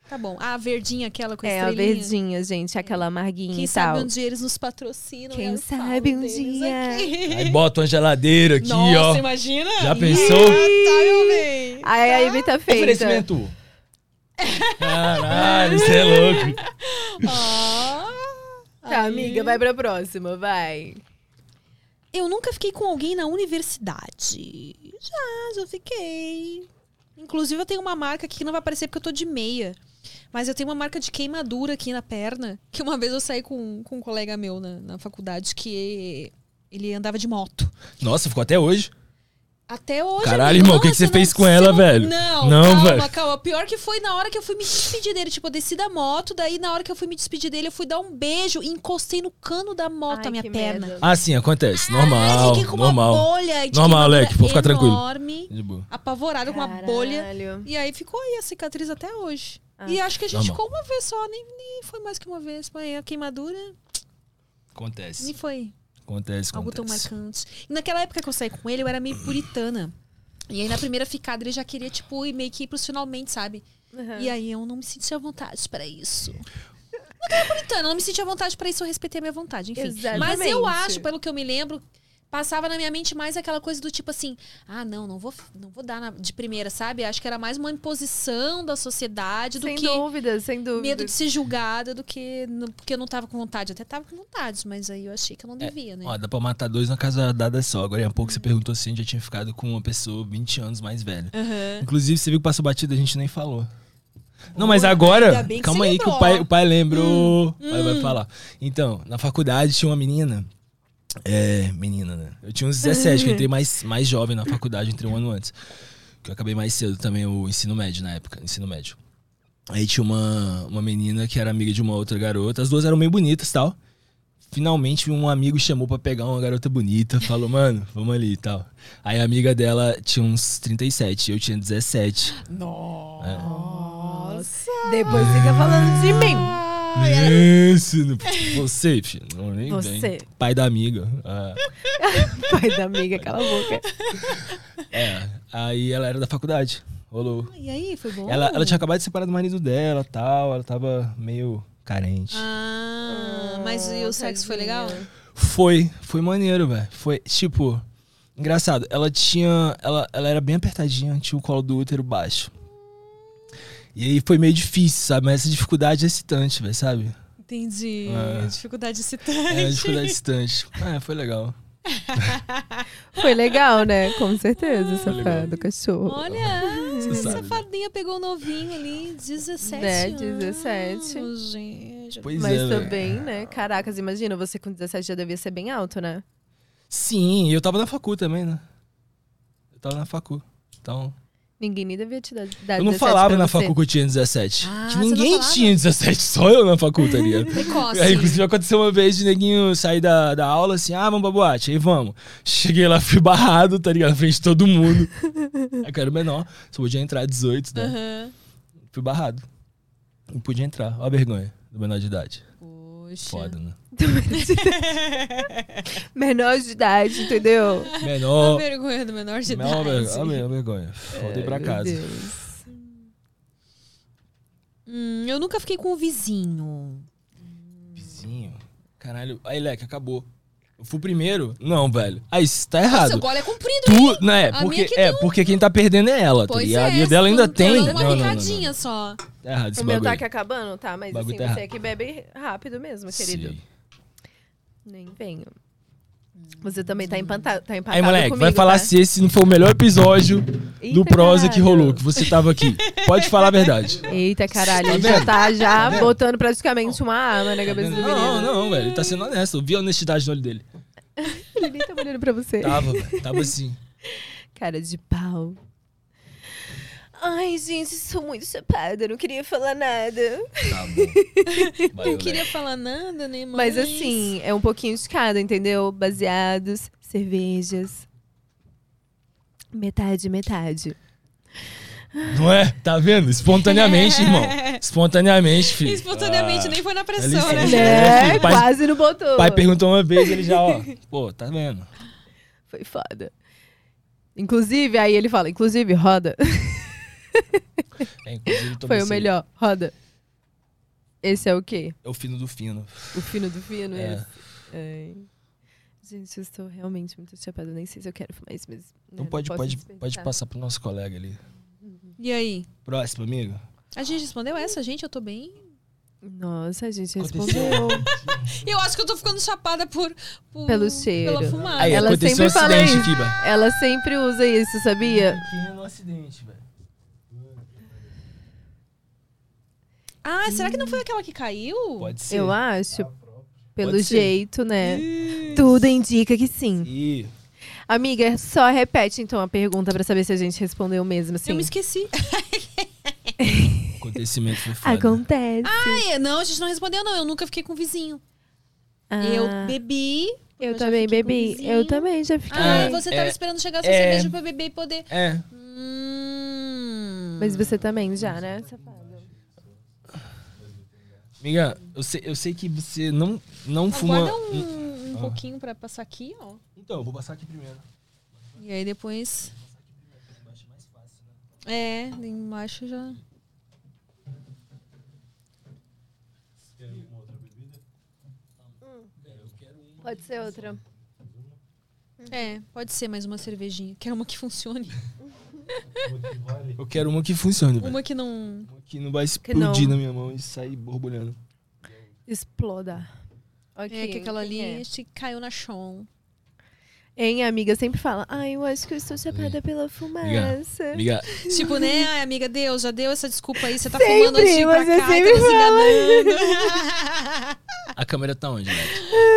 S5: Tá bom. A verdinha, aquela com
S7: É, a
S5: estrelinha.
S7: verdinha, gente, aquela amarguinha
S5: Quem
S7: e
S5: sabe
S7: tal.
S5: um dia eles nos patrocinam. né?
S7: Quem
S5: eu falo
S7: sabe um
S5: deles
S7: dia.
S5: aqui.
S6: Aí bota uma geladeira aqui,
S5: Nossa,
S6: ó.
S5: imagina.
S6: Já pensou?
S5: Tá, meu bem.
S7: Aí a Amy
S5: É
S7: tá feita.
S6: Oferecimento. Caralho, você é louco.
S5: Ó.
S7: Tá,
S5: Aí.
S7: amiga, vai pra próxima, vai.
S5: Eu nunca fiquei com alguém na universidade. Já, já fiquei. Inclusive, eu tenho uma marca aqui que não vai aparecer porque eu tô de meia. Mas eu tenho uma marca de queimadura aqui na perna. Que uma vez eu saí com, com um colega meu na, na faculdade que ele andava de moto.
S6: Nossa, ficou até hoje.
S5: Até hoje.
S6: Caralho,
S5: amigo,
S6: irmão, o que que
S5: nossa,
S6: você fez
S5: não-
S6: com
S5: você
S6: ela,
S5: não-
S6: velho?
S5: Não,
S6: Não,
S5: calma,
S6: velho.
S5: calma. Pior que foi na hora que eu fui me despedir dele. Tipo, eu desci da moto, daí na hora que eu fui me despedir dele, eu fui dar um beijo e encostei no cano da moto
S7: Ai,
S5: a minha
S7: que
S5: perna.
S7: merda.
S6: Ah, sim, acontece.
S5: Ai,
S6: Normal,
S5: fiquei com uma
S6: normal.
S5: bolha de
S6: Normal,
S5: queimadura
S6: Alec, pode ficar tranquilo.
S5: enorme,
S6: De boa.
S5: apavorada com uma bolha.
S7: Caralho.
S5: E aí ficou aí a cicatriz até hoje.
S7: Ah.
S5: E acho que a gente
S6: Normal.
S5: ficou uma vez só, nem, nem foi mais que uma vez. Mas a queimadura nem
S6: Acontece.
S5: foi
S6: Acontece,
S5: algo tão
S6: acontece.
S5: marcante. E naquela época que eu saí com ele, eu era meio puritana. E aí na primeira ficada ele já queria, tipo, ir meio que ir pros finalmente, sabe? E aí eu não me sentia à vontade para isso. Mas eu era puritana, eu não me sentia à vontade para isso, eu respeitei a minha vontade, enfim. Mas eu
S7: Exatamente.
S5: acho, pelo que eu me lembro, passava na minha mente mais aquela coisa do tipo assim, ah, não, não vou, não vou dar na- de primeira, sabe? Acho que era mais uma imposição da sociedade do
S7: Sem
S5: que
S7: dúvida, sem dúvida.
S5: medo de ser julgada, do que não- porque eu não tava com vontade. Eu até tava com vontade, mas aí eu achei que eu não devia, né?
S6: Ó, dá pra matar dois na casa dada só. Agora, há pouco você perguntou se a gente já tinha ficado com uma pessoa 20 anos mais velha. Inclusive, você viu que passou batida, a gente nem falou. Não, mas agora,
S5: ainda bem que
S6: calma
S5: você
S6: aí que
S5: lembrou,
S6: o pai,
S5: ó. Hum,
S6: o pai lembrou. O pai vai falar. Então, na faculdade tinha uma menina. É, menina, né? Eu tinha uns 17, que eu entrei mais, mais jovem na faculdade, entrei um ano antes. Que eu acabei mais cedo também o ensino médio na época, ensino médio. Aí tinha uma, uma menina que era amiga de uma outra garota. As duas eram meio bonitas e tal. Finalmente um amigo chamou pra pegar uma garota bonita, falou, mano, vamos ali e tal. Aí a amiga dela tinha uns 37, eu tinha 17.
S5: Nossa!
S7: Depois fica falando de mim.
S6: Esse, não- você, filho. Não, nem
S7: Você.
S6: bem. Pai da amiga. Ah,
S7: Pai da amiga, cala a boca.
S6: é. Aí ela era da faculdade. Rolou.
S5: E aí, foi bom?
S6: Ela, ela tinha acabado de separar do marido dela tal. Ela tava meio carente.
S5: Ah, mas e o sexo foi legal?
S6: Foi, foi maneiro, velho. Foi, tipo, engraçado. Ela tinha. Ela, ela era bem apertadinha, tinha o colo do útero baixo. E aí foi meio difícil, sabe? Mas essa dificuldade é excitante, velho, sabe?
S5: Entendi.
S6: É.
S5: Dificuldade
S6: É, a
S5: excitante.
S6: dificuldade excitante. É, foi legal.
S7: Foi legal, né? Com
S5: Ah.
S7: certeza, safado, cachorro.
S5: Olha,
S6: Você
S5: essa
S6: sabe.
S5: safadinha pegou o novinho ali, 17
S7: Né,
S5: anos.
S7: 17.
S5: gente.
S6: Pois
S7: Mas
S6: é. velho.
S7: também, né? Caracas, imagina, você com 17 já devia ser bem alto, né?
S6: Sim, eu tava na facu também, né? Eu tava na facu. Então.
S7: Ninguém nem devia te dar,
S5: É,
S7: dar
S6: Eu não
S7: 17
S6: falava
S7: pra
S6: na
S7: você.
S6: facu que eu tinha 17.
S5: Ah,
S6: Que
S5: você não
S6: ninguém
S5: falava?
S6: tinha 17, só eu na facu, tá ligado?
S5: Precoce.
S6: Aí, inclusive, aconteceu uma vez de neguinho sair da, da aula assim, ah, vamos pra boate, aí vamos. Cheguei lá, fui barrado, tá ligado? Na frente de todo mundo. É aí, cara, menor, só podia entrar 18, né?
S5: Aham.
S6: Fui barrado. Não podia entrar. Ó a vergonha do menor de idade.
S5: Poxa.
S6: Foda, né?
S7: Menor de idade, entendeu?
S5: A
S6: Menor.
S5: vergonha do menor de idade. É,
S6: Menor, vergonha. vergonha. Voltei pra
S7: Meu
S6: casa.
S7: Deus.
S5: Hum, eu nunca fiquei com o vizinho.
S6: Vizinho. Caralho. Aí, Leque, acabou. Eu fui o primeiro? Não, velho. Aí, isso tá
S5: Seu
S6: errado.
S5: gole é comprido.
S6: Tu, né?
S5: A
S6: Porque,
S5: minha que
S6: é,
S5: tem um-
S6: porque quem tá perdendo é ela, tá
S5: Pois
S6: ligado?
S5: é.
S6: e a dela ainda
S5: tô
S6: tem.
S5: dando uma
S6: Não, não, não, não.
S5: picadinha só.
S6: Tá errado esse
S7: O meu
S6: bagulho.
S7: tá aqui acabando, tá? Mas
S6: Bagulho
S7: assim,
S6: tá
S7: você
S6: errado.
S7: é que bebe rápido mesmo, querido. tá
S6: Sim.
S7: Nem venho. Você também tá, empanta, tá empatado
S6: Aí, moleque,
S7: comigo,
S6: vai falar assim.
S7: tá?
S6: se esse não foi o melhor episódio do
S7: Eita,
S6: Prosa que
S7: caralho.
S6: rolou, que você tava aqui. Pode falar a verdade.
S7: Eita, caralho,
S6: Tá
S7: ele
S6: vendo?
S7: já tá já botando praticamente uma arma na cabeça do menino.
S6: Não, não, velho. Ele tá sendo honesto. Eu vi a honestidade no olho dele.
S7: Ele nem tá olhando pra você.
S6: Tava, velho. Tava assim.
S7: Cara de pau. Ai, gente, sou muito chapada, não queria falar nada.
S6: Tá bom. Valeu,
S5: Não queria falar nada, né, mãe?
S7: Mas assim, é um pouquinho de cada, entendeu? Baseados, cervejas. Metade, metade.
S6: velho. Não é? Tá vendo? Espontaneamente, irmão. Espontaneamente, filho. Ah,
S5: Espontaneamente, nem foi na pressão,
S6: licença.
S5: né?
S6: É,
S7: Né?
S6: filho, pai-
S7: Quase não botou.
S6: Pai perguntou uma vez, ele já, ó. Pô, tá vendo?
S7: Foi foda. Inclusive, aí ele fala, inclusive, roda.
S6: É, inclusive, eu tô
S7: Foi o
S6: pensando-
S7: melhor, roda. Esse é o quê?
S6: É o fino do fino.
S7: O fino do fino?
S6: É.
S7: Esse? Ai. Gente, eu estou realmente muito chapada. Nem sei se eu quero fumar isso, mas... né,
S6: Então pode,
S7: posso
S6: pode, pode
S7: desperdiçar.
S6: passar pro nosso colega ali.
S5: E aí?
S6: Próximo, amigo.
S5: A gente respondeu essa, gente, eu tô bem.
S7: Nossa, a gente
S6: Aconteceu.
S7: respondeu.
S5: Eu acho que eu tô ficando chapada por... por-
S7: Pelo cheiro.
S5: Pela fumada.
S6: Aí,
S7: Ela
S6: aconteceu um
S7: sempre fala
S6: acidente
S7: isso.
S6: aqui, velho.
S7: Ela sempre usa isso, sabia?
S6: Aqui no acidente, velho.
S5: Ah, será que não foi aquela que caiu?
S6: Pode ser.
S7: Eu acho. Pelo
S6: Pode ser.
S7: jeito, né? Tudo indica que sim.
S6: Ih,
S7: Amiga, só repete então a pergunta pra saber se a gente respondeu mesmo, assim.
S5: Eu me esqueci.
S6: o acontecimento foi foda.
S7: Acontece.
S5: Ai, não, a gente não respondeu, não. Eu nunca fiquei com vizinho.
S7: Ah,
S5: Eu bebi.
S7: eu
S5: já
S7: também
S5: fiquei com
S7: bebi.
S5: vizinho.
S7: Eu também já fiquei.
S5: Ah,
S6: É,
S5: e você tava
S6: é,
S5: esperando chegar a sua
S6: é.
S5: cerveja pra beber e poder.
S6: É.
S5: Hum.
S7: Mas você também já, né? safado?
S6: Amiga, eu sei, eu sei que você não, não fuma. Ah.
S5: Aguarda um, um pouquinho pra passar aqui, ó.
S6: Então, eu vou passar aqui primeiro.
S5: E aí depois. É, ali embaixo já.
S7: Pode ser outra.
S5: É, pode ser mais uma cervejinha. Quero uma que funcione.
S6: Eu quero uma que funcione, velho.
S5: Uma que não.
S6: Uma que não vai
S7: Que não.
S6: explodir na minha mão e sair borbulhando.
S7: Exploda.
S5: É, que aquela ali
S7: é?
S5: se caiu na chão.
S7: Hein, amiga? Sempre fala. Ai, eu acho que eu estou chapada pela fumaça.
S6: Amiga,
S5: Tipo, né? Ai, amiga, Deus, já deu essa desculpa aí. Você tá
S7: Sempre,
S5: fumando antes de ir pra
S7: mas
S5: cá
S7: eu
S5: e tá
S7: sempre
S5: nos enganando.
S6: A câmera tá onde, Nath?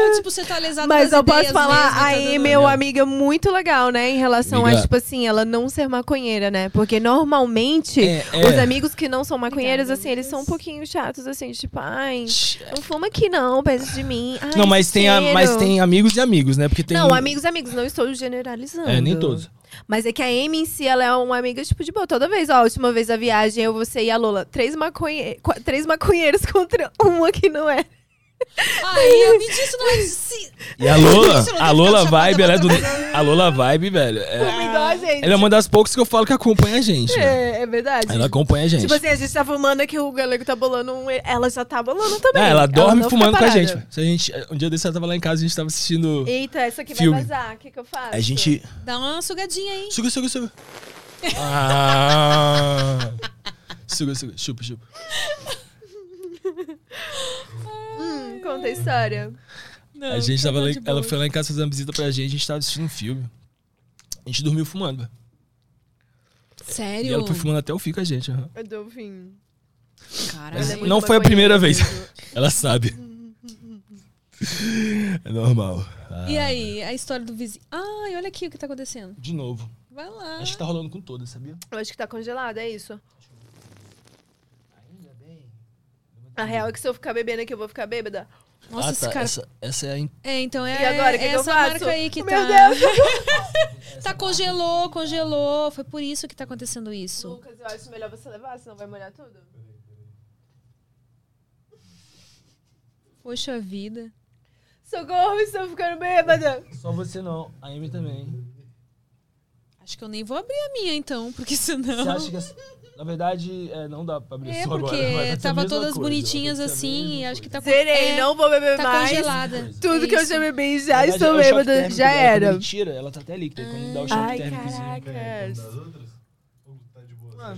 S5: Ou, tipo, você tá lesado
S7: Mas
S5: nas
S7: eu posso
S5: ideias
S7: falar,
S5: mesmo e
S7: aí,
S5: tudo.
S7: meu amiga, muito legal, né? Em relação
S6: Amiga.
S7: a, tipo assim, ela não ser maconheira, né? Porque normalmente,
S6: É, é.
S7: os amigos que não são maconheiros, assim, eles são um pouquinho chatos, assim, tipo, ai, não fuma aqui não, perto de mim. Ai,
S6: Não, mas tem, a-
S7: cheiro.
S6: mas tem amigos e amigos, né? Porque tem.
S7: Não, amigos, amigos, não estou generalizando.
S6: É, nem todos.
S7: Mas é que a Amy em si, ela é uma amiga, tipo, de boa. Toda vez, ó, a última vez da viagem, eu, você e a Lola, três, maconhe... qua- três maconheiros contra uma que não é.
S5: Ai, eu me disse, não é se-
S6: E a Lola,
S5: Isso, não
S6: a
S5: tem
S6: Lola
S5: que ficar
S6: vibe, ela é do.
S5: chamada outra vez.
S6: A Lola vibe, velho. é-
S7: Igual a gente.
S6: ela é uma das poucas que eu falo que acompanha a gente. velho.
S7: É, é verdade.
S6: Ela acompanha a gente.
S7: Tipo assim, a gente tá fumando aqui, o galego tá bolando um. Ela já tá bolando também.
S6: É, ela dorme
S7: não
S6: fumando
S7: fica
S6: com a
S7: parada.
S6: gente. velho. Se a gente. Um dia desse ela tava lá em casa, a gente tava assistindo.
S7: Eita, essa aqui
S6: Filme.
S7: vai vazar. O que, que eu faço?
S6: A gente.
S5: Dá uma sugadinha aí.
S6: Suga, suga, suga. Ah. Suga, suga. Chupa, chupa.
S7: Hum, conta a história.
S6: a gente
S5: tá
S6: tava lá, em- ela foi lá em casa fazer uma visita pra gente, a gente tava assistindo um filme. A gente dormiu fumando, velho. E
S5: Sério?
S6: ela foi fumando até o fio com a gente. aham.
S7: Eu dou o fim.
S5: Caralho.
S6: Mas
S7: é muito
S6: não foi a primeira vez.
S7: maconheira
S6: Ela sabe. É normal. Ah,
S5: E aí, a história do vizinho. Ai, olha aqui o que tá acontecendo.
S6: De novo.
S5: Vai lá.
S6: Acho que tá rolando com todas, sabia?
S7: Eu acho que tá congelado, é isso. A real é que se eu ficar bebendo aqui, eu vou ficar bêbada.
S5: Nossa,
S6: ah,
S5: esse
S6: tá.
S5: cara.
S6: Essa, essa é a. in-
S5: É, então é,
S7: E agora, o que
S5: é
S7: que eu
S5: essa
S7: faço?
S5: marca aí que
S7: Meu
S5: tá.
S7: Deus!
S5: Tá congelou, congelou. Foi por isso que tá acontecendo isso.
S7: Lucas, eu acho melhor você levar, senão vai molhar tudo.
S5: Poxa vida.
S7: Socorro, estou ficando bêbada.
S6: Só você não. A Amy também.
S5: Acho que eu nem vou abrir a minha então, porque senão.
S6: Você acha que. essa- Na verdade, é, não dá pra abrir
S5: É,
S6: só agora.
S5: porque
S6: vai acontecer a
S5: tava
S6: mesma
S5: todas
S6: coisa,
S5: bonitinhas
S6: vai acontecer a
S5: assim, e
S6: mesma
S5: acho que
S6: coisa. é.
S5: tá com-
S7: Zerei,
S5: é,
S7: não vou beber
S5: Tá
S7: mais.
S5: congelada.
S7: Tudo que eu
S5: Isso.
S7: já bebi,
S6: Na
S7: já
S6: verdade, é
S7: estou
S6: o choque
S7: bêbada,
S6: térmico
S7: já
S6: dela, quando
S7: era.
S6: ele Tira, ela tá até líquida. Quando dá o choque
S7: Ai,
S6: térmicozinho.
S7: caracas.
S6: né? Então, tá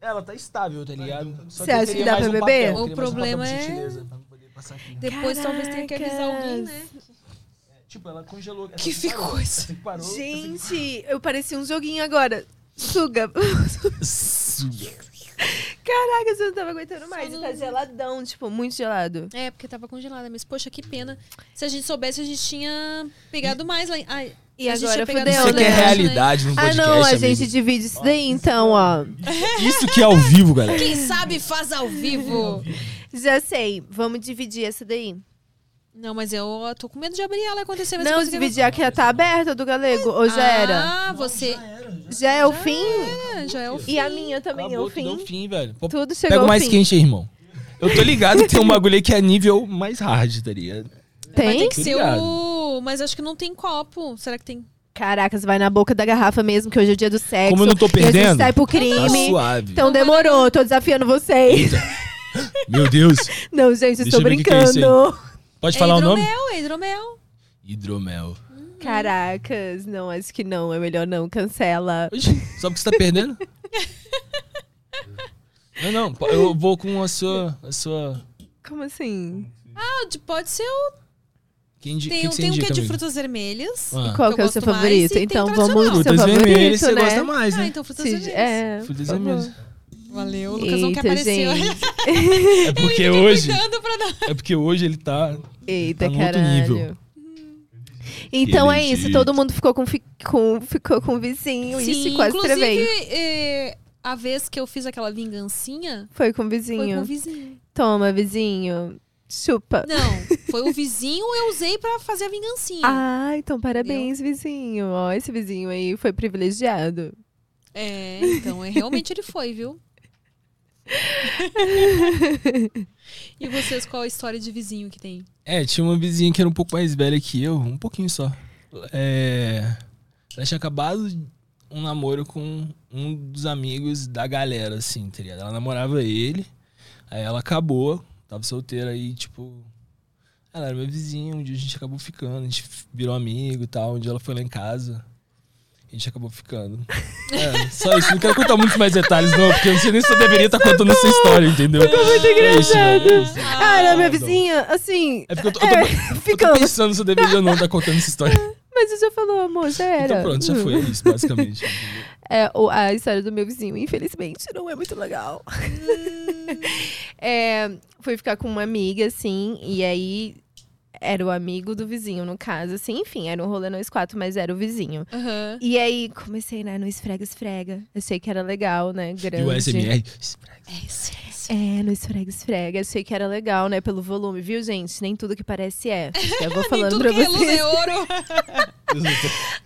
S6: Ela tá estável, tá ligado? Só
S7: Você
S6: eu
S7: acha
S6: queria
S7: que dá
S6: mais
S7: pra
S6: um
S7: beber?
S6: papel, eu
S5: O
S6: queria mais um papel,
S5: problema
S6: por
S5: é-
S6: gentileza, pra não poder passar aqui.
S5: Depois talvez tenha que avisar alguém, né?
S6: Tipo, ela congelou.
S5: Que ficou isso.
S6: assim,
S7: Gente, eu pareci um joguinho agora. Suga. Caraca, eu não tava aguentando mais. E tá geladão, tipo, muito gelado.
S5: É, porque tava congelada, mas poxa, que pena. Se a gente soubesse, a gente tinha pegado mais lá. em- Ai,
S7: E
S5: a gente tinha
S7: agora
S5: pegado mais
S7: fudeu, Isso
S6: Isso
S5: lá
S6: que
S5: em
S7: que
S6: é
S7: é
S5: Minas, né?
S6: realidade no
S7: Ah,
S6: podcast,
S7: não, a gente divide isso daí então, ó.
S6: Isso que é ao vivo, galera.
S5: Quem sabe faz ao vivo.
S7: Já sei, vamos dividir essa daí.
S5: Não, mas eu tô com medo de abrir ela e acontecer a mesma
S7: Não,
S5: coisa que
S7: dividir a que já tá aberta do galego, ou já era?
S5: Ah, você.
S7: Já é o fim?
S5: Ah, já é o fim.
S7: E a minha também é
S6: Acabou,
S7: o
S6: tudo é
S7: fim.
S6: o fim, velho. Pô,
S7: Tudo
S6: Pega
S7: chegou
S6: o
S7: ao
S6: mais
S7: fim.
S6: quente aí, irmão. Eu tô ligado que tem um bagulho aí que é nível mais hard, tá ligado?
S5: Vai ter
S7: Tem?
S5: que ser o. Mas acho que não tem copo. Será que tem?
S7: Caraca, você vai na boca da garrafa mesmo, que hoje é o dia do sexo.
S6: Como eu não tô
S7: E a
S6: perdendo,
S7: gente sai pro
S6: Tá
S7: crime.
S6: suave.
S7: então demorou, tô desafiando vocês.
S6: Meu Deus.
S7: Não, gente,
S6: Deixa
S7: estou
S6: eu ver o que que é isso aí.
S7: brincando.
S6: Pode
S5: é
S6: falar o
S5: hidromel,
S6: nome?
S5: é hidromel.
S6: Hidromel.
S7: Caracas, não, acho que não, é melhor não, cancela.
S6: Oxi, só porque você tá perdendo? Não, não. po- Eu vou com a sua. A sua...
S7: Como assim?
S5: Pode, Ah, pode ser o.
S6: Quem indi...
S5: Tem,
S6: que
S5: um-
S6: que você
S5: tem um que é
S6: indica,
S5: de
S6: amigo?
S5: frutas vermelhas.
S6: Ah.
S7: Qual
S5: eu
S7: que é o seu
S5: gosto mais e
S7: favorito?
S5: tem
S7: Então
S5: tradicional.
S7: vamos no seu
S5: é um
S6: Frutas
S7: favorito,
S6: vermelhas você
S7: né?
S6: gosta mais,
S5: Ah,
S6: né?
S5: então Tá frutas
S7: Se-
S5: vermelhas.
S7: É,
S6: Frutas
S7: por favor.
S6: vermelhas.
S5: Valeu, o Lucas não quer
S7: Eita,
S5: aparecer.
S7: gente.
S6: É porque hoje.
S5: Cuidando pra não.
S6: É porque hoje ele tá.
S7: Eita,
S6: Tá num outro nível.
S7: caralho. Então é
S6: Entendi.
S7: isso, todo mundo ficou com, fi- com- ficou com o vizinho e se quase
S5: inclusive,
S7: trevei.
S5: eh, a vez que eu fiz aquela vingancinha,
S7: Foi com o vizinho.
S5: foi com o vizinho.
S7: Toma, vizinho. Chupa.
S5: Não, foi o vizinho eu usei pra fazer a vingancinha.
S7: Ah, então parabéns, vizinho. Ó, esse vizinho aí foi privilegiado.
S5: É, então, é, realmente ele foi, viu? e vocês, qual a história de vizinho que tem?
S6: É, tinha uma vizinha que era um pouco mais velha que eu, um pouquinho só. É. Ela tinha acabado um namoro com um dos amigos da galera, assim, tá ligado? Ela namorava ele, aí ela acabou, tava solteira aí, tipo. Ela era meu vizinho, um dia a gente acabou ficando, a gente virou amigo e tal. Um dia ela foi lá em casa, a gente acabou ficando. É, só isso, não quero contar muitos mais detalhes, não, porque eu não sei nem se eu deveria estar contando essa história, entendeu? É né? Ficou muito
S7: engraçado. Ah, era minha vizinha, assim.
S6: É porque eu tô, eu tô- eu tô
S7: Ficamos.
S6: pensando se eu deveria ou não estar contando essa história.
S7: Mas você já falou, amor, já era.
S6: Então pronto, já foi é isso, basicamente.
S7: É, o- a história do meu vizinho, infelizmente, não é muito legal. É, fui ficar com uma amiga, assim, e aí era o amigo do vizinho, no caso, assim, enfim, era um rolê nós quatro, mas era o vizinho.
S5: Aham.
S7: E aí comecei, né, no esfrega, esfrega. Eu sei que era legal, né? Grande.
S6: E o SMR.
S5: É isso, é isso.
S7: É, no esfrega, esfrega. Eu sei que era legal, né? Pelo volume, viu, gente? Nem tudo que parece é. Eu vou
S5: Nem
S7: falando
S5: tudo
S7: pra
S5: que é luz
S7: vocês.
S5: é ouro.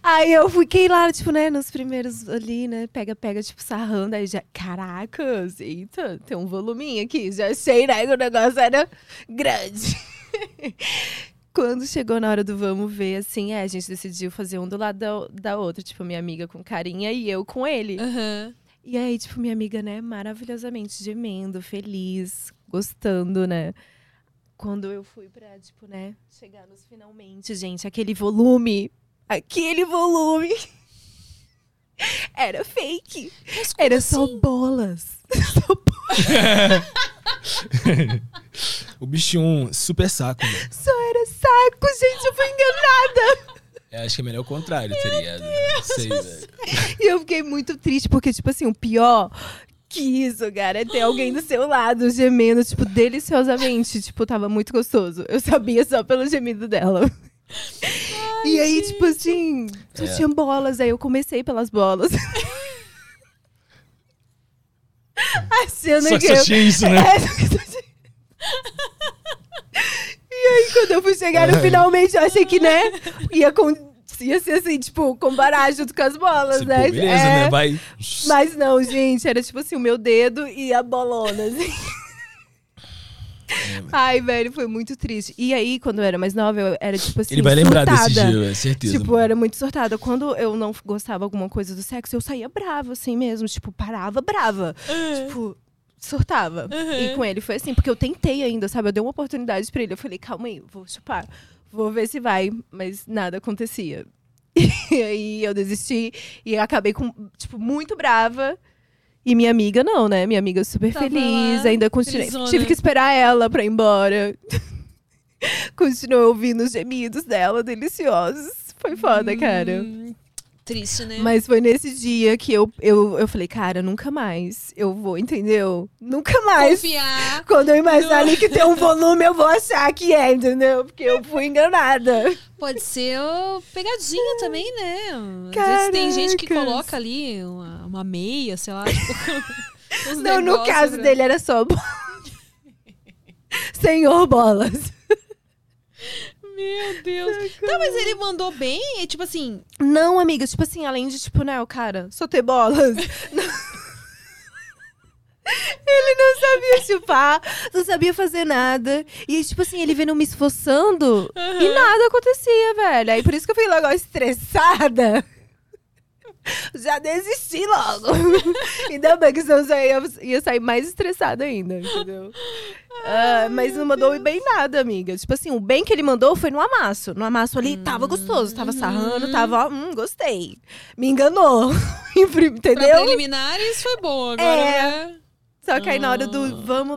S7: Aí eu fiquei lá, tipo, né, nos primeiros ali, né? Pega, pega, tipo, sarrando. Aí já, caracas, eita, tem um voluminho aqui. Já achei, né, que o negócio era grande. Quando chegou na hora do vamos ver, assim, é, a gente decidiu fazer um do lado da, da outra. Tipo, minha amiga com carinha e eu com ele.
S5: Aham.
S7: E aí, tipo, minha amiga, né, maravilhosamente gemendo, feliz, gostando, né? Quando eu fui pra, tipo, né, chegar nos finalmente, gente, aquele volume, aquele volume era fake.
S5: Mas como
S7: Era só
S5: assim?
S7: bolas.
S6: O bichinho é super saco, né?
S7: Só era saco, gente, eu fui enganada.
S6: É, acho que é melhor o contrário, tá ligado? Sei, velho.
S7: E eu fiquei muito triste, porque, tipo assim, o pior que isso, cara, é ter alguém do seu lado gemendo, tipo, deliciosamente. Tipo, tava muito gostoso. Eu sabia só pelo gemido dela. e aí, tipo assim, tu
S6: É.
S7: tinha bolas, aí eu comecei pelas bolas. Achando
S6: Só que
S7: que
S6: só
S7: eu...
S6: tinha isso, né?
S7: É, só que só tinha- E aí, quando eu fui chegar
S6: É.
S7: no finalmente, eu achei que, né, ia, com... ia ser assim, tipo, comparar junto com as bolas,
S6: Pô,
S7: né?
S6: beleza,
S7: É.
S6: né? Vai.
S7: Mas não, gente, era tipo assim, o meu dedo e a bolona, assim.
S6: É,
S7: Ai, velho, foi muito triste. E aí, quando eu era mais nova, eu era tipo assim.
S6: Ele vai lembrar desse
S7: surtada.
S6: dia, velho, certeza.
S7: Tipo, eu era muito sortada. Quando eu não gostava alguma coisa do sexo, eu saía brava, assim mesmo. Tipo, parava brava. Tipo, surtava. E com ele foi assim, porque eu tentei ainda, sabe? Eu dei uma oportunidade pra ele. Eu falei, calma aí, vou chupar. Vou ver se vai. Mas nada acontecia. E aí eu desisti e acabei com, tipo, muito brava. E minha amiga não, né? Minha amiga super
S5: Tava
S7: feliz,
S5: lá,
S7: ainda continuei.
S5: felizona.
S7: Tive que esperar ela pra ir embora. Continuou ouvindo os gemidos dela, deliciosos. Foi
S5: Hum.
S7: foda, cara.
S5: Triste, né?
S7: Mas foi nesse dia que eu, eu, eu falei, cara, nunca mais. Eu vou, entendeu? Nunca mais.
S5: Confiar.
S7: Quando eu imaginar ali que tem um volume, eu vou achar que é, entendeu? Porque eu fui enganada.
S5: Pode ser ó, pegadinha também, né? Às vezes tem
S7: Caracas.
S5: gente que coloca ali uma, uma meia, sei lá. tipo, uns
S7: Não, no
S5: negócios
S7: caso
S5: pra-
S7: dele era só bolas. Senhor Bolas. é
S5: Meu Deus. Não, mas ele mandou bem, é tipo assim.
S7: Não, amiga, tipo assim, além de, tipo, né, o cara, só ter bolas. Não. ele não sabia chupar, não sabia fazer nada. E, tipo assim, ele vendo eu me esforçando e nada acontecia, velho. Aí por isso que eu fui logo ó, estressada. Já desisti logo. Ainda bem que senão eu ia, ia sair mais estressada ainda, entendeu? Ah, mas não mandou bem nada, amiga. Tipo assim, o bem que ele mandou foi no amasso. No amasso ali tava gostoso, tava sarrando, tava, ó, hum, gostei. Me enganou.
S5: Pra
S7: Entendeu?
S5: preliminares foi bom agora,
S7: É.
S5: né?
S7: Só que aí na hora do vamos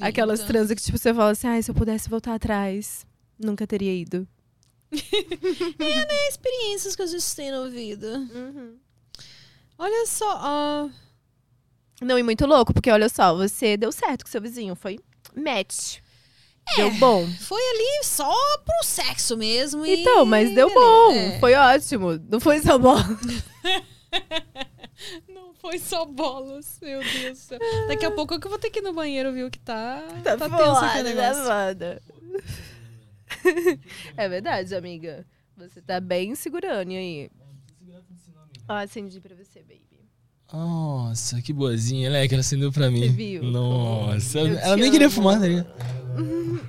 S7: Aquelas
S5: Vida.
S7: transas que tipo, você fala assim, ai, se eu pudesse voltar atrás, nunca teria ido.
S5: É, né? Experiências que a gente tem na vida. Uhum. Olha só, ó.
S7: Não, e muito louco, porque olha só, você deu certo com seu vizinho, foi match. Deu bom.
S5: Foi ali só pro sexo mesmo. e
S7: Então, mas deu
S5: beleza,
S7: bom.
S5: é.
S7: Foi ótimo. Não foi só bom.
S5: Não foi só bolas, meu Deus do céu. Daqui a pouco é que eu vou ter que ir no banheiro, viu? Que tá, tá, tenso aqui o negócio.
S7: né, foda. é verdade, amiga. Você tá bem segurando aí. Ó, acendi pra você, baby.
S6: Nossa, que boazinha, né? Que ela acendeu pra mim.
S7: Você viu?
S6: Nossa,
S7: Eu
S6: ela
S7: te
S6: nem queria
S7: amo.
S6: fumar, né?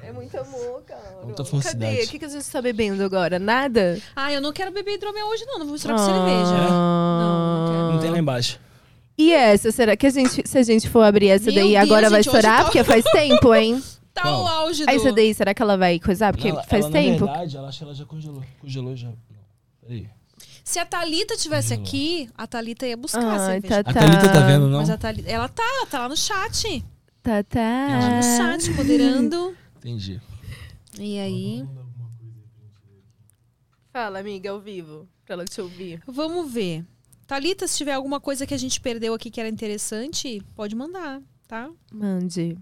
S7: É muito amor, cara.
S6: Muita
S7: Cadê?
S6: falsidade.
S7: O que, que a gente tá bebendo agora? Nada?
S5: Ah, eu não quero beber hidromel hoje, não. Não vou misturar com cerveja.
S7: Ah.
S5: Não, não quero.
S6: Não tem lá embaixo.
S7: E essa, será que a gente, se a gente for abrir essa
S5: Meu
S7: daí
S5: Deus,
S7: agora vai
S5: gente, hoje
S7: chorar?
S5: tá-
S7: Porque faz tempo, hein?
S5: Tá
S6: Qual?
S5: o auge do...
S7: A essa daí, será que ela vai coisar? Porque
S6: Ela-
S7: faz
S6: ela,
S7: tempo.
S6: Na verdade, ela acho que ela já congelou. Congelou já. Não, Peraí.
S5: Se a Thalita tivesse aqui, a Thalita ia buscar a
S7: Ai,
S5: cerveja.
S6: A Thalita tá vendo, não?
S5: Mas a Thalita... Ela tá, tá lá no chat.
S7: Tá,
S5: Tá lá no
S7: tá.
S5: chat, moderando.
S6: Entendi.
S5: E aí...
S7: Fala, amiga, ao vivo, pra ela te ouvir.
S5: Vamos ver. Thalita, se tiver alguma coisa que a gente perdeu aqui que era interessante, pode mandar, tá?
S7: Mande.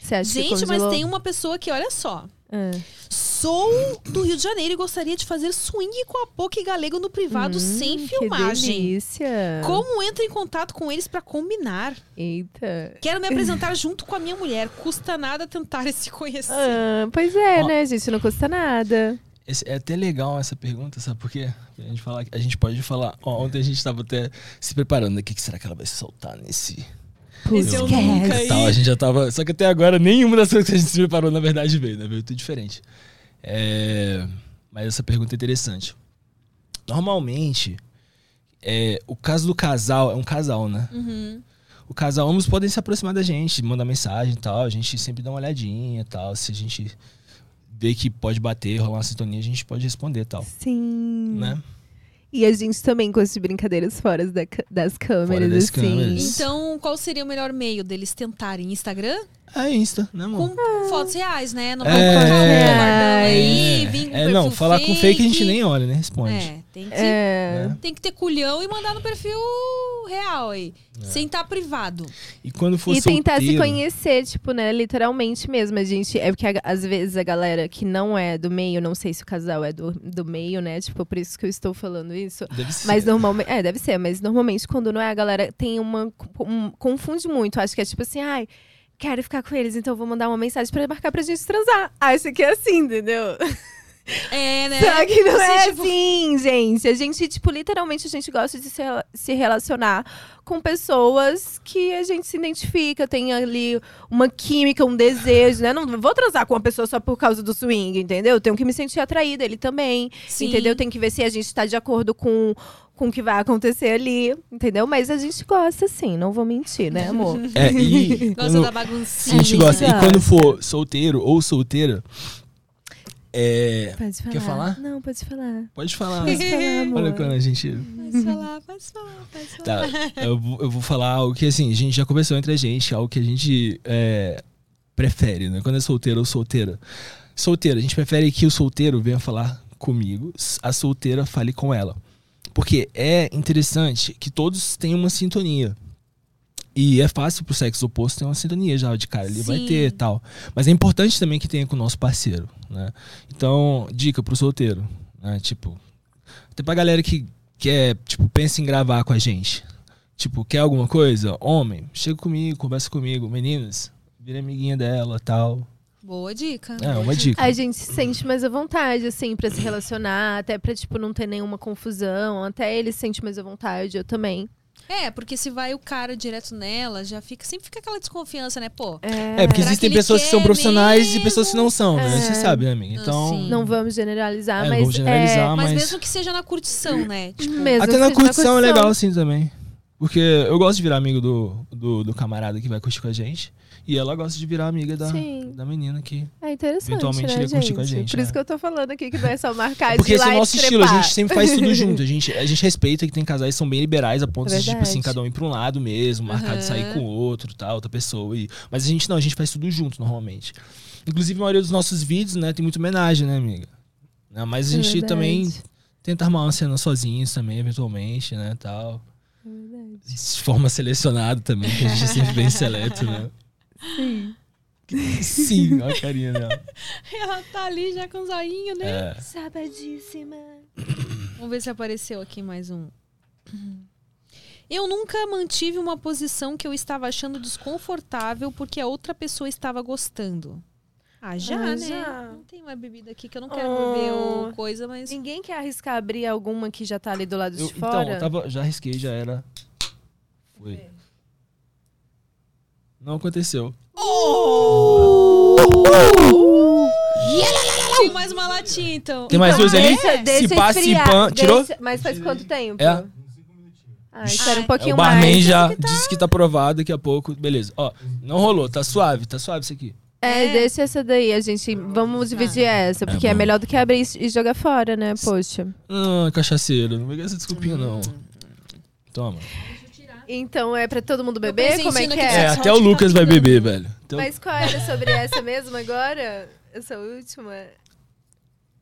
S7: Você acha que
S5: gente, mas
S7: congelou?
S5: tem um uma pessoa que, olha só.
S7: Ah.
S5: Sou do Rio de Janeiro e gostaria de fazer swing com a Poca e Galego no privado sem
S7: Hum, Que
S5: filmagem.
S7: delícia.
S5: Como entro em contato com eles pra combinar?
S7: Eita.
S5: Quero me apresentar junto com a minha mulher. Custa nada tentar se conhecer.
S7: Ah, pois é,
S6: Ó.
S7: né, gente? Não custa nada.
S6: Esse- é até legal essa pergunta, sabe por quê? A gente, fala, a gente pode falar. Ó, ontem a gente tava até se preparando. né? O que, que será que ela vai soltar nesse.
S5: Esse eu nunca aí.
S6: Tal, a gente já tava. Só que até agora nenhuma das coisas que a gente se preparou, na verdade, veio, né? Veio tudo diferente. É, mas essa pergunta é interessante. Normalmente, é, o caso do casal é um casal, né?
S5: Uhum.
S6: O casal, ambos podem se aproximar da gente, mandar mensagem e tal. A gente sempre dá uma olhadinha e tal. Se a gente vê que pode bater, rolar uma sintonia, a gente pode responder e tal,
S7: Sim.
S6: né?
S7: E a gente também gosta de brincadeiras fora da ca- das câmeras,
S6: das
S7: assim.
S6: câmeras.
S5: Então, qual seria o melhor meio deles tentarem? Instagram?
S6: É Insta, né, amor?
S5: Com fotos reais, né? Não
S6: É.
S5: vai colocar um guardão aí,
S6: É.
S5: vir com um
S6: É,
S5: perfil
S6: não, falar com fake a gente nem olha, né? Responde.
S5: É, tem que,
S7: É.
S6: Né?
S5: tem que ter culhão e mandar no perfil real aí.
S6: É.
S5: Sem estar privado.
S6: E quando for
S7: e tentar se
S6: solteiro-
S7: conhecer, tipo, né, literalmente mesmo. A gente. É porque a- às vezes a galera que não é do meio, não sei se o casal é do, do meio, né? Tipo, por isso que eu estou falando isso.
S6: Deve ser.
S7: Mas normalmente. É, deve ser, mas normalmente quando não é, a galera tem uma. um- confunde muito. Acho que é tipo assim, ai. Quero ficar com eles, então vou mandar uma mensagem pra marcar pra gente transar. Acho que é assim, entendeu?
S5: É, né?
S7: Será que não
S5: Assim,
S7: é
S5: tipo,
S7: assim, gente? A gente, tipo, literalmente a gente gosta de se, rela- se relacionar com pessoas que a gente se identifica, tem ali uma química, um desejo, né? Não vou transar com uma pessoa só por causa do swing, entendeu? Tenho que me sentir atraída, ele também,
S5: Sim.
S7: entendeu? Tem que ver se a gente tá de acordo com, com o que vai acontecer ali, entendeu? Mas a gente gosta, sim, não vou mentir, né, amor?
S6: É,
S5: Gosta
S6: e quando-
S5: da
S6: a
S5: baguncinha.
S6: gente gosta. E
S7: Gosta.
S6: quando for solteiro ou solteira, é,
S7: Pode falar.
S6: Quer falar?
S7: Não, pode falar.
S6: pode falar.
S7: Pode falar, amor.
S6: Olha quando a gente.
S5: Faz falar, faz falar, faz falar.
S6: Tá, eu, vou- eu vou falar algo que assim, a gente já conversou entre a gente, algo que a gente é, prefere, né? Quando é solteiro ou solteira. Solteira, a gente prefere que o solteiro venha falar comigo, a solteira fale com ela. Porque é interessante que todos têm uma sintonia. E é fácil pro sexo oposto ter uma sintonia já de cara, ele vai
S5: Sim.
S6: ter e tal. Mas é importante também que tenha com o nosso parceiro, né? Então, dica pro solteiro, né? Tipo, até pra galera que quer, tipo, pensa em gravar com a gente. Tipo, quer alguma coisa? Homem, chega comigo, conversa comigo. Meninas, vira amiguinha dela, tal.
S5: Boa dica.
S6: É, uma dica.
S7: A gente se sente mais à vontade, assim, pra se relacionar, até pra, tipo, não ter nenhuma confusão. Até ele se sente mais à vontade, eu também.
S5: É, porque se vai o cara direto nela, já fica, sempre fica aquela desconfiança, né? Pô,
S6: É, porque
S5: Será
S6: existem
S5: que ele
S6: pessoas que são
S5: quer
S6: profissionais e
S5: mesmo?
S6: pessoas que não são, né?
S7: É.
S6: Você sabe, né, amiga? Então,
S5: Assim.
S7: Não vamos generalizar,
S6: É,
S7: mas.
S6: vamos generalizar,
S7: é,
S5: mas,
S6: mas-
S5: mesmo que seja na curtição, né? Tipo,
S7: mesmo assim
S6: Até
S7: que
S6: na
S7: seja
S6: curtição é legal sim também. Porque eu gosto de virar amigo do, do, do camarada que vai curtir com a gente. E ela gosta de virar amiga da,
S7: Sim.
S6: da menina aqui.
S7: É interessante,
S6: Eventualmente
S7: né,
S6: ele ia curtir
S7: gente?
S6: com a gente,
S7: Por
S6: né?
S7: isso que eu tô falando aqui que não é só marcar
S6: Porque
S7: de ir
S6: esse
S7: lá
S6: é o
S7: e
S6: nosso estilo, a
S7: trepar.
S6: gente sempre faz tudo junto. A gente, a gente respeita que tem casais que são bem liberais a ponto de, tipo
S7: Verdade.
S6: assim, cada um ir pra um lado mesmo, marcar de sair
S5: Aham.
S6: com o outro, tal, outra pessoa. E... Mas a gente não, a gente faz tudo junto normalmente. Inclusive, a maioria dos nossos vídeos, né, tem muita homenagem, né, amiga? Né, Mas a
S7: É
S6: gente também
S7: verdade.
S6: tenta armar uma cena sozinhos também, eventualmente, né, tal. De forma selecionada também, que a gente é sempre bem seleto, né? Sim. Sim, olha a carinha dela.
S5: ela tá ali já com o zoinho, né?
S6: É.
S7: Sabadíssima.
S5: Vamos ver se apareceu aqui mais um. Eu nunca mantive uma posição que eu estava achando desconfortável porque a outra pessoa estava gostando. Ah, já,
S7: Ah,
S5: né? Ah.
S7: já.
S5: Não tem uma bebida aqui que eu não quero
S7: Oh.
S5: beber ou coisa, mas.
S7: Ninguém quer arriscar abrir alguma que já tá ali do lado
S6: Eu-
S7: de
S6: então,
S7: fora.
S6: eu tava, já arrisquei, já era. Foi. Não aconteceu.
S7: Então,
S5: Tem um mais uma latinha, então.
S6: Tem mais dois ali?
S7: Deixa, um deixa
S6: Se passa, se
S7: esfriar.
S6: pan- tirou?
S7: Deixa- Mas faz quanto tempo?
S6: É.
S7: Ah, espera um
S5: Ai.
S6: É,
S7: pouquinho
S6: o barman
S7: mais.
S6: já
S5: Tem que tá-
S6: disse que tá aprovado daqui a pouco. Beleza. Ó, não rolou. Tá suave, tá suave isso aqui.
S7: É,
S5: É.
S7: deixa essa daí, a gente. Vamos dividir essa, porque é,
S6: bom.
S7: melhor do que abrir e jogar fora, né? Poxa.
S6: Ah, cachaceiro. Não me dá essa desculpinha, não.
S7: Hum.
S6: Toma.
S7: Então é pra todo mundo
S5: Eu
S7: beber?
S5: pensei
S7: Como é
S5: nisso
S7: que
S5: aqui
S6: É,
S7: é?
S5: É, só
S6: até
S5: de
S6: o Lucas vai beber, velho. Então,
S7: Mas qual era sobre essa mesmo agora? Essa última?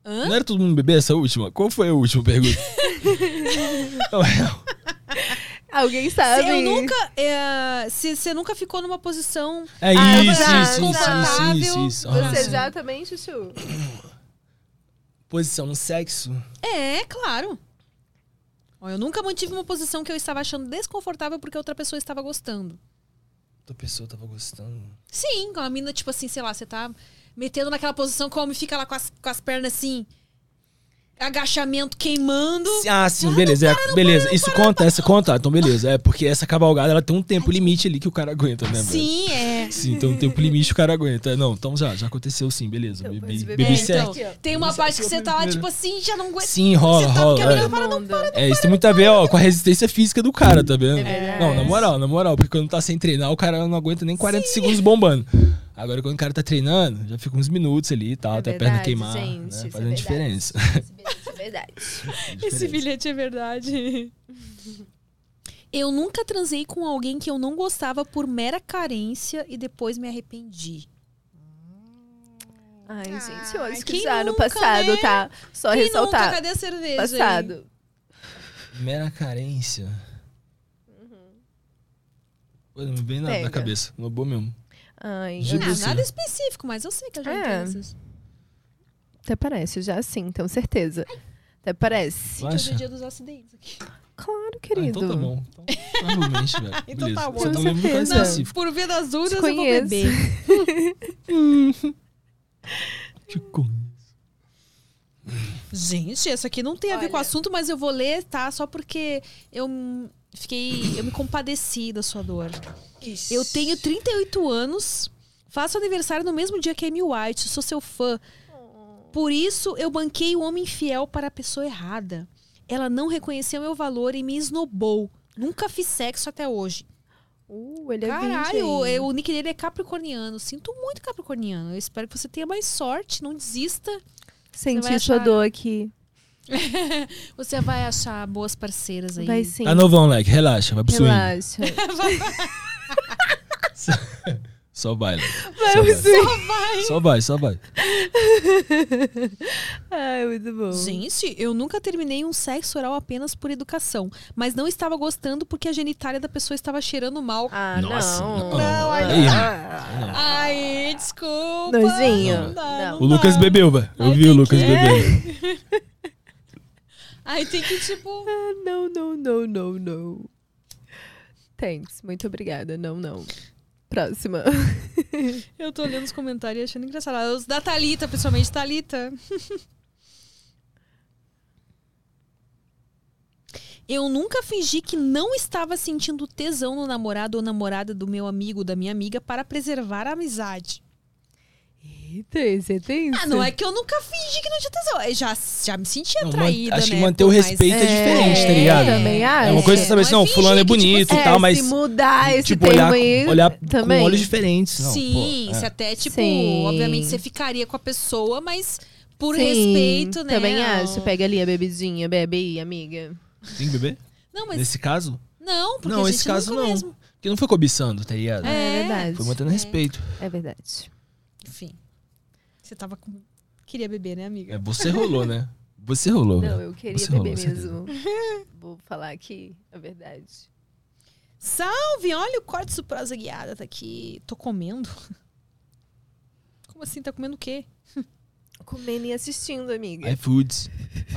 S5: Hã?
S6: Não era todo mundo beber essa última? Qual foi a última pergunta? Não, é-
S7: Alguém
S5: Se
S7: sabe?
S5: Então, eu nunca. é, se você nunca ficou numa posição.
S6: é
S7: Ah,
S6: isso,
S7: tá,
S6: isso, isso,
S5: confortável.
S6: isso, isso. Ah,
S7: Você
S6: sim.
S7: já também, Chuchu?
S6: Posição no sexo?
S5: É, claro. Ó, Eu nunca mantive uma posição que eu estava achando desconfortável porque outra pessoa estava gostando.
S6: Outra pessoa tava gostando.
S5: Sim, com a mina, tipo assim, sei lá, você tá metendo naquela posição que o homem fica lá com as, com as pernas assim. Agachamento queimando.
S6: Ah, sim, beleza. é, beleza. isso conta, essa conta. Então, beleza. É porque essa cavalgada ela tem um tempo limite ali que o cara aguenta, né, velho?
S5: Sim, é.
S6: Sim, tem um tempo limite que o cara aguenta. É, Não, então já, já aconteceu sim, beleza. Bebi,
S7: pode beber, É,
S6: bebi
S5: Então,
S6: certo.
S7: aqui, ó.
S5: tem uma
S6: Isso
S5: parte que
S6: aqui é o
S5: você tá lá,
S6: primeiro.
S5: tipo assim, já não aguenta.
S6: Sim, rola,
S5: você tá
S6: rola,
S5: porque a mina
S6: é.
S5: não para, não para.
S6: É, isso tem muito a ver, ó, com a resistência física do cara, tá
S7: É
S6: vendo? não, na moral, na moral, porque quando tá sem treinar, o cara não aguenta nem 40 segundos bombando. Agora, quando o cara tá treinando, já fica uns minutos ali e tal,
S7: É
S6: até a perna
S7: verdade,
S6: queimar.
S7: gente,
S6: né,
S7: isso é
S6: fazendo
S7: verdade.
S6: diferença.
S7: É verdade.
S5: Esse bilhete é verdade. Eu nunca transei com alguém que eu não gostava por mera carência e depois me arrependi.
S7: Ai, gente, olha, isso
S5: quem
S7: que já no
S5: nunca,
S7: passado,
S5: né?
S7: tá? Só
S5: Quem nunca?
S7: ressaltar.
S5: Cadê a cerveja?
S7: Passado.
S6: Mera carência. Pô, não me vem nada na
S7: Pega.
S6: cabeça. Não é boa mesmo.
S7: Ai,
S6: Juro.
S5: Não,
S6: Tipo assim.
S5: Ah, nada específico, mas eu sei que eu já
S7: É.
S5: entendo essas.
S7: até parece, já sim, tenho certeza. Até parece.
S5: Que
S6: Tu
S5: hoje é
S6: acha?
S5: dia dos acidentes aqui.
S7: Claro,
S6: Ah,
S7: querido.
S6: então tá bom. Então, provavelmente, velho.
S5: Então
S6: Beleza.
S5: tá bom.
S6: Só
S7: Com
S6: não lembro do caso
S7: certeza.
S6: específico.
S5: Por via das dúvidas, eu vou
S7: Desconheço.
S5: beber.
S6: Que coisa.
S5: Gente, essa aqui não tem a ver com o
S7: Olha.
S5: assunto, mas eu vou ler, tá? Só porque eu m- fiquei. Eu me compadeci da sua dor. Eu tenho 38 anos, faço aniversário no mesmo dia que Amy White, sou seu fã. Por isso, eu banquei o homem fiel para a pessoa errada. Ela não reconheceu meu valor e me esnobou. Nunca fiz sexo até hoje.
S7: Uh, ele é
S5: Caralho,
S7: virgem.
S5: eu- o nick dele é capricorniano. Sinto muito capricorniano. Eu espero que você tenha mais sorte, não desista. Você vai
S7: Senti sua
S5: achar-
S7: dor aqui.
S5: Você vai achar boas parceiras aí.
S7: Vai sim.
S6: Tá novão, moleque. Relaxa. Vai pro swing.
S7: Relaxa.
S6: Só vai, moleque. Só vai. Só vai, só vai.
S7: Ai, muito bom.
S5: Gente, eu nunca terminei um sexo oral apenas por educação, mas não estava gostando porque a genitália da pessoa estava cheirando mal.
S7: Ah,
S6: Nossa,
S7: não.
S6: não. Não, aí não.
S7: Ah.
S5: Ai, desculpa.
S7: Nojinho.
S5: Não dá,
S7: Não.
S5: não
S6: O Lucas
S5: dá.
S6: bebeu, velho. Eu
S5: Ai,
S6: vi o
S5: tem
S6: Lucas
S5: que-
S6: bebendo.
S5: Aí tem que, tipo.
S7: Ah, Não, não, não, não, não. Thanks, muito obrigada. Não, não. Próxima.
S5: Eu tô olhando os comentários e achando engraçado. Ah, Os da Thalita, principalmente Thalita. Eu nunca fingi que não estava sentindo tesão no namorado ou namorada do meu amigo, da minha amiga, para preservar a amizade.
S7: Eita, esse é tenso.
S5: Ah, não é que eu nunca fingi que não tinha tesão. Eu já, já me sentia
S6: Não, man-
S5: traída,
S6: acho que
S5: né?
S6: manter o
S5: Por mais-
S6: respeito é diferente, tá ligado?
S7: Também acho.
S6: É uma coisa você saber assim,
S5: Não é
S6: não, fulano é
S5: fingir que, tipo,
S6: bonito e
S7: É,
S6: tal, mas...
S7: se mudar Ah, esse
S6: tipo,
S7: termo
S6: olhar,
S7: aí
S6: olhar
S7: também.
S6: com olhos diferentes. Não,
S5: Sim,
S6: pô, é.
S5: você até, tipo,
S7: Sim.
S5: obviamente você ficaria com a pessoa, mas por
S7: Sim,
S5: respeito, né?
S7: Também
S5: ao-
S7: acho. Pega ali a bebidinha, bebe aí, amiga.
S6: Tem que beber?
S5: Não, mas
S6: Nesse caso?
S5: Não, porque
S6: não,
S5: a gente
S6: esse caso
S5: nunca
S6: não.
S5: mesmo.
S6: Porque não foi cobiçando, tá ligado?
S7: É, verdade.
S6: Foi mantendo respeito.
S7: É verdade.
S5: Enfim. Você tava com. Queria beber, né, amiga?
S6: É, você rolou, né? Você rolou.
S7: Não,
S6: né?
S7: eu queria
S6: Você
S7: beber
S6: rolou, certeza.
S7: mesmo. Vou falar aqui a verdade.
S5: Salve! Olha o corte surpresa guiada, tá aqui. Tô comendo. Como assim? Tá comendo o quê?
S7: Comendo e assistindo, amiga.
S6: iFoods.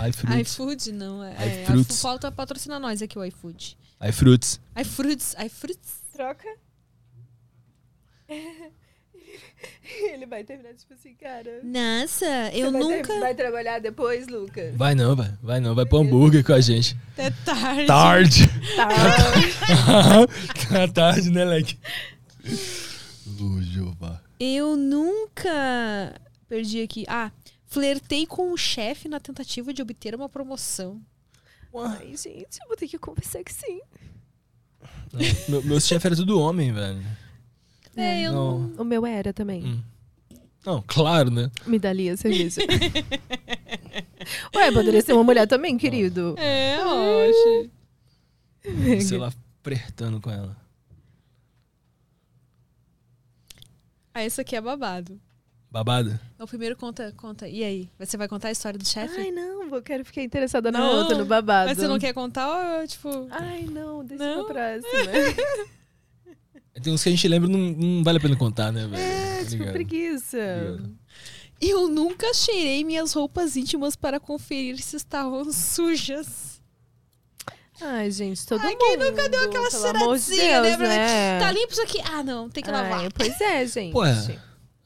S6: iFruits.
S5: iFood? Não, é. é
S6: iFruits.
S5: iFruits. Falta patrocinar nós aqui o iFood.
S6: iFruits.
S5: iFruits, iFruits.
S7: Troca. Ele vai terminar, tipo assim, cara.
S5: Nossa, eu
S7: vai ter-
S5: nunca.
S7: vai trabalhar depois, Lucas?
S6: Vai não, vai. Vai não. Vai pro hambúrguer com a gente.
S5: É tarde.
S6: Tarde.
S7: Tá.
S6: Tá tarde, né, Leque? Lujová.
S5: Eu nunca. Perdi aqui. Ah, flertei com o chefe na tentativa de obter uma promoção.
S7: Ai, gente, eu vou ter que confessar que sim.
S6: Meu, meus chefes eram tudo homem, velho.
S5: É, eu não.
S6: Não,
S7: O meu era também.
S6: Hum. não claro, né?
S7: Me daria serviço. Ué, poderia ser uma mulher também, querido.
S5: É, oxe.
S6: Sei lá, apertando com ela.
S5: Ah, essa aqui é babado.
S6: Babada?
S5: O primeiro conta, conta. E aí? Você vai contar a história do chefe?
S7: Ai, não, eu quero ficar interessada na
S5: Não,
S7: outra, no babado.
S5: Mas você não quer contar, ó, tipo.
S7: Ai, não, deixa
S5: Não.
S7: pra próxima.
S6: Tem uns que a gente lembra não, não vale a pena contar, né, velho?
S7: É,
S6: Tá
S7: tipo,
S6: ligado?
S7: preguiça.
S5: Eu nunca cheirei minhas roupas íntimas para conferir se estavam sujas.
S7: Ai, gente, todo
S5: Ai,
S7: mundo.
S5: quem nunca deu aquela
S7: pelo amor de
S5: cheiradinha, né,
S7: Deus,
S5: Bruna? Tá limpo isso aqui? Ah, não, tem que lavar.
S7: Ai, pois é, gente.
S6: Pô, é.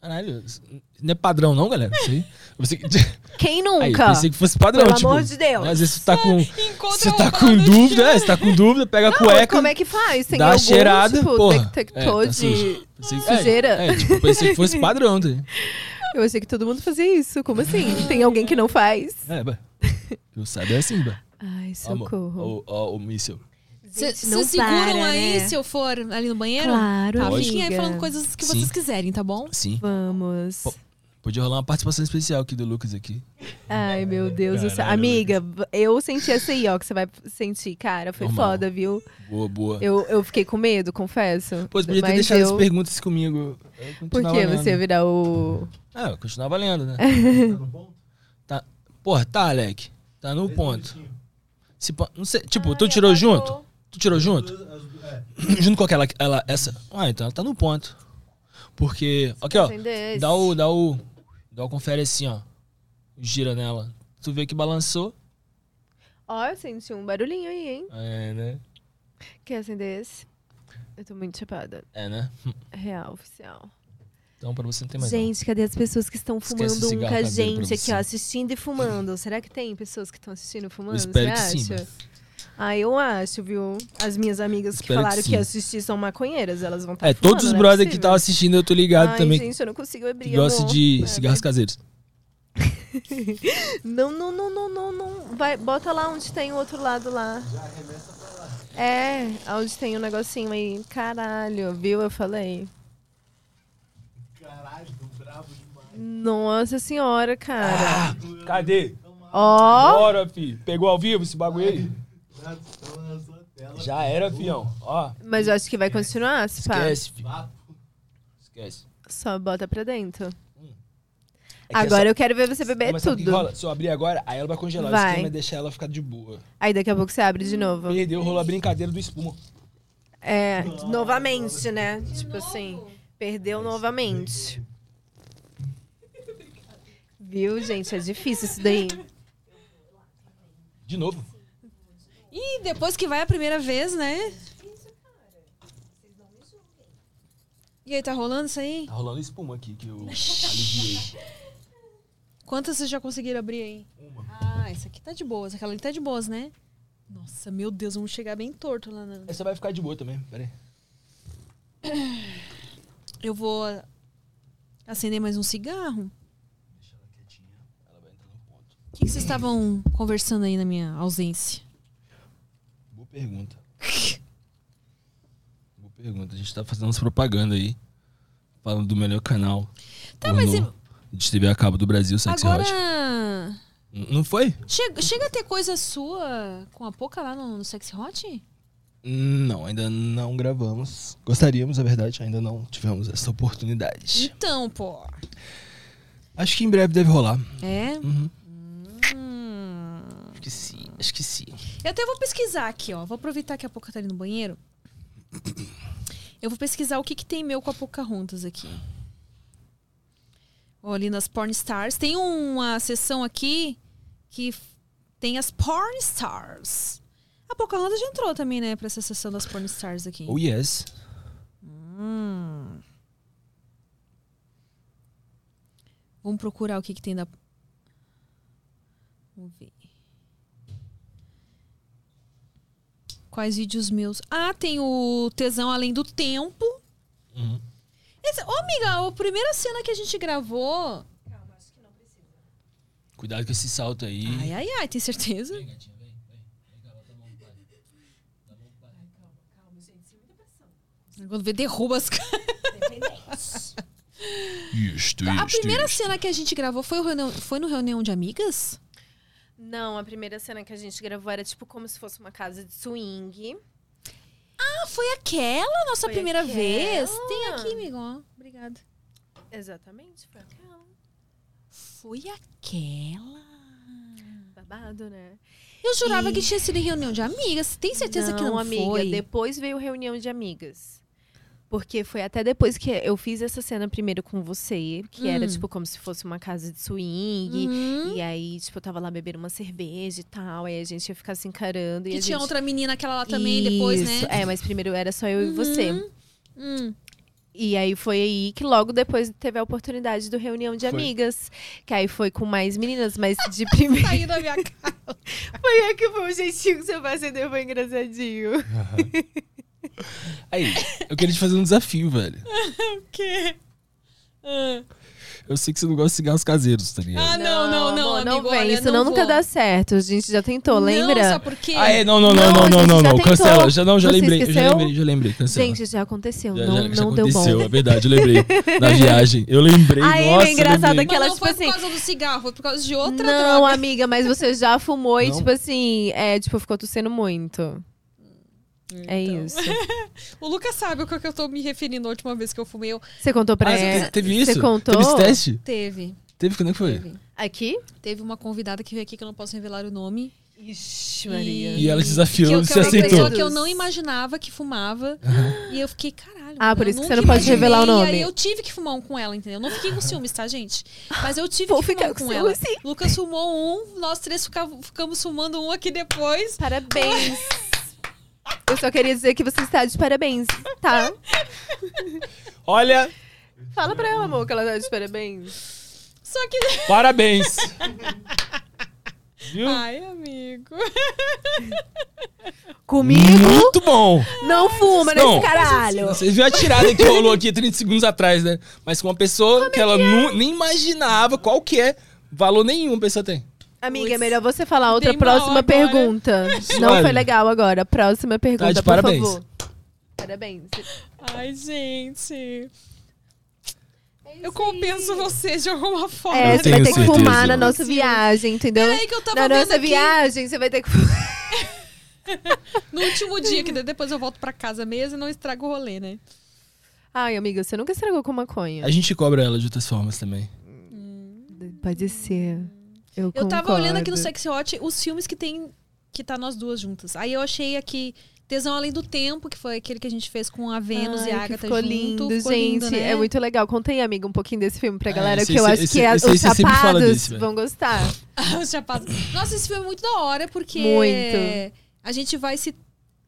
S6: Caralho, isso não é padrão, não, galera? Isso aí. Eu pensei que,
S7: Quem
S6: aí,
S7: nunca?
S6: eu pensei que fosse padrão,
S7: Pelo
S6: tipo,
S7: amor de Deus.
S6: né, Às vezes você tá com.
S5: Encontra
S6: Você
S5: um
S6: tá com
S5: bando de-
S6: dúvida, é, você tá com dúvida, pega a
S7: Não,
S6: cueca.
S7: como é que faz? Tem
S6: dá a
S7: algum,
S6: cheirada,
S7: tipo,
S6: porra.
S7: detector
S6: É, tá
S7: de...
S6: sujo. Pensei-
S7: sujeira?
S6: É, é, tipo, pensei que fosse padrão. tá?
S7: Eu achei que todo mundo fazia isso. Como assim? Tem alguém que não faz?
S6: É, bah. Eu sabe é assim, bah.
S7: Ai,
S6: Ó, amor,
S7: socorro.
S6: ó, ó, o míssil.
S5: Cê-
S7: é, Gente, não
S5: Vocês seguram
S7: para,
S5: aí
S7: né?
S5: se eu for ali no banheiro?
S7: Claro,
S5: Tá,
S7: amiga.
S5: fiquem aí falando coisas que
S6: Sim.
S5: vocês quiserem, tá bom?
S6: Sim.
S7: Vamos.
S6: Podia rolar uma participação especial aqui do Lucas aqui.
S7: Ai, meu Deus do céu.
S6: Caralho,
S7: Amiga, eu senti essa aí, ó, que você vai sentir. Cara, foi
S6: Normal.
S7: foda, viu?
S6: Boa, boa.
S7: Eu, eu fiquei com medo, confesso.
S6: Pô, você podia ter
S7: Mas
S6: deixado
S7: eu...
S6: as perguntas comigo.
S7: Por
S6: Porque
S7: que você ia virar o...
S6: Ah, eu continuava lendo, né? tá. Porra, tá, Alec. Tá no ponto. Se pa- não sei, tipo,
S7: Ah,
S6: tu tirou junto? Tu tirou junto? junto com aquela. Ela, essa. Ah, então ela tá no ponto. Porque. Aqui, ó.
S7: Entendesse.
S6: Dá o. Dá o. Dá o confere assim, ó. Gira nela. Tu vê que balançou.
S7: Ó, eu senti um barulhinho aí, hein?
S6: É, né?
S7: Quer acender esse? Eu tô muito chapada.
S6: É, né?
S7: Real, oficial.
S6: Então pra você não tem mais. nada.
S7: Gente, cadê as pessoas que estão
S6: Esquece
S7: fumando
S6: o
S7: um
S6: cigarro
S7: com a
S6: caseiro pra
S7: gente aqui,
S6: você.
S7: ó, assistindo e fumando? Será que tem pessoas que estão assistindo e
S6: Eu
S7: fumando?
S6: espero que
S7: você
S6: sim.
S7: acha?
S6: mano.
S7: Ah, eu acho, viu? As minhas amigas
S6: Espero
S7: que
S6: que
S7: falaram que,
S6: sim.
S7: assistir são maconheiras, elas vão tá estar
S6: É, todos os brothers que estavam assistindo, eu tô ligado
S7: né, Ai,
S6: também.
S7: gente, eu não consigo abrir,
S6: que gosta
S7: amor.
S6: de
S7: É,
S6: cigarros caseiros.
S7: Não, não, não, não, não, não. Vai, bota lá onde tem o outro lado lá. Já arremessa pra lá. É, onde tem o negocinho aí. Caralho, viu? Eu falei. Caralho, bravo demais. Nossa senhora, cara.
S6: Cadê?
S7: Ó,
S6: Bora, fi. Pegou ao vivo esse bagulho aí? Já era, fião. Ó,
S7: mas eu acho que vai continuar, se pá.
S6: esquece, fi. Esquece.
S7: Só bota pra dentro.
S6: É que
S7: Agora
S6: essa-
S7: eu quero ver você beber
S6: Mas sabe o que
S7: tudo.
S6: rola? Se eu abrir agora, aí ela vai congelar.
S7: Vai.
S6: O esquema é deixar ela ficar de boa.
S7: Aí daqui a pouco você abre de novo.
S6: Perdeu, rolou a brincadeira do espuma.
S7: É, novamente, né? tipo assim, perdeu novamente. Viu, gente? É difícil isso daí.
S6: De novo.
S5: E depois que vai a primeira vez, né? E aí, tá rolando isso aí?
S6: Tá rolando espuma aqui que eu aliviei.
S5: Quantas vocês já conseguiram abrir aí? Uma. Ah, essa aqui tá de boas. Aquela ali tá de boas, né? Nossa, meu Deus, vamos chegar bem torto lá na...
S6: Essa vai ficar de boa também. Pera aí.
S5: Eu vou acender mais um cigarro.
S6: Ela vai entrar no ponto.
S5: O que que vocês estavam conversando aí na minha ausência?
S6: Boa pergunta. Boa pergunta. A gente tá fazendo umas propaganda aí. Falando do melhor canal.
S5: Tá,
S6: pornô
S5: mas e-
S6: De TV a cabo do Brasil, Sexy
S5: Agora...
S6: Hot. N- Não foi?
S5: Chega, chega a ter coisa sua com a Poca lá no, no Sexy Hot?
S6: Não, ainda não gravamos. Gostaríamos, na verdade, ainda não tivemos essa oportunidade.
S5: Então, pô.
S6: Acho que em breve deve rolar.
S5: É? Hum.
S6: Acho que sim, acho que sim.
S5: Eu até vou pesquisar aqui, ó. Vou aproveitar que a Poca tá ali no banheiro. Eu vou pesquisar o que, que tem meu com a Pocahontas aqui. Ó, ali nas Porn Stars. Tem uma seção aqui que f- tem as Porn Stars. A Pocahontas já entrou também, né, pra essa seção das Porn Stars aqui.
S6: Oh yes.
S5: Vamos procurar o que, que tem da. Vamos ver. Quais vídeos meus? Ah, tem o Tesão Além do Tempo. Esse... Ô, amiga, a primeira cena que a gente gravou.
S6: Cuidado com esse salto aí.
S5: Ai, ai, ai, tem certeza? Quando vê, derruba as caras.
S6: Isto,
S5: A
S6: isto,
S5: primeira
S6: isto.
S5: cena que a gente gravou foi, o reunião- foi no reunião de amigas?
S7: Não, a primeira cena que a gente gravou era tipo como se fosse uma casa de swing.
S5: Ah, foi aquela nossa
S7: Foi
S5: primeira
S7: aquela.
S5: vez? Tem aqui, amigo. ó. Obrigada.
S7: Exatamente, foi aquela.
S5: Foi aquela.
S7: Babado, né?
S5: Eu jurava
S7: E-
S5: que tinha sido em reunião de amigas. Tem certeza que não
S7: amiga,
S5: foi?
S7: depois veio reunião de amigas. Porque foi até depois que eu fiz essa cena primeiro com você, que era tipo como se fosse uma casa de swing.
S5: Hum,
S7: E aí, tipo, eu tava lá bebendo uma cerveja e tal. Aí a gente ia ficar se encarando. e
S5: que
S7: a
S5: tinha
S7: gente...
S5: outra menina, aquela lá também, depois,
S7: Isso,
S5: né? Uhum.
S7: É, mas primeiro era só eu e você.
S5: Hum.
S7: E aí foi aí que logo depois teve a oportunidade do reunião de
S6: Foi.
S7: amigas. Que aí foi com mais meninas, mas de primeiro.
S5: Saiu da minha cara.
S7: foi aí que foi o jeitinho que você fazendo, foi engraçadinho.
S6: Aí, eu queria te fazer um desafio, velho.
S5: Que? Ah,
S6: Eu sei que você não gosta de cigarros caseiros, tá ligado?
S5: Ah, não, não, não,
S7: amor,
S5: amigo,
S7: vem,
S5: olha,
S7: isso não nunca
S5: vou.
S7: dá certo. A gente já tentou,
S5: Não,
S7: lembra?
S5: sabe por quê?
S6: Ah, é, não, não, não,
S7: Não,
S6: não,
S7: a
S6: não,
S7: gente
S6: não,
S7: já
S6: não.
S7: tentou.
S6: Cancela. Já, não, já
S7: Você
S6: lembrei, eu já
S7: esqueceu?
S6: lembrei, já lembrei, cancela.
S7: Gente, já aconteceu,
S6: já,
S7: não,
S6: já, já
S7: não deu
S6: aconteceu,
S7: bom.
S6: é verdade, eu lembrei. Na viagem. Eu lembrei,
S7: Aí,
S6: nossa.
S7: é engraçado
S6: lembrei.
S7: que ela,
S5: Mas não foi
S7: tipo assim,
S5: por causa do cigarro, foi por causa de outra
S7: Não,
S5: droga.
S7: amiga, mas você já fumou e,
S6: Não?
S7: tipo assim, é, tipo, ficou tossindo muito. É
S5: Então.
S7: isso.
S5: O Lucas sabe o que eu tô me referindo a última vez que eu fumei. Eu...
S7: Você contou pra
S6: Ah,
S7: ela?
S6: você teve isso?
S7: Você contou?
S6: Teve esse teste?
S5: Teve,
S6: Teve, quando é que foi?
S5: teve.
S7: Aqui?
S5: Teve uma convidada que veio aqui que eu não posso revelar o nome.
S7: Ixi,
S5: Maria.
S6: E ela te
S5: que
S6: desafiou,
S5: eu, que
S6: você
S5: é uma pessoa
S6: aceitou.
S5: que eu não imaginava que fumava. E eu fiquei, caralho.
S7: Ah,
S5: mano,
S7: por
S5: eu
S7: isso que você não
S5: nunca
S7: pode revelar o
S5: imaginei.
S7: nome.
S5: E aí eu tive que fumar um com ela, entendeu? Não fiquei com ciúmes, tá, gente? Mas eu tive
S7: Vou
S5: que fumar
S7: ficar
S5: um
S7: com
S5: com
S7: ciúmes,
S5: ela.
S7: sim.
S5: Lucas fumou um, nós três ficav- ficamos fumando um aqui depois.
S7: Parabéns. Eu só queria dizer que você está de parabéns, tá?
S6: Olha,
S7: Fala pra ela, amor, que ela tá de parabéns.
S5: Só que.
S6: parabéns. Viu?
S5: Ai, amigo.
S7: Comigo?
S6: Muito bom.
S7: Não fuma
S6: Não.
S7: nesse caralho.
S6: Vocês viram a tirada que rolou aqui 30 segundos atrás, né? Mas com uma pessoa que
S7: é
S6: ela nu- nem imaginava qual que é, valor nenhum a pessoa tem.
S7: Amiga, é melhor você falar outra
S5: Dei mal
S7: próxima
S5: agora.
S7: pergunta. Não
S6: Olha.
S7: foi legal agora. Próxima pergunta, por
S6: Tá parabéns.
S7: favor. Parabéns.
S5: Ai, gente. Eu compenso você de alguma forma.
S7: É, você
S6: Eu
S7: vai
S6: tenho
S7: ter que
S6: certeza.
S7: fumar na nossa viagem, entendeu?
S5: Peraí que eu tava
S7: na
S5: vendo
S7: nossa
S5: aqui.
S7: viagem, você vai ter que fumar.
S5: No último dia, que daí depois eu volto pra casa mesmo e não estrago o rolê, né?
S7: Ai, amiga, você nunca estragou com maconha.
S6: A gente cobra ela de outras formas também.
S7: Pode ser. Eu,
S5: Eu tava
S7: concordo.
S5: olhando aqui no Sexy Hot os filmes que tem. Que tá nós duas juntas. Aí eu achei aqui Tesão Além do Tempo, que foi aquele que a gente fez com a Vênus
S7: Ai,
S5: e
S7: que
S5: a Agatha
S7: ficou
S5: junto.
S7: lindo,
S5: Ficou
S7: gente.
S5: lindo, né?
S7: É muito legal. Conta aí, amiga, um pouquinho desse filme pra galera,
S6: Ah, esse-
S7: que eu
S6: esse-
S7: acho
S6: esse-
S7: que a-
S6: esse-
S7: os
S6: esse sempre fala
S7: chapados
S6: desse, velho.
S7: vão gostar.
S5: Os chapados. Nossa, esse filme é muito da hora, porque
S7: Muito.
S5: a gente vai se.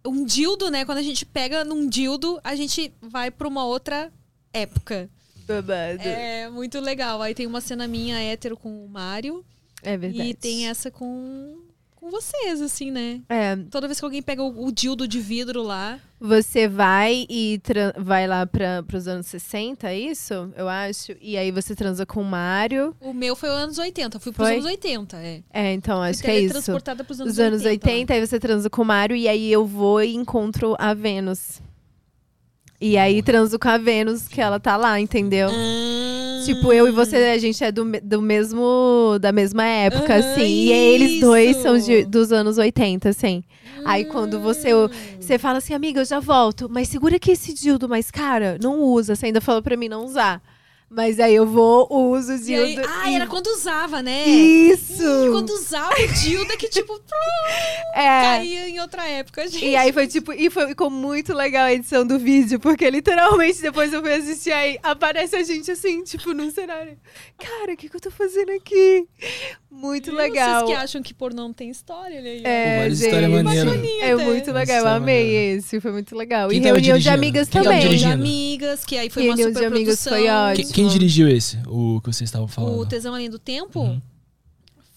S5: Um dildo, né? Quando a gente pega num dildo, a gente vai pra uma outra época.
S7: Babado. É,
S5: É muito legal. Aí tem uma cena minha hétero com o Mário
S7: É verdade.
S5: e tem essa com, com vocês, assim, né?
S7: É,
S5: Toda vez que alguém pega o, o dildo de vidro lá.
S7: Você vai e tran- vai lá para os anos 60, é isso? Eu acho. E aí você transa com o Mário.
S5: O meu foi os anos 80, eu fui pros
S7: Foi?
S5: anos 80, é.
S7: É, então acho
S5: Fui
S7: que é isso.
S5: teletransportada pros anos né?
S7: Os anos 80,
S5: 80.
S7: aí você transa com o Mário e aí eu vou e encontro a Vênus. E aí transo com a Vênus, que ela tá lá, entendeu?
S5: Ah.
S7: Tipo, eu e você, a gente é do, me- do mesmo. da mesma época,
S5: Ah,
S7: assim. E eles dois
S5: isso! Ah.
S7: são de- dos anos 80, assim. Aí quando você. o- Você fala assim, amiga, eu já volto, mas segura aqui esse dildo, mas cara, não usa. Você ainda falou pra mim não usar. Mas aí eu vou, uso o
S5: E
S7: dildo.
S5: aí, ah,
S7: e-
S5: era quando usava, né?
S7: Isso!
S5: E quando usava o dildo é que, tipo,
S7: é.
S5: caía em outra época, gente.
S7: E aí foi tipo, e foi, ficou muito legal a edição do vídeo, porque literalmente depois eu fui assistir aí, aparece a gente assim, tipo, num cenário. Cara, o que, que eu tô fazendo aqui? Muito
S5: Viu?
S7: legal.
S5: Vocês que acham que pornô não tem história, né? olha aí. ó.
S7: É,
S6: Pô, várias histórias
S7: gente,
S6: maneiras.
S7: É muito legal, eu
S6: Nossa,
S7: amei
S6: maneiro.
S7: esse, foi muito legal.
S6: Quem
S7: e
S6: tava
S7: reunião de
S6: dirigindo?
S7: amigas
S6: Quem tava
S7: também.
S5: Reunião de
S6: dirigindo?
S5: amigas, que aí foi uma
S7: Reunião de
S5: super
S7: amigos
S5: produção.
S7: foi ótimo.
S6: Quem, quem dirigiu esse? O que vocês estavam
S5: O
S6: falando?
S5: Tesão Além do Tempo
S6: Uhum.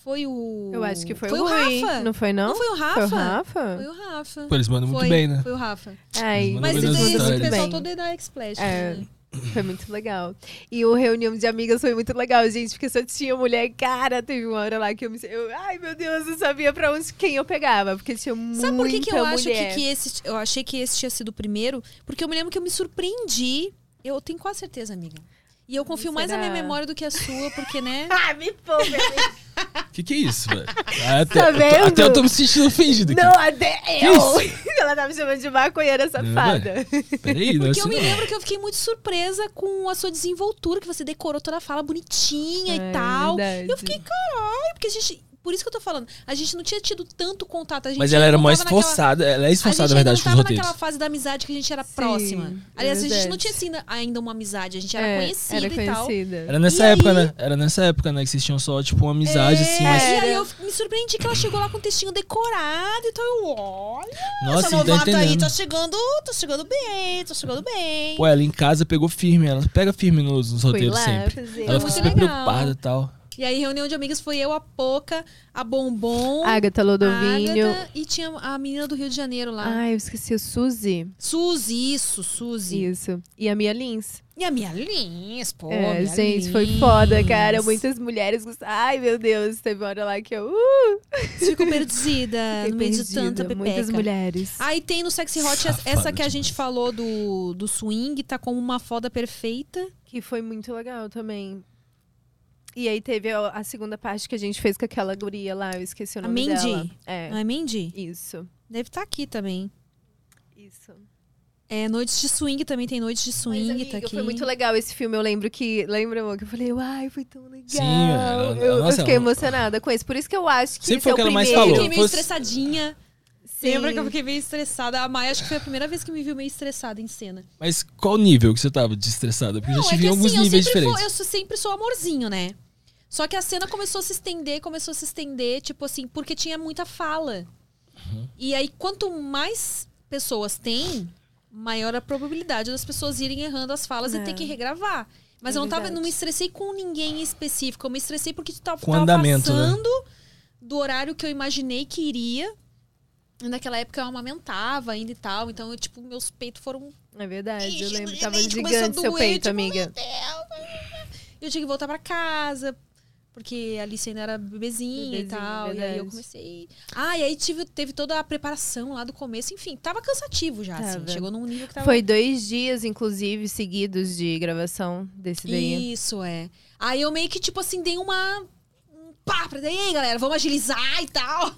S5: foi o...
S7: Eu acho que foi,
S5: o
S7: Rui,
S5: Rafa.
S7: Não foi, não?
S5: Não foi o
S7: Foi o
S5: Rafa?
S7: Rafa?
S5: Foi o Rafa.
S6: Pô, eles mandam muito
S5: Foi-
S6: bem, né?
S5: Foi o Rafa.
S7: Ai,
S6: Mandou
S5: Mas
S6: bem
S5: isso é
S6: nas
S5: aí,
S6: histórias.
S5: o pessoal
S7: Muito
S5: todo é da X-Splash.
S7: É.
S5: né?
S7: Foi muito legal. E o reunião de amigas foi muito legal, gente, porque só tinha mulher. Cara, teve uma hora lá que eu me. Eu, ai, meu Deus, eu sabia pra onde quem eu pegava, porque tinha muita
S5: Sabe por que, que eu acho que,
S7: mulher.
S5: que esse. Eu achei que esse tinha sido o primeiro? Porque eu me lembro que eu me surpreendi. Eu tenho quase certeza, amiga. E eu confio mais na minha
S7: Será?
S5: memória do que a sua, porque, né?
S7: Ah, me poupa, amiga.
S6: Que que é isso, velho? Até,
S7: Tá
S6: eu tô-
S7: vendo?
S6: até eu tô me sentindo ofendido aqui.
S7: Não, até eu! Ela tá me chamando de maconheira safada.
S6: Peraí, não é
S5: Porque eu
S6: assim
S5: me
S6: não.
S5: lembro que eu fiquei muito surpresa com a sua desenvoltura, que você decorou toda a fala bonitinha
S7: É,
S5: e tal.
S7: verdade.
S5: Eu fiquei, caralho, porque a gente. Por isso que eu tô falando, a gente não tinha tido tanto contato. A gente
S6: Mas ela era
S5: não
S6: mais
S5: tava naquela-
S6: esforçada. Ela é
S5: a
S6: esforçada,
S5: gente
S6: na verdade,
S5: ainda
S6: pros
S5: não tava naquela
S6: roteiros.
S5: fase da amizade que a gente era
S7: Sim, é
S5: próxima. Aliás, a gente não
S7: verdade.
S5: tinha sido ainda uma amizade, a gente era conhecida
S7: É, Era
S5: e tal.
S7: conhecida.
S6: Era nessa
S5: E
S6: época,
S5: aí?
S6: né? Era nessa época, né? Que vocês tinham só, tipo, uma amizade, assim, mas.
S5: É, E aí eu me surpreendi que ela chegou lá com o textinho decorado, então eu, olha,
S6: Nossa,
S5: essa
S6: ele tá
S5: novata aí
S6: entendendo.
S5: tá chegando, tá chegando bem, tá chegando bem.
S6: Pô, ela em casa pegou firme, ela pega firme nos, nos
S7: Fui
S6: roteiros
S7: lá
S6: sempre.
S7: fazer
S6: Ela
S7: uma-
S5: Muito
S6: ficou super
S5: legal.
S6: preocupada e tal.
S5: E aí, reunião de amigas foi eu, a Poca, a Bombom, a
S7: Agatha Lodovinho.
S5: Agatha e tinha a menina do Rio de Janeiro lá.
S7: Ai, eu esqueci. Suzy.
S5: Suzy, isso, Suzy.
S7: Isso. E a Mia Lins.
S5: E a minha Lins, pô.
S7: é,
S5: Mia
S7: gente,
S5: Lins.
S7: foi foda, cara. Muitas mulheres gostaram. Ai, meu Deus. Teve uma hora lá que eu. Uh,
S5: Fico perdida
S7: fiquei
S5: no meio de
S7: perdida.
S5: Ah, tanta pepeca.
S7: Muitas mulheres.
S5: Aí tem no Sexy Hot
S6: Safada
S5: essa que a
S6: demais.
S5: gente falou do, do swing, tá como uma foda perfeita.
S7: Que foi muito legal também. E aí teve a, a segunda parte que a gente fez com aquela guria lá. Eu esqueci o
S5: A
S7: nome
S5: Mandy.
S7: dela. É.
S5: Não é, Mandy?
S7: Isso.
S5: Deve estar aqui também.
S7: Isso.
S5: É, Noites de Swing também tem Noites de
S7: Mas,
S5: Swing, tá
S7: amiga,
S5: aqui.
S7: Foi muito legal esse filme. Eu lembro que. Lembra, amor, que eu falei, uai, foi tão legal.
S6: Sim,
S7: eu,
S6: ela-
S7: eu
S6: nossa,
S7: fiquei
S6: ela-
S7: emocionada com esse. Por isso que eu acho que.
S6: Sempre
S7: esse
S6: foi
S7: é
S6: o que ela mais
S5: Eu
S7: primeiro.
S5: fiquei
S6: falou.
S5: meio
S6: Fosse-
S5: estressadinha.
S7: Sim.
S5: Lembra que eu fiquei meio estressada? A Maia acho que foi a primeira vez que me viu meio estressada em cena.
S6: Mas qual nível que você tava de estressada? Porque eu já
S5: é
S6: tive
S5: que
S6: alguns
S5: assim, eu
S6: níveis
S5: sempre,
S6: diferentes.
S5: fui- eu sou- sempre sou amorzinho, né? Só que a cena começou a se estender, começou a se estender, tipo assim, porque tinha muita fala.
S6: Uhum.
S5: E aí, quanto mais pessoas tem, maior a probabilidade das pessoas irem errando as falas
S7: É.
S5: e ter que regravar. Mas
S7: É
S5: eu não, tava,
S7: verdade.
S5: não me estressei com ninguém em específico. Eu me estressei porque tava,
S6: Com
S5: tava
S6: andamento, né?
S5: passando do horário que eu imaginei que iria. E Naquela época eu amamentava ainda e tal. Então, eu, tipo, meus peitos foram
S7: É verdade, eu
S5: Ixi,
S7: lembro.
S5: de
S7: Tava
S5: leite começou a
S7: gigante seu
S5: doer,
S7: peito,
S5: tipo,
S7: amiga.
S5: eu tinha que voltar pra casa, porque a Alice ainda era bebezinha, e
S7: Bebezinha,
S5: tal. E aí eu
S7: verdade.
S5: comecei. Ah, e aí tive, teve toda a preparação lá do começo, enfim, tava cansativo já, assim.
S7: Tava.
S5: Chegou num nível que tava.
S7: É Foi dois dias, inclusive, seguidos de gravação desse daí.
S5: Isso, é. Aí eu meio que, tipo assim, dei uma. um Pá, pra daí, "Ei, galera, vamos agilizar e tal.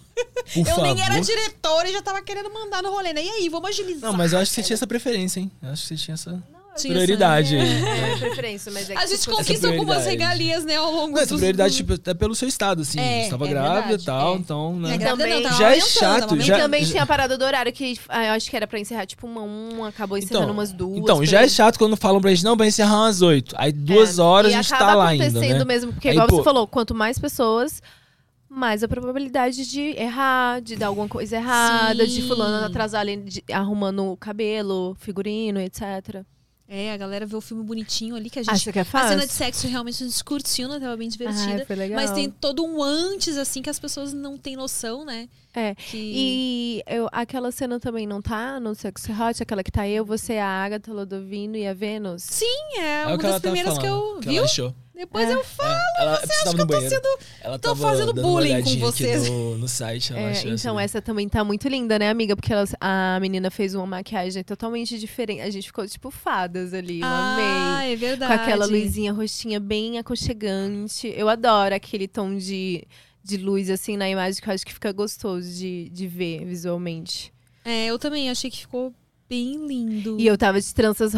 S6: Por
S5: eu
S6: favor.
S5: nem era diretora e já tava querendo mandar no rolê, né? E aí, vamos agilizar.
S6: Não, mas eu acho que você tinha essa preferência, hein? Eu acho que você tinha essa
S5: Tinha essa-
S6: prioridade. aí.
S7: Não é preferência, mas é que
S5: A
S7: se
S5: gente
S7: fosse-
S5: conquista algumas
S6: prioridade.
S5: regalias, né, ao longo
S6: Não, essa
S5: dos-
S6: prioridade, tipo, até pelo seu estado, assim.
S5: É,
S6: você tava
S5: é
S6: grávida
S5: verdade,
S6: e tal,
S5: é.
S6: então, né?
S5: Não é grávida, não,
S7: tá
S5: tava
S6: Já é
S5: aumentando,
S6: chato,
S5: tava
S7: E
S6: já-
S5: aumentando.
S7: também tinha a parada do horário que ah, eu acho que era pra encerrar tipo uma uma, acabou encerrando umas duas.
S6: Então,
S7: por
S6: já é
S7: aí.
S6: chato quando falam pra gente, não, vai encerrar umas oito. Aí duas
S7: É,
S6: horas
S7: e
S6: a gente
S7: acaba
S6: tá lá ainda,
S7: acontecendo
S6: né?
S7: mesmo, porque
S6: Aí,
S7: igual
S6: pô-
S7: você falou, quanto mais pessoas, mais a probabilidade de errar, de dar alguma coisa errada, de
S5: Sim.
S7: fulano atrasar ali, de- arrumando o cabelo, figurino, etc.
S5: É, a galera vê o filme bonitinho ali que a gente
S7: Acha que é
S5: A
S7: fácil?
S5: cena de sexo realmente a gente curtiu, né? Tava bem
S7: Ah,
S5: divertida.
S7: foi legal.
S5: Mas tem todo um antes, assim, que as pessoas não têm noção, né?
S7: É.
S5: Que...
S7: E eu- aquela cena também não tá no Sexy Hot, aquela que tá eu, você, a Agatha, Lodovino e a Vênus?
S5: Sim, é,
S6: É o
S5: uma
S6: ela
S5: das
S6: tava
S5: primeiras que eu.
S6: falando,
S5: viu?
S6: ela achou.
S5: Depois eu falo.
S6: É, ela precisava
S5: acha
S6: no
S5: que eu tô
S6: banheiro.
S5: sendo-
S6: Ela
S5: tô
S6: tava
S5: fazendo
S6: dando uma
S5: bullying com
S6: olhadinha aqui
S5: vocês.
S6: No, no site, ela
S7: É,
S6: achou
S7: então
S6: assim.
S7: essa também tá muito linda, né, amiga? Porque ela- a menina fez uma maquiagem totalmente diferente. A gente ficou tipo fadas ali, eu amei.
S5: Ah, é
S7: Com
S5: verdade.
S7: aquela luzinha roxinha bem aconchegante. Eu adoro aquele tom de, de luz, assim, na imagem, que eu acho que fica gostoso de, de ver visualmente.
S5: É, eu também achei que ficou bem lindo.
S7: E eu tava de tranças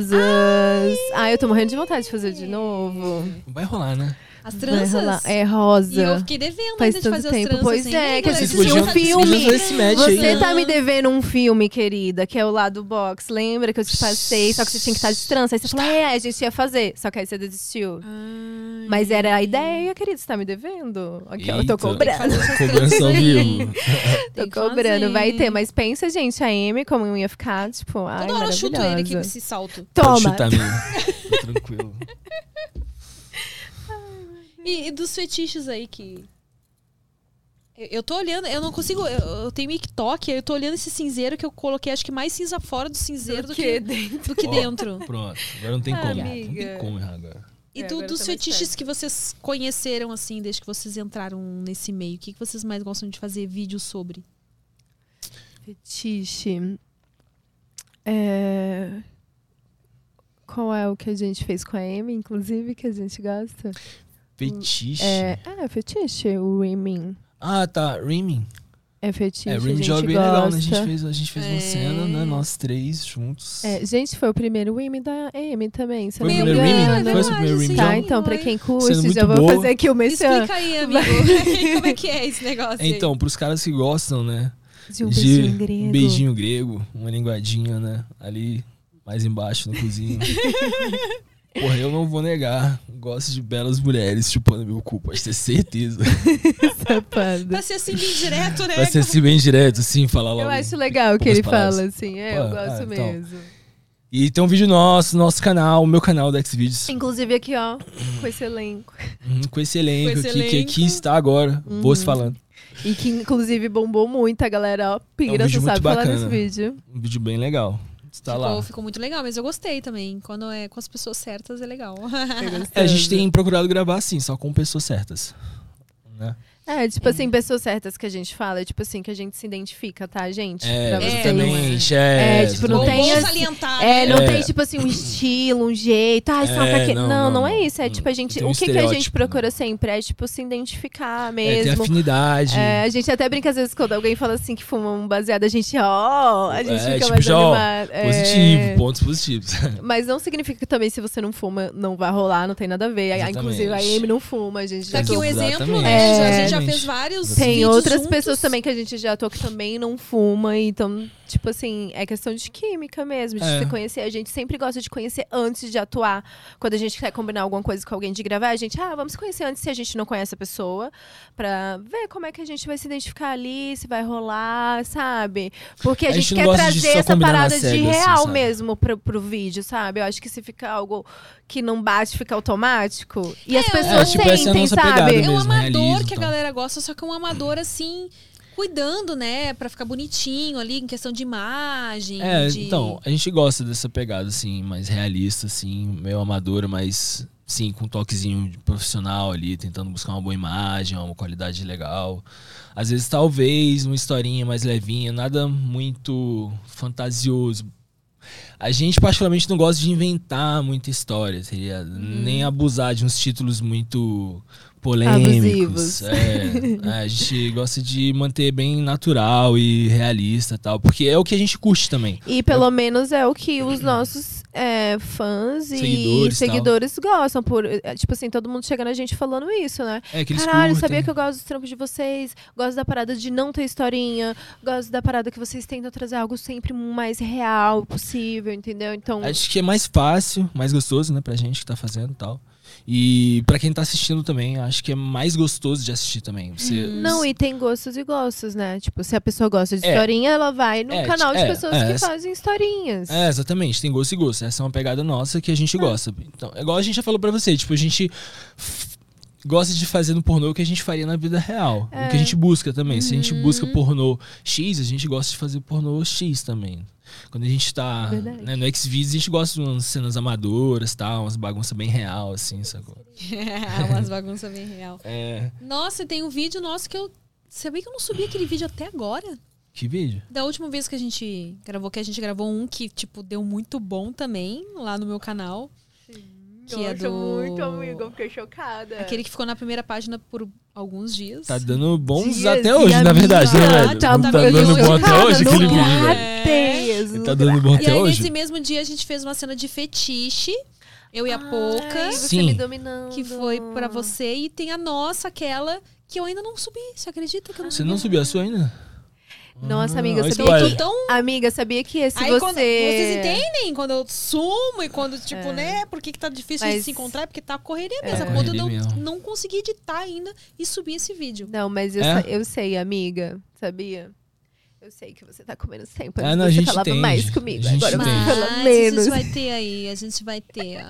S7: rosas. Ai, eu tô morrendo de vontade de fazer de novo.
S6: Vai rolar, né?
S5: As
S7: Vai
S5: tranças.
S7: rolar. É
S5: E eu
S7: rosa.
S5: fiquei devendo
S7: Faz
S5: ainda de
S7: tanto
S5: fazer
S7: tempo.
S5: as tranças. assim.
S7: Pois
S5: hein?
S7: é, que
S5: Galera,
S7: vocês
S5: vocês
S7: podiam-
S5: podiam
S7: filme.
S5: fazer
S6: fazer esse match aí,
S7: Você
S6: né?
S7: tá me devendo um filme, querida, que é o lado box. Lembra que eu te passei, só que você tinha que estar de trança. Aí você falou, é, a gente ia fazer. Só que aí você desistiu.
S5: Ai.
S7: Mas era a ideia, querida, você tá me devendo. Aqui, eu tô
S6: Eita.
S7: cobrando.
S6: Cobrança ao vivo.
S7: Tô
S5: Tem que
S7: cobrando,
S5: fazer.
S7: vai ter. Mas pensa, gente, a Amy, como eu ia ficar, tipo, ai,
S5: Toda hora eu chuto
S7: maravilhosa.
S5: ele aqui com esse salto.
S6: Pode
S7: Toma!
S6: chutar, amigo. Tá Tranquilo.
S7: Hum.
S5: E, e dos fetiches aí que. Eu, eu tô olhando, eu não consigo. Eu, eu tenho TikTok, eu tô olhando esse cinzeiro que eu coloquei, acho que mais cinza fora do cinzeiro do, que,
S7: dentro?
S5: do que dentro.
S6: Pronto, agora não tem como. Não
S7: Amiga.
S6: tem como errar agora.
S5: E
S7: É,
S5: do-
S7: agora
S5: dos
S7: tá mais
S5: fetiches
S7: sério.
S5: que vocês conheceram, assim, desde que vocês entraram nesse meio, o que, que vocês mais gostam de fazer vídeo sobre?
S7: Fetiche. É... Qual é o que a gente fez com a Amy, inclusive, que a gente gosta?
S6: Fetiche.
S7: É, é fetiche, o Rimming.
S6: Ah, tá. Reaming.
S7: É fetiche,
S6: É,
S7: a
S6: Reaming
S7: gente
S6: joga bem
S7: gosta.
S6: legal, né? A gente fez, a gente fez
S5: É.
S6: uma cena, né? Nós três juntos.
S7: É, gente, foi o primeiro Rimming da Amy também, se eu
S6: Foi o
S7: não me
S6: primeiro
S7: engano.
S6: Rimming? Foi o primeiro Rimming
S7: Tá,
S6: já?
S7: então, pra quem
S6: Sendo
S7: curte,
S6: muito
S7: já vou
S6: boa.
S7: fazer aqui o merchan
S5: assim, Explica aí, amigo. Como é que é esse negócio aí?
S6: Então, pros caras que gostam, né?
S7: de um beijinho grego.
S6: um beijinho grego, uma linguadinha, né? Ali, mais embaixo, no cozinho. Porra, eu não vou negar. Gosto de belas mulheres chupando meu cu, pode ter certeza.
S7: Safado.
S5: Pra ser assim bem direto, né?
S6: Vai ser assim bem direto, assim, falar logo.
S7: Eu acho legal que ele
S6: poucas palavras.
S7: fala assim, é, eu
S6: Ah,
S7: gosto
S6: ah, então.
S7: mesmo.
S6: E tem um vídeo nosso, nosso canal, meu canal da Xvideos.
S7: Inclusive aqui, ó, com esse elenco.
S6: Uhum, Com esse elenco,
S5: Com esse
S6: aqui, que
S5: elenco.
S6: aqui está agora,
S7: Uhum.
S6: vou se falando.
S7: E que inclusive bombou muito, a galera, ó, pira,
S6: É um
S7: você
S6: vídeo
S7: sabe
S6: muito
S7: falar
S6: bacana.
S7: desse vídeo.
S6: Um vídeo bem legal. Está
S5: ficou,
S6: Tá lá.
S5: ficou muito legal, mas eu gostei também. Quando é com as pessoas certas é legal.
S6: É, a gente tem procurado gravar assim, só com pessoas certas. Né?
S7: É, tipo assim, pessoas certas que a gente fala, tipo assim, que a gente se identifica, tá, gente?
S6: É,
S7: Pra vocês.
S6: exatamente.
S7: É,
S6: É,
S7: tipo, não
S5: Bom,
S7: tem
S5: bom
S7: assim-
S5: salientar. né?
S7: É, não
S6: É.
S7: tem, tipo assim, um estilo, um jeito, ai, só
S6: É,
S7: pra quê? Não,
S6: não,
S7: não,
S6: não,
S7: é
S6: não.
S7: isso. É tipo, a gente.
S6: Tem um
S7: o que, que a gente
S6: estereótipo,
S7: procura sempre? É, tipo, se identificar
S6: É, tem
S7: mesmo.
S6: afinidade.
S7: É, a gente até brinca às vezes quando alguém fala assim que fuma um baseado, a gente, ó, a gente
S6: É,
S7: fica
S6: tipo,
S7: mais
S6: já, ó,
S7: animado. É.
S6: Positivo, pontos positivos.
S7: Mas não significa que também se você não fuma, não vai rolar, não tem nada a ver. A-
S6: Exatamente.
S7: Inclusive a Amy não fuma, a gente
S5: Tá
S7: já
S5: aqui um
S7: tocou.
S6: Exatamente.
S5: exemplo, né?
S7: É.
S5: Já- a gente já fez vários
S7: Tem
S5: vídeos
S7: outras
S5: juntos.
S7: pessoas também que a gente já toca que também não fuma, então, tipo assim, é questão de química mesmo, de
S6: É.
S7: se conhecer. A gente sempre gosta de conhecer antes de atuar. Quando a gente quer combinar alguma coisa com alguém de gravar, a gente, ah, vamos se conhecer antes se a gente não conhece a pessoa, pra ver como é que a gente vai se identificar ali, se vai rolar, sabe? Porque a,
S6: A
S7: gente,
S6: gente
S7: quer
S6: não gosta de
S7: trazer
S6: só
S7: essa
S6: combinar na
S7: parada de
S6: cega, assim,
S7: real
S6: sabe?
S7: mesmo pro, pro vídeo, sabe? Eu acho que se fica algo que não bate, fica automático. E as
S6: é,
S7: pessoas
S6: tipo, essa é a
S7: sentem,
S6: nossa
S7: sabe?
S6: pegada
S5: É um
S6: mesmo,
S5: amador
S6: realismo,
S5: que a
S6: tal.
S5: galera gosta, só que é um amador assim, cuidando, né? Pra ficar bonitinho ali, em questão de imagem.
S6: É,
S5: de-
S6: então, a gente gosta dessa pegada, assim, mais realista, assim, meio amadora, mas sim, com um toquezinho de profissional ali, tentando buscar uma boa imagem, uma qualidade legal. Às vezes, talvez, uma historinha mais levinha, nada muito fantasioso. A gente, particularmente, não gosta de inventar muita história, seria nem
S7: Uhum.
S6: abusar de uns títulos muito polêmicos.
S7: Abusivos.
S6: É, é, a gente gosta de manter bem natural e realista e tal, porque é o que a gente curte também.
S7: E pelo menos é o que os nossos é, fãs e seguidores,
S6: Seguidores, tal.
S7: gostam. Por, é, tipo assim, todo mundo chega na gente falando isso, né?
S6: É que eles
S7: Caralho,
S6: curtem.
S7: sabia que eu gosto dos trampos de vocês, gosto da parada de não ter historinha, gosto da parada que vocês tentam trazer algo sempre mais real possível, entendeu? Então,
S6: Acho que é mais fácil, mais gostoso, né, pra gente que tá fazendo e tal. E pra quem tá assistindo também, acho que é mais gostoso de assistir também. Você,
S7: não, e tem gostos e gostos, né? Tipo, se a pessoa gosta de
S6: É.
S7: historinha, ela vai no
S6: É,
S7: canal de
S6: é,
S7: pessoas
S6: é,
S7: que
S6: essa-
S7: fazem historinhas.
S6: É, exatamente, tem gosto e gosto. Essa é uma pegada nossa que a gente gosta. Então, é igual a gente já falou pra você, tipo, a gente f- gosta de fazer no pornô o que a gente faria na vida real. O que
S5: É.
S6: a gente busca também. Se a
S5: Uhum.
S6: gente busca pornô X, a gente gosta de fazer pornô X também. Quando a gente tá
S7: Verdade.
S6: né, no Xvideos, a gente gosta de umas cenas amadoras, tal, umas bagunças bem real, assim, sacou?
S5: É, umas bagunças bem real.
S6: É.
S5: Nossa, e tem um vídeo nosso que eu. Sabia que eu não subi aquele vídeo até agora?
S6: Que vídeo?
S5: Da última vez que a gente gravou, que a gente gravou um que, tipo, deu muito bom também, lá no meu canal. Que é do...
S7: fiquei chocada.
S5: Aquele que ficou na primeira página por alguns dias.
S6: Tá dando bons
S7: Dias
S6: até
S7: e
S6: hoje, na
S7: amiga.
S6: verdade, né,
S5: Ah,
S6: velho?
S5: é tá,
S6: Não
S5: tá
S6: tá
S5: bem
S6: dando
S5: hoje,
S6: bom até
S5: cara,
S6: hoje
S5: não
S6: aquele
S5: dá.
S6: vídeo, velho.
S7: Grateias,
S6: Tá dando bom
S5: E
S6: até
S5: aí,
S6: hoje?
S5: nesse mesmo dia, a gente fez uma cena de fetiche. Eu e a Pouca.
S7: você
S6: Sim.
S7: me dominando.
S5: que foi pra você e tem a nossa aquela que eu ainda não subi. Você acredita que eu não
S6: Você
S5: subi?
S6: não subiu a sua ainda?
S7: Nossa, amiga,
S6: Ah,
S7: sabia
S6: spoiler.
S7: que...
S5: Então,
S7: Amiga, sabia que esse
S5: aí
S7: você... É.
S5: quando vocês entendem quando eu sumo e quando tipo, né, por que que tá difícil de
S7: Mas-
S5: se encontrar? Porque tá correria mesmo,
S6: É.
S5: a ponto de eu
S6: Correria
S5: não,
S6: mesmo.
S5: não consegui editar ainda e subir esse vídeo.
S7: Não, mas eu,
S6: É?
S7: sa- eu sei, amiga, sabia? Eu sei que você tá comendo sempre.
S6: Ah,
S7: antes
S6: não, a
S7: você
S6: gente
S7: falava
S6: entende.
S7: mais comigo.
S6: A gente
S7: Agora você
S6: entende.
S7: fala
S5: Mas a gente
S7: menos.
S5: vai ter aí, a gente vai ter a,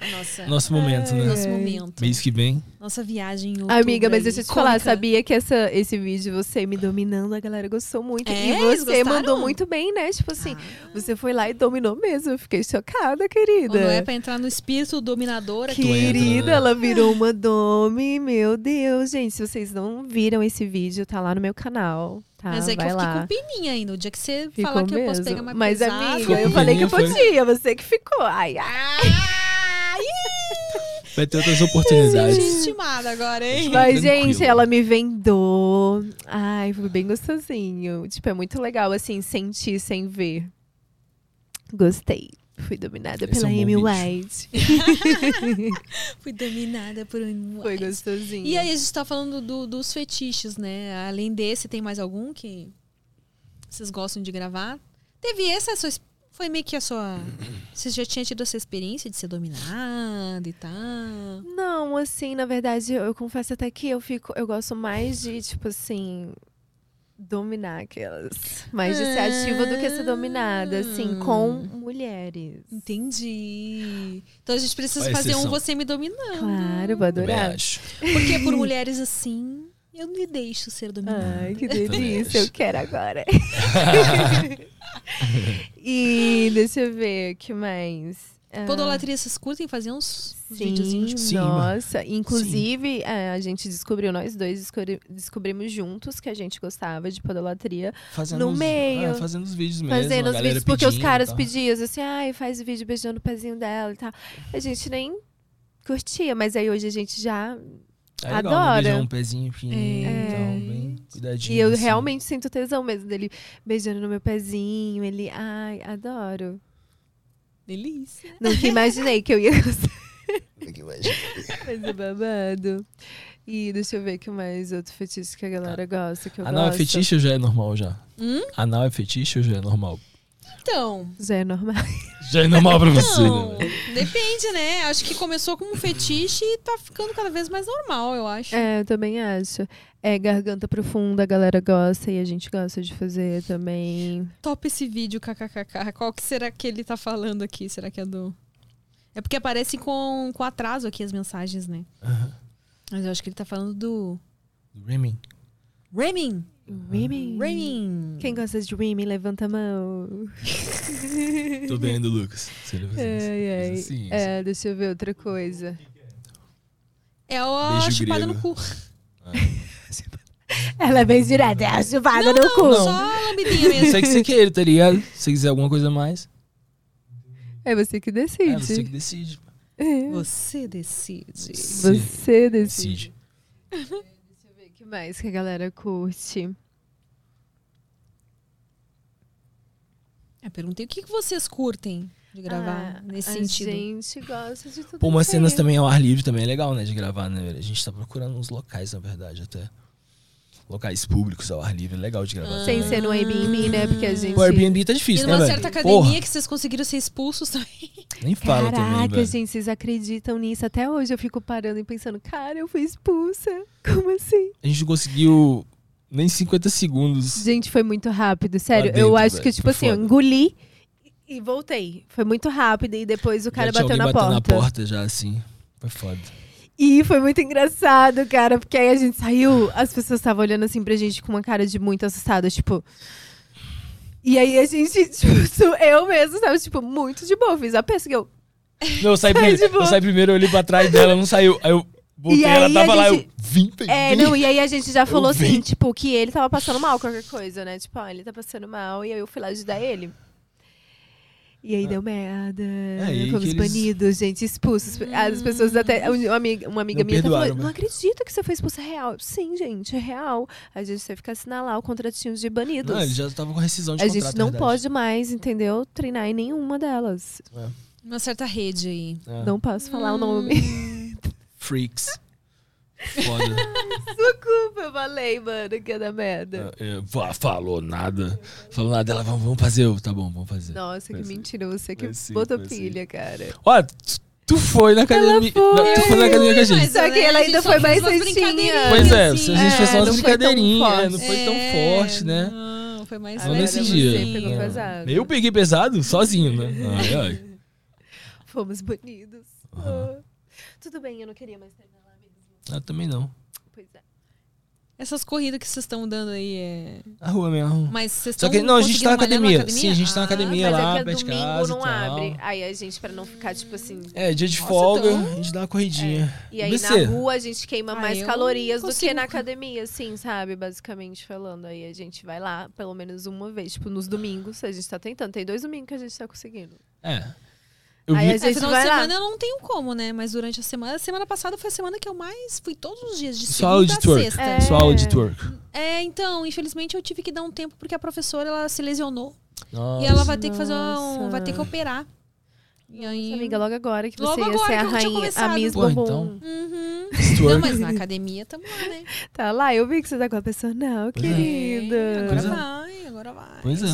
S5: a nossa,
S6: Nosso momento,
S7: É,
S6: né?
S5: nosso momento.
S6: Mês que vem.
S5: Nossa viagem. em outubro
S7: Amiga, mas
S5: aí,
S7: deixa eu te falar,
S5: cômica.
S7: sabia que essa, esse vídeo, você me dominando, a galera gostou muito.
S5: É,
S7: e
S5: eles
S7: você mandou
S5: gostaram? Ah.
S7: muito bem, né? Tipo assim, você foi lá e dominou mesmo. Eu fiquei chocada, querida.
S5: Quando é pra entrar no espírito dominador aqui.
S7: Querida,
S6: entra, né?
S7: ela virou uma dome. Meu Deus, gente. Se vocês não viram esse vídeo, tá lá no meu canal. Tá?
S5: Mas é que
S7: Vai
S5: eu fiquei
S7: lá.
S5: com peninha ainda. O dia que você
S7: Ficou
S5: falar que eu posso
S7: mesmo.
S5: pegar mais
S7: Mas,
S5: pesado.
S7: amiga,
S6: Ficou
S7: eu falei que eu
S6: pequenininha, foi?
S7: podia, você que ficou. Ai, ai.
S6: Vai ter outras oportunidades.
S5: Estimada agora, hein?
S7: Mas,
S6: Tranquilo.
S7: gente, ela me vendou. Ai, foi bem gostosinho. Tipo, é muito legal, assim, sentir sem ver. Gostei. Fui dominada
S6: Esse
S7: pela
S6: é um bom
S7: Amy
S6: vídeo.
S7: White.
S5: Fui dominada por um.
S7: Foi gostosinho.
S5: E aí, a gente tá falando do- dos fetiches, né? Além desse, tem mais algum que vocês gostam de gravar? Teve essa, a sua ex- foi meio que a sua. Vocês já tinham tido essa experiência de ser dominada e tal?
S7: Não, assim, na verdade, eu, eu confesso até que eu fico, eu gosto mais de, tipo assim, dominar aquelas. Mais de ser ativa do que ser dominada, assim, com
S5: Hum.
S7: mulheres.
S5: Entendi. Então a gente precisa
S6: Uma
S5: fazer um
S6: exceção.
S5: você me dominando.
S7: Claro, eu vou
S6: Também
S7: adorar.
S6: acho.
S5: Porque por mulheres assim, eu me deixo ser dominada.
S7: Ai, que
S6: Também
S7: delícia,
S6: acho.
S7: eu quero agora. e deixa eu ver, o que mais? Ah,
S5: Podolatria, vocês curtem fazer uns uns videozinhos?
S7: Sim,
S5: tipo,
S6: Sim,
S7: nossa. Inclusive, é, a gente descobriu, nós dois descobri- descobrimos juntos que a gente gostava de podolatria.
S6: Fazendo
S7: No
S6: os,
S7: meio.
S6: é, fazendo os vídeos mesmo.
S7: fazendo
S6: a
S7: os
S6: galera
S7: vídeos, porque os
S6: pedindo e
S7: caras
S6: tal.
S7: pediam assim, ai, faz o vídeo beijando o pezinho dela e tal. A gente nem curtia, mas aí hoje a gente já.
S6: É legal, né?
S7: Adora.
S6: Beijar um pezinho fininho
S5: É.
S6: e tal, bem cuidadinho.
S7: e eu
S6: assim.
S7: realmente sinto tesão mesmo dele beijando no meu pezinho, ele, ai, adoro.
S5: Delícia.
S7: Nunca imaginei que eu ia gostar. Mas é babado. E deixa eu ver que mais outro fetiche que a galera gosta, que eu
S6: Anal é
S7: gosto.
S6: fetiche ou já é normal já?
S5: Hum?
S6: Anal é fetiche ou já é normal?
S5: Então,
S7: Já é normal.
S6: Já é normal pra você,
S5: não.
S7: Então.
S6: né? velho?
S5: Então, Depende, né? Acho que começou como um fetiche e tá ficando cada vez mais normal, eu acho.
S7: É, eu também acho. É, garganta profunda, a galera gosta e a gente gosta de fazer também.
S5: Top esse vídeo, kkkk. Qual que será que ele tá falando aqui? Será que é do... É porque aparece com, com atraso aqui as mensagens, né? Mas eu acho que ele tá falando do...
S6: Rimming.
S5: Remin!
S7: Women.
S5: Remin!
S7: Quem gosta de Remy, levanta a mão.
S6: Tô vendo, Lucas. Se ele fazer isso.
S7: Ai, ai.
S6: Mas assim,
S7: É, deixa eu ver outra coisa.
S5: É a
S6: Beijo
S5: chupada
S6: grego.
S5: no cu.
S7: Ela é bem direta, é a chupada no cu.
S5: Só a lambidinha
S6: assim,
S5: mesmo.
S6: Sei que você queira, tá ligado? Se você quiser alguma coisa a mais,
S7: É você que decide.
S6: é você que decide.
S7: É,
S5: Você decide.
S7: você decide.
S6: Decide.
S7: O que mais que a galera curte?
S5: Eu perguntei o que, que vocês curtem de gravar
S7: Ah,
S5: nesse
S7: a
S5: sentido.
S7: gente gosta de tudo
S6: Pô, umas
S7: isso aí.
S6: cenas também ao ar livre também é legal, né? De gravar, né? velho? A gente tá procurando uns locais, na verdade, até. Locais públicos ao ar livre, é legal de gravar.
S7: Ah. Sem
S6: também.
S7: ser no Airbnb, né? Porque a gente...
S6: O Airbnb tá
S5: E
S6: difícil, né,
S5: numa
S6: velho?
S5: certa academia
S6: Porra,
S5: que vocês conseguiram ser expulsos também.
S6: nem fala também,
S7: Caraca,
S6: velho.
S7: gente, vocês acreditam nisso? Até hoje eu fico parando e pensando, cara, eu fui expulsa. Como assim?
S6: A gente não conseguiu nem 50 segundos.
S7: Gente, foi muito rápido, sério.
S6: dentro,
S7: eu acho
S6: velho,
S7: que, tipo
S6: foi
S7: assim, eu
S6: foda.
S7: engoli e voltei. Foi muito rápido e depois o cara
S6: Já tinha
S7: bateu,
S6: alguém
S7: na,
S6: batendo
S7: porta.
S6: na porta já, assim. Foi foda.
S7: E foi muito engraçado, cara, porque aí a gente saiu, as pessoas estavam olhando assim pra gente com uma cara de muito assustada, tipo. E aí a gente, tipo, su- eu mesmo tava, tipo, muito de boa, fiz a peça que eu.
S6: Não, eu saí primeiro,
S7: tipo-
S6: eu saí primeiro, eu olhei pra trás dela, não saiu. Aí eu voltei,
S7: E
S6: ela
S7: aí
S6: tava
S7: a
S6: lá, eu
S7: gente-
S6: vim, peguei.
S7: É, não, e aí a gente já falou assim,
S6: vi.
S7: tipo, que ele tava passando mal, qualquer coisa, né? Tipo, ó, ele tá passando mal, e aí eu fui lá ajudar ele. E aí deu merda.
S6: Ah. É, aí
S7: fomos
S6: que eles- Hum.
S7: banidos, gente, expulsos. As pessoas até. um- Uma amiga, uma amiga
S6: Não
S7: minha até falou:
S6: perdoaram, né?
S7: não acredito que você foi expulsa é real. Eu, Sim, gente, é real. A gente teve que assinar lá o contratinho de banidos.
S6: Não, ele já tava com rescisão de
S7: a
S6: contrato.
S7: gente
S6: na
S7: não
S6: verdade.
S7: pode mais, entendeu? Treinar em nenhuma delas.
S5: Uma certa rede aí.
S6: É.
S7: Não posso falar o
S6: Hum.
S7: nome.
S6: Freaks. Foda.
S7: Desculpa, eu falei, mano, que é da merda.
S6: É, fa- falou nada. Falou nada. Ela, vamos, vamos fazer. Eu, tá bom, vamos fazer.
S7: Nossa, que
S6: Mas-
S7: mentira, você que
S6: mas sim,
S7: botou
S6: mas sim.
S7: pilha, cara.
S6: Ó, tu- tu foi na academia.
S7: foi.
S6: Não, Tu foi na academia com a gente.
S5: Mas, né,
S7: Só que ela
S5: a gente
S7: ainda
S5: só
S7: foi
S5: fez
S7: mais
S5: umas
S7: restinha.
S5: brincadeirinhas,
S6: Pois é, a
S5: assim.
S6: gente fez só
S7: É, não foi
S6: umas
S7: tão
S6: brincadeirinhas, né? não
S7: forte.
S6: foi tão
S5: É,
S6: forte, né?
S5: Não, foi mais
S6: Não
S5: leve,
S6: nesse
S5: assim.
S6: dia.
S7: você pegou
S6: Não.
S7: pesado.
S6: Eu peguei pesado sozinho, né? Ai, ai.
S7: Fomos banidos. Ah. Tudo bem, eu não queria mais terminar lá mesmo.
S6: Ah, também não.
S7: Pois é.
S5: Essas corridas que vocês estão dando aí é.
S6: A rua mesmo.
S5: Mas vocês
S6: Só
S5: estão
S6: que, não, a gente tá na
S5: conseguindo malhar
S6: academia. Sim, a gente tá na
S5: Ah,
S6: academia
S7: Mas
S6: lá,
S7: é que é
S6: perto de
S7: domingo
S6: casa e
S7: não
S6: tal.
S7: abre. Aí a gente, pra não ficar, tipo assim.
S6: É, dia de
S5: Nossa,
S6: folga,
S5: então-
S6: a gente dá uma corridinha.
S7: É. E aí
S6: Você?
S7: na rua a gente queima
S5: Ah,
S7: mais
S5: eu
S7: calorias do que
S5: consigo.
S7: na academia, assim, sabe? Basicamente falando. Aí a gente vai lá pelo menos uma vez. Tipo, nos domingos a gente tá tentando. Tem dois domingos que a gente tá conseguindo.
S6: É. Eu
S7: Aí
S6: vi-
S7: a
S5: É,
S7: gente
S5: final de
S7: vai lá.
S5: semana eu não tenho como, né? Mas durante a semana. Semana passada foi a semana que eu mais fui todos os dias, de
S6: Só aula
S5: segunda
S6: de
S5: a
S6: twerk.
S5: sexta.
S7: É.
S6: Só aula de twerk.
S5: É, então, infelizmente eu tive que dar um tempo porque a professora ela se lesionou.
S6: Nossa.
S5: E ela vai ter que fazer
S7: Nossa.
S5: um, vai ter que operar. E aí
S7: Amiga, logo agora que
S5: Logo
S7: você ia
S5: agora
S7: ser a
S5: que eu tinha
S7: rainha, a
S5: começado.
S7: Miss
S6: Pô,
S7: Bombom.
S6: então.
S5: Uhum. Não,
S6: Twerk.
S5: mas na academia também, né?
S7: Tá lá, eu vi que você tá com a personal,
S6: é.
S5: É,
S7: querida.
S5: agora
S6: Pois é.
S5: vai, agora vai.
S6: Pois é.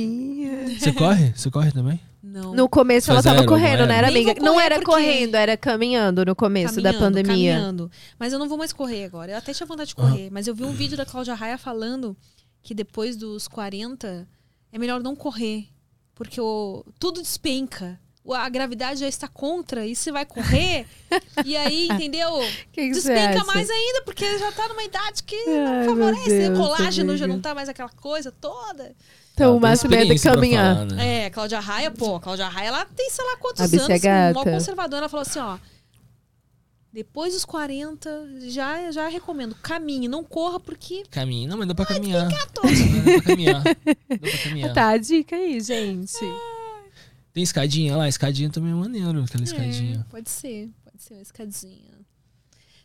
S7: Jetinha.
S6: Você corre? Você corre também?
S5: Não.
S7: No começo ela
S6: Mas
S7: tava
S6: era,
S7: correndo,
S6: não
S7: né,
S6: era?
S7: era
S5: Nem
S7: amiga?
S5: vou
S7: Não
S5: correr
S7: era
S5: porque-
S7: correndo, era caminhando no começo da pandemia. Ah.
S5: Caminhando. Mas eu não vou mais correr agora. Eu até tinha vontade de correr. Mas eu vi um vídeo da Cláudia Raia falando que depois dos 40 é melhor não correr. Porque o, tudo despenca. O- A gravidade já está contra e você vai correr. e aí, entendeu?
S7: Que que você
S5: Despenca
S7: acha?
S5: mais ainda, porque já tá numa idade que
S7: Ai,
S5: não
S7: meu
S5: favorece. né?
S7: Deus,
S5: o colágeno já
S7: amiga.
S5: não tá mais aquela coisa toda.
S7: Então o
S6: Ela tem
S7: máximo é de
S6: experiência pra
S7: caminhar.
S6: falar, né?
S5: É, Cláudia Raia, pô, a Cláudia Raia, ela tem sei lá quantos
S7: A bicha é
S5: anos,
S7: gata.
S5: mó conservadora, ela falou assim, ó, depois dos 40, já, já recomendo, caminhe, não corra, porque
S6: Caminho. Não, mas dá pra caminhar. Dá
S5: tô... Ai,
S6: pra caminhar. Dá pra caminhar.
S7: Tá, a dica aí, gente.
S6: Tem escadinha lá, escadinha também é maneiro, aquela escadinha.
S5: pode ser, pode ser uma escadinha.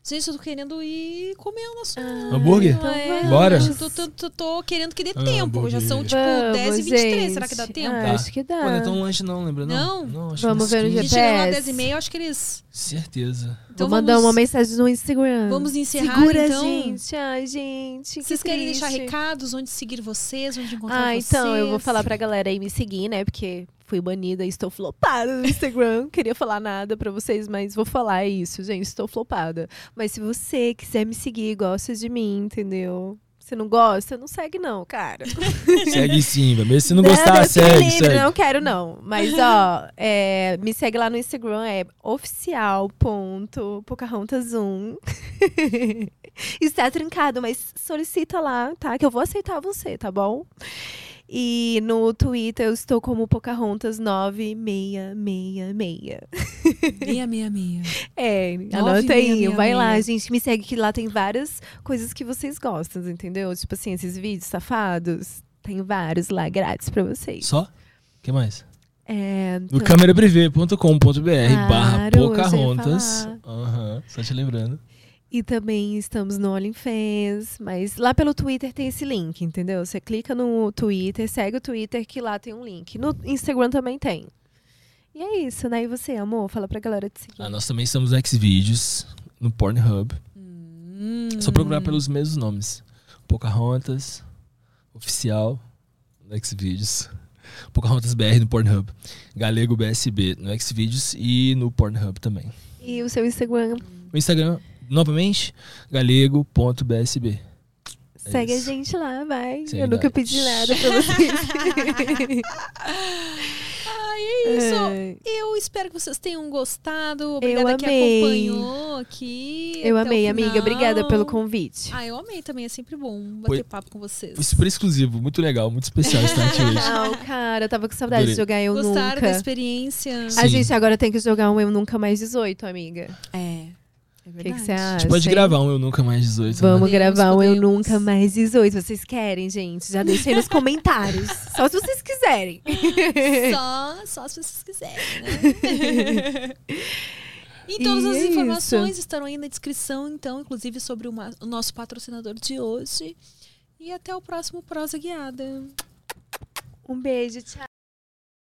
S5: Gente, eu tô querendo ir comer um nosso...
S6: Hambúrguer?
S5: Não é?
S7: vamos.
S6: Bora.
S5: Eu Tô, tô, tô- tô querendo que dê tempo, já são tipo
S7: Vamos,
S5: 10 e 23,
S7: gente.
S5: será que dá tempo?
S7: Ah,
S6: Tá.
S7: acho que dá.
S6: Pô, não é tão longe não, lembra? Não,
S5: Não?
S6: acho
S7: Vamos
S6: que uns
S7: ver no
S6: 15.
S5: A gente chegando lá
S7: GPS.
S5: 10 e meia, eu acho que eles...
S6: Certeza.
S5: Então
S7: Vou mandar
S5: vamos-
S7: uma mensagem no Instagram.
S5: Vamos encerrar,
S7: Segura,
S5: então.
S7: gente. Ai, gente. que
S5: Vocês querem deixar
S7: triste.
S5: recados, onde seguir vocês, onde encontrar
S7: Ah,
S5: vocês?
S7: então eu vou falar pra galera aí me seguir, né? Porque fui banida e estou flopada no Instagram. Queria falar nada pra vocês, mas vou falar isso, gente. Estou flopada. Mas se você quiser me seguir, gosta de mim, entendeu? Se não gosta, não segue não, cara.
S6: Segue sim, velho. Mesmo se não gostar,
S7: eu
S6: segue,
S7: livre,
S6: segue.
S7: Não quero, não. Mas, ó, é, me segue lá no Instagram, é oficial.pocarrontasum. um. Está trincado, mas solicita lá, tá? Que eu vou aceitar você, tá bom? E no Twitter eu estou como Pocahontas9666.
S5: Meia, meia, meia.
S7: É,
S5: Nove e
S7: anota aí,
S5: meia,
S7: vai
S5: meia,
S7: lá,
S5: meia.
S7: gente, me segue que lá tem várias coisas que vocês gostam, entendeu? Tipo assim, esses vídeos safados, tem vários lá grátis pra vocês.
S6: Só? O que mais?
S7: É,
S6: O
S7: tô-
S6: cameraprivé.com.br barra
S7: Claro, hoje eu ia
S6: Pocahontas.
S7: falar.
S6: Aham, só te lembrando.
S7: E também estamos no OnlyFans, mas lá pelo Twitter tem esse link, entendeu? Você clica no Twitter, segue o Twitter que lá tem um link. No Instagram também tem. E é isso, né? E você, amor? Fala pra galera te seguir.
S6: Ah, nós também estamos no Xvideos, no Pornhub. Só procurar pelos mesmos nomes. Pocahontas, Oficial, no Xvideos. Pocahontas BR no Pornhub. Galego BSB no Xvideos e no Pornhub também.
S7: E o seu Instagram,
S6: O Instagram, novamente, galego.bsb.
S7: segue a
S6: É isso.
S7: gente lá, vai.
S6: Segue
S7: Eu nunca
S6: lá.
S7: pedi nada pra vocês.
S5: Ai, é isso.
S7: Ai,
S5: Eu espero que vocês tenham gostado. Obrigada
S7: Eu
S5: que
S7: amei.
S5: acompanhou aqui.
S7: Eu
S5: até o
S7: amei, amiga.
S5: final.
S7: Obrigada pelo convite.
S5: Ah, eu amei também. É sempre bom bater
S6: Foi-
S5: papo com vocês.
S6: Super exclusivo, muito legal, muito especial estar aqui hoje.
S7: Não, cara, eu tava com saudade de
S6: Adorei.
S7: jogar Eu
S5: Gostaram da
S7: Nunca.
S5: experiência?
S7: A
S6: Sim.
S7: gente agora tem que jogar um Eu Nunca Mais 18, amiga.
S3: É.
S5: É
S7: O que que
S5: verdade.
S7: você acha?
S6: A gente pode
S7: hein?
S6: gravar um Eu Nunca Mais 18. né?
S7: Vamos
S5: Podemos,
S7: gravar um Eu
S5: podemos.
S7: Nunca Mais 18. Vocês querem, gente? Já deixei nos comentários. Só se vocês quiserem.
S5: Só, só se vocês quiserem, né? E todas
S7: E
S5: as
S7: é
S5: informações estarão aí na descrição, então, inclusive sobre o, ma- o nosso patrocinador de hoje. E até o próximo Prosa Guiada.
S7: Um beijo, tchau.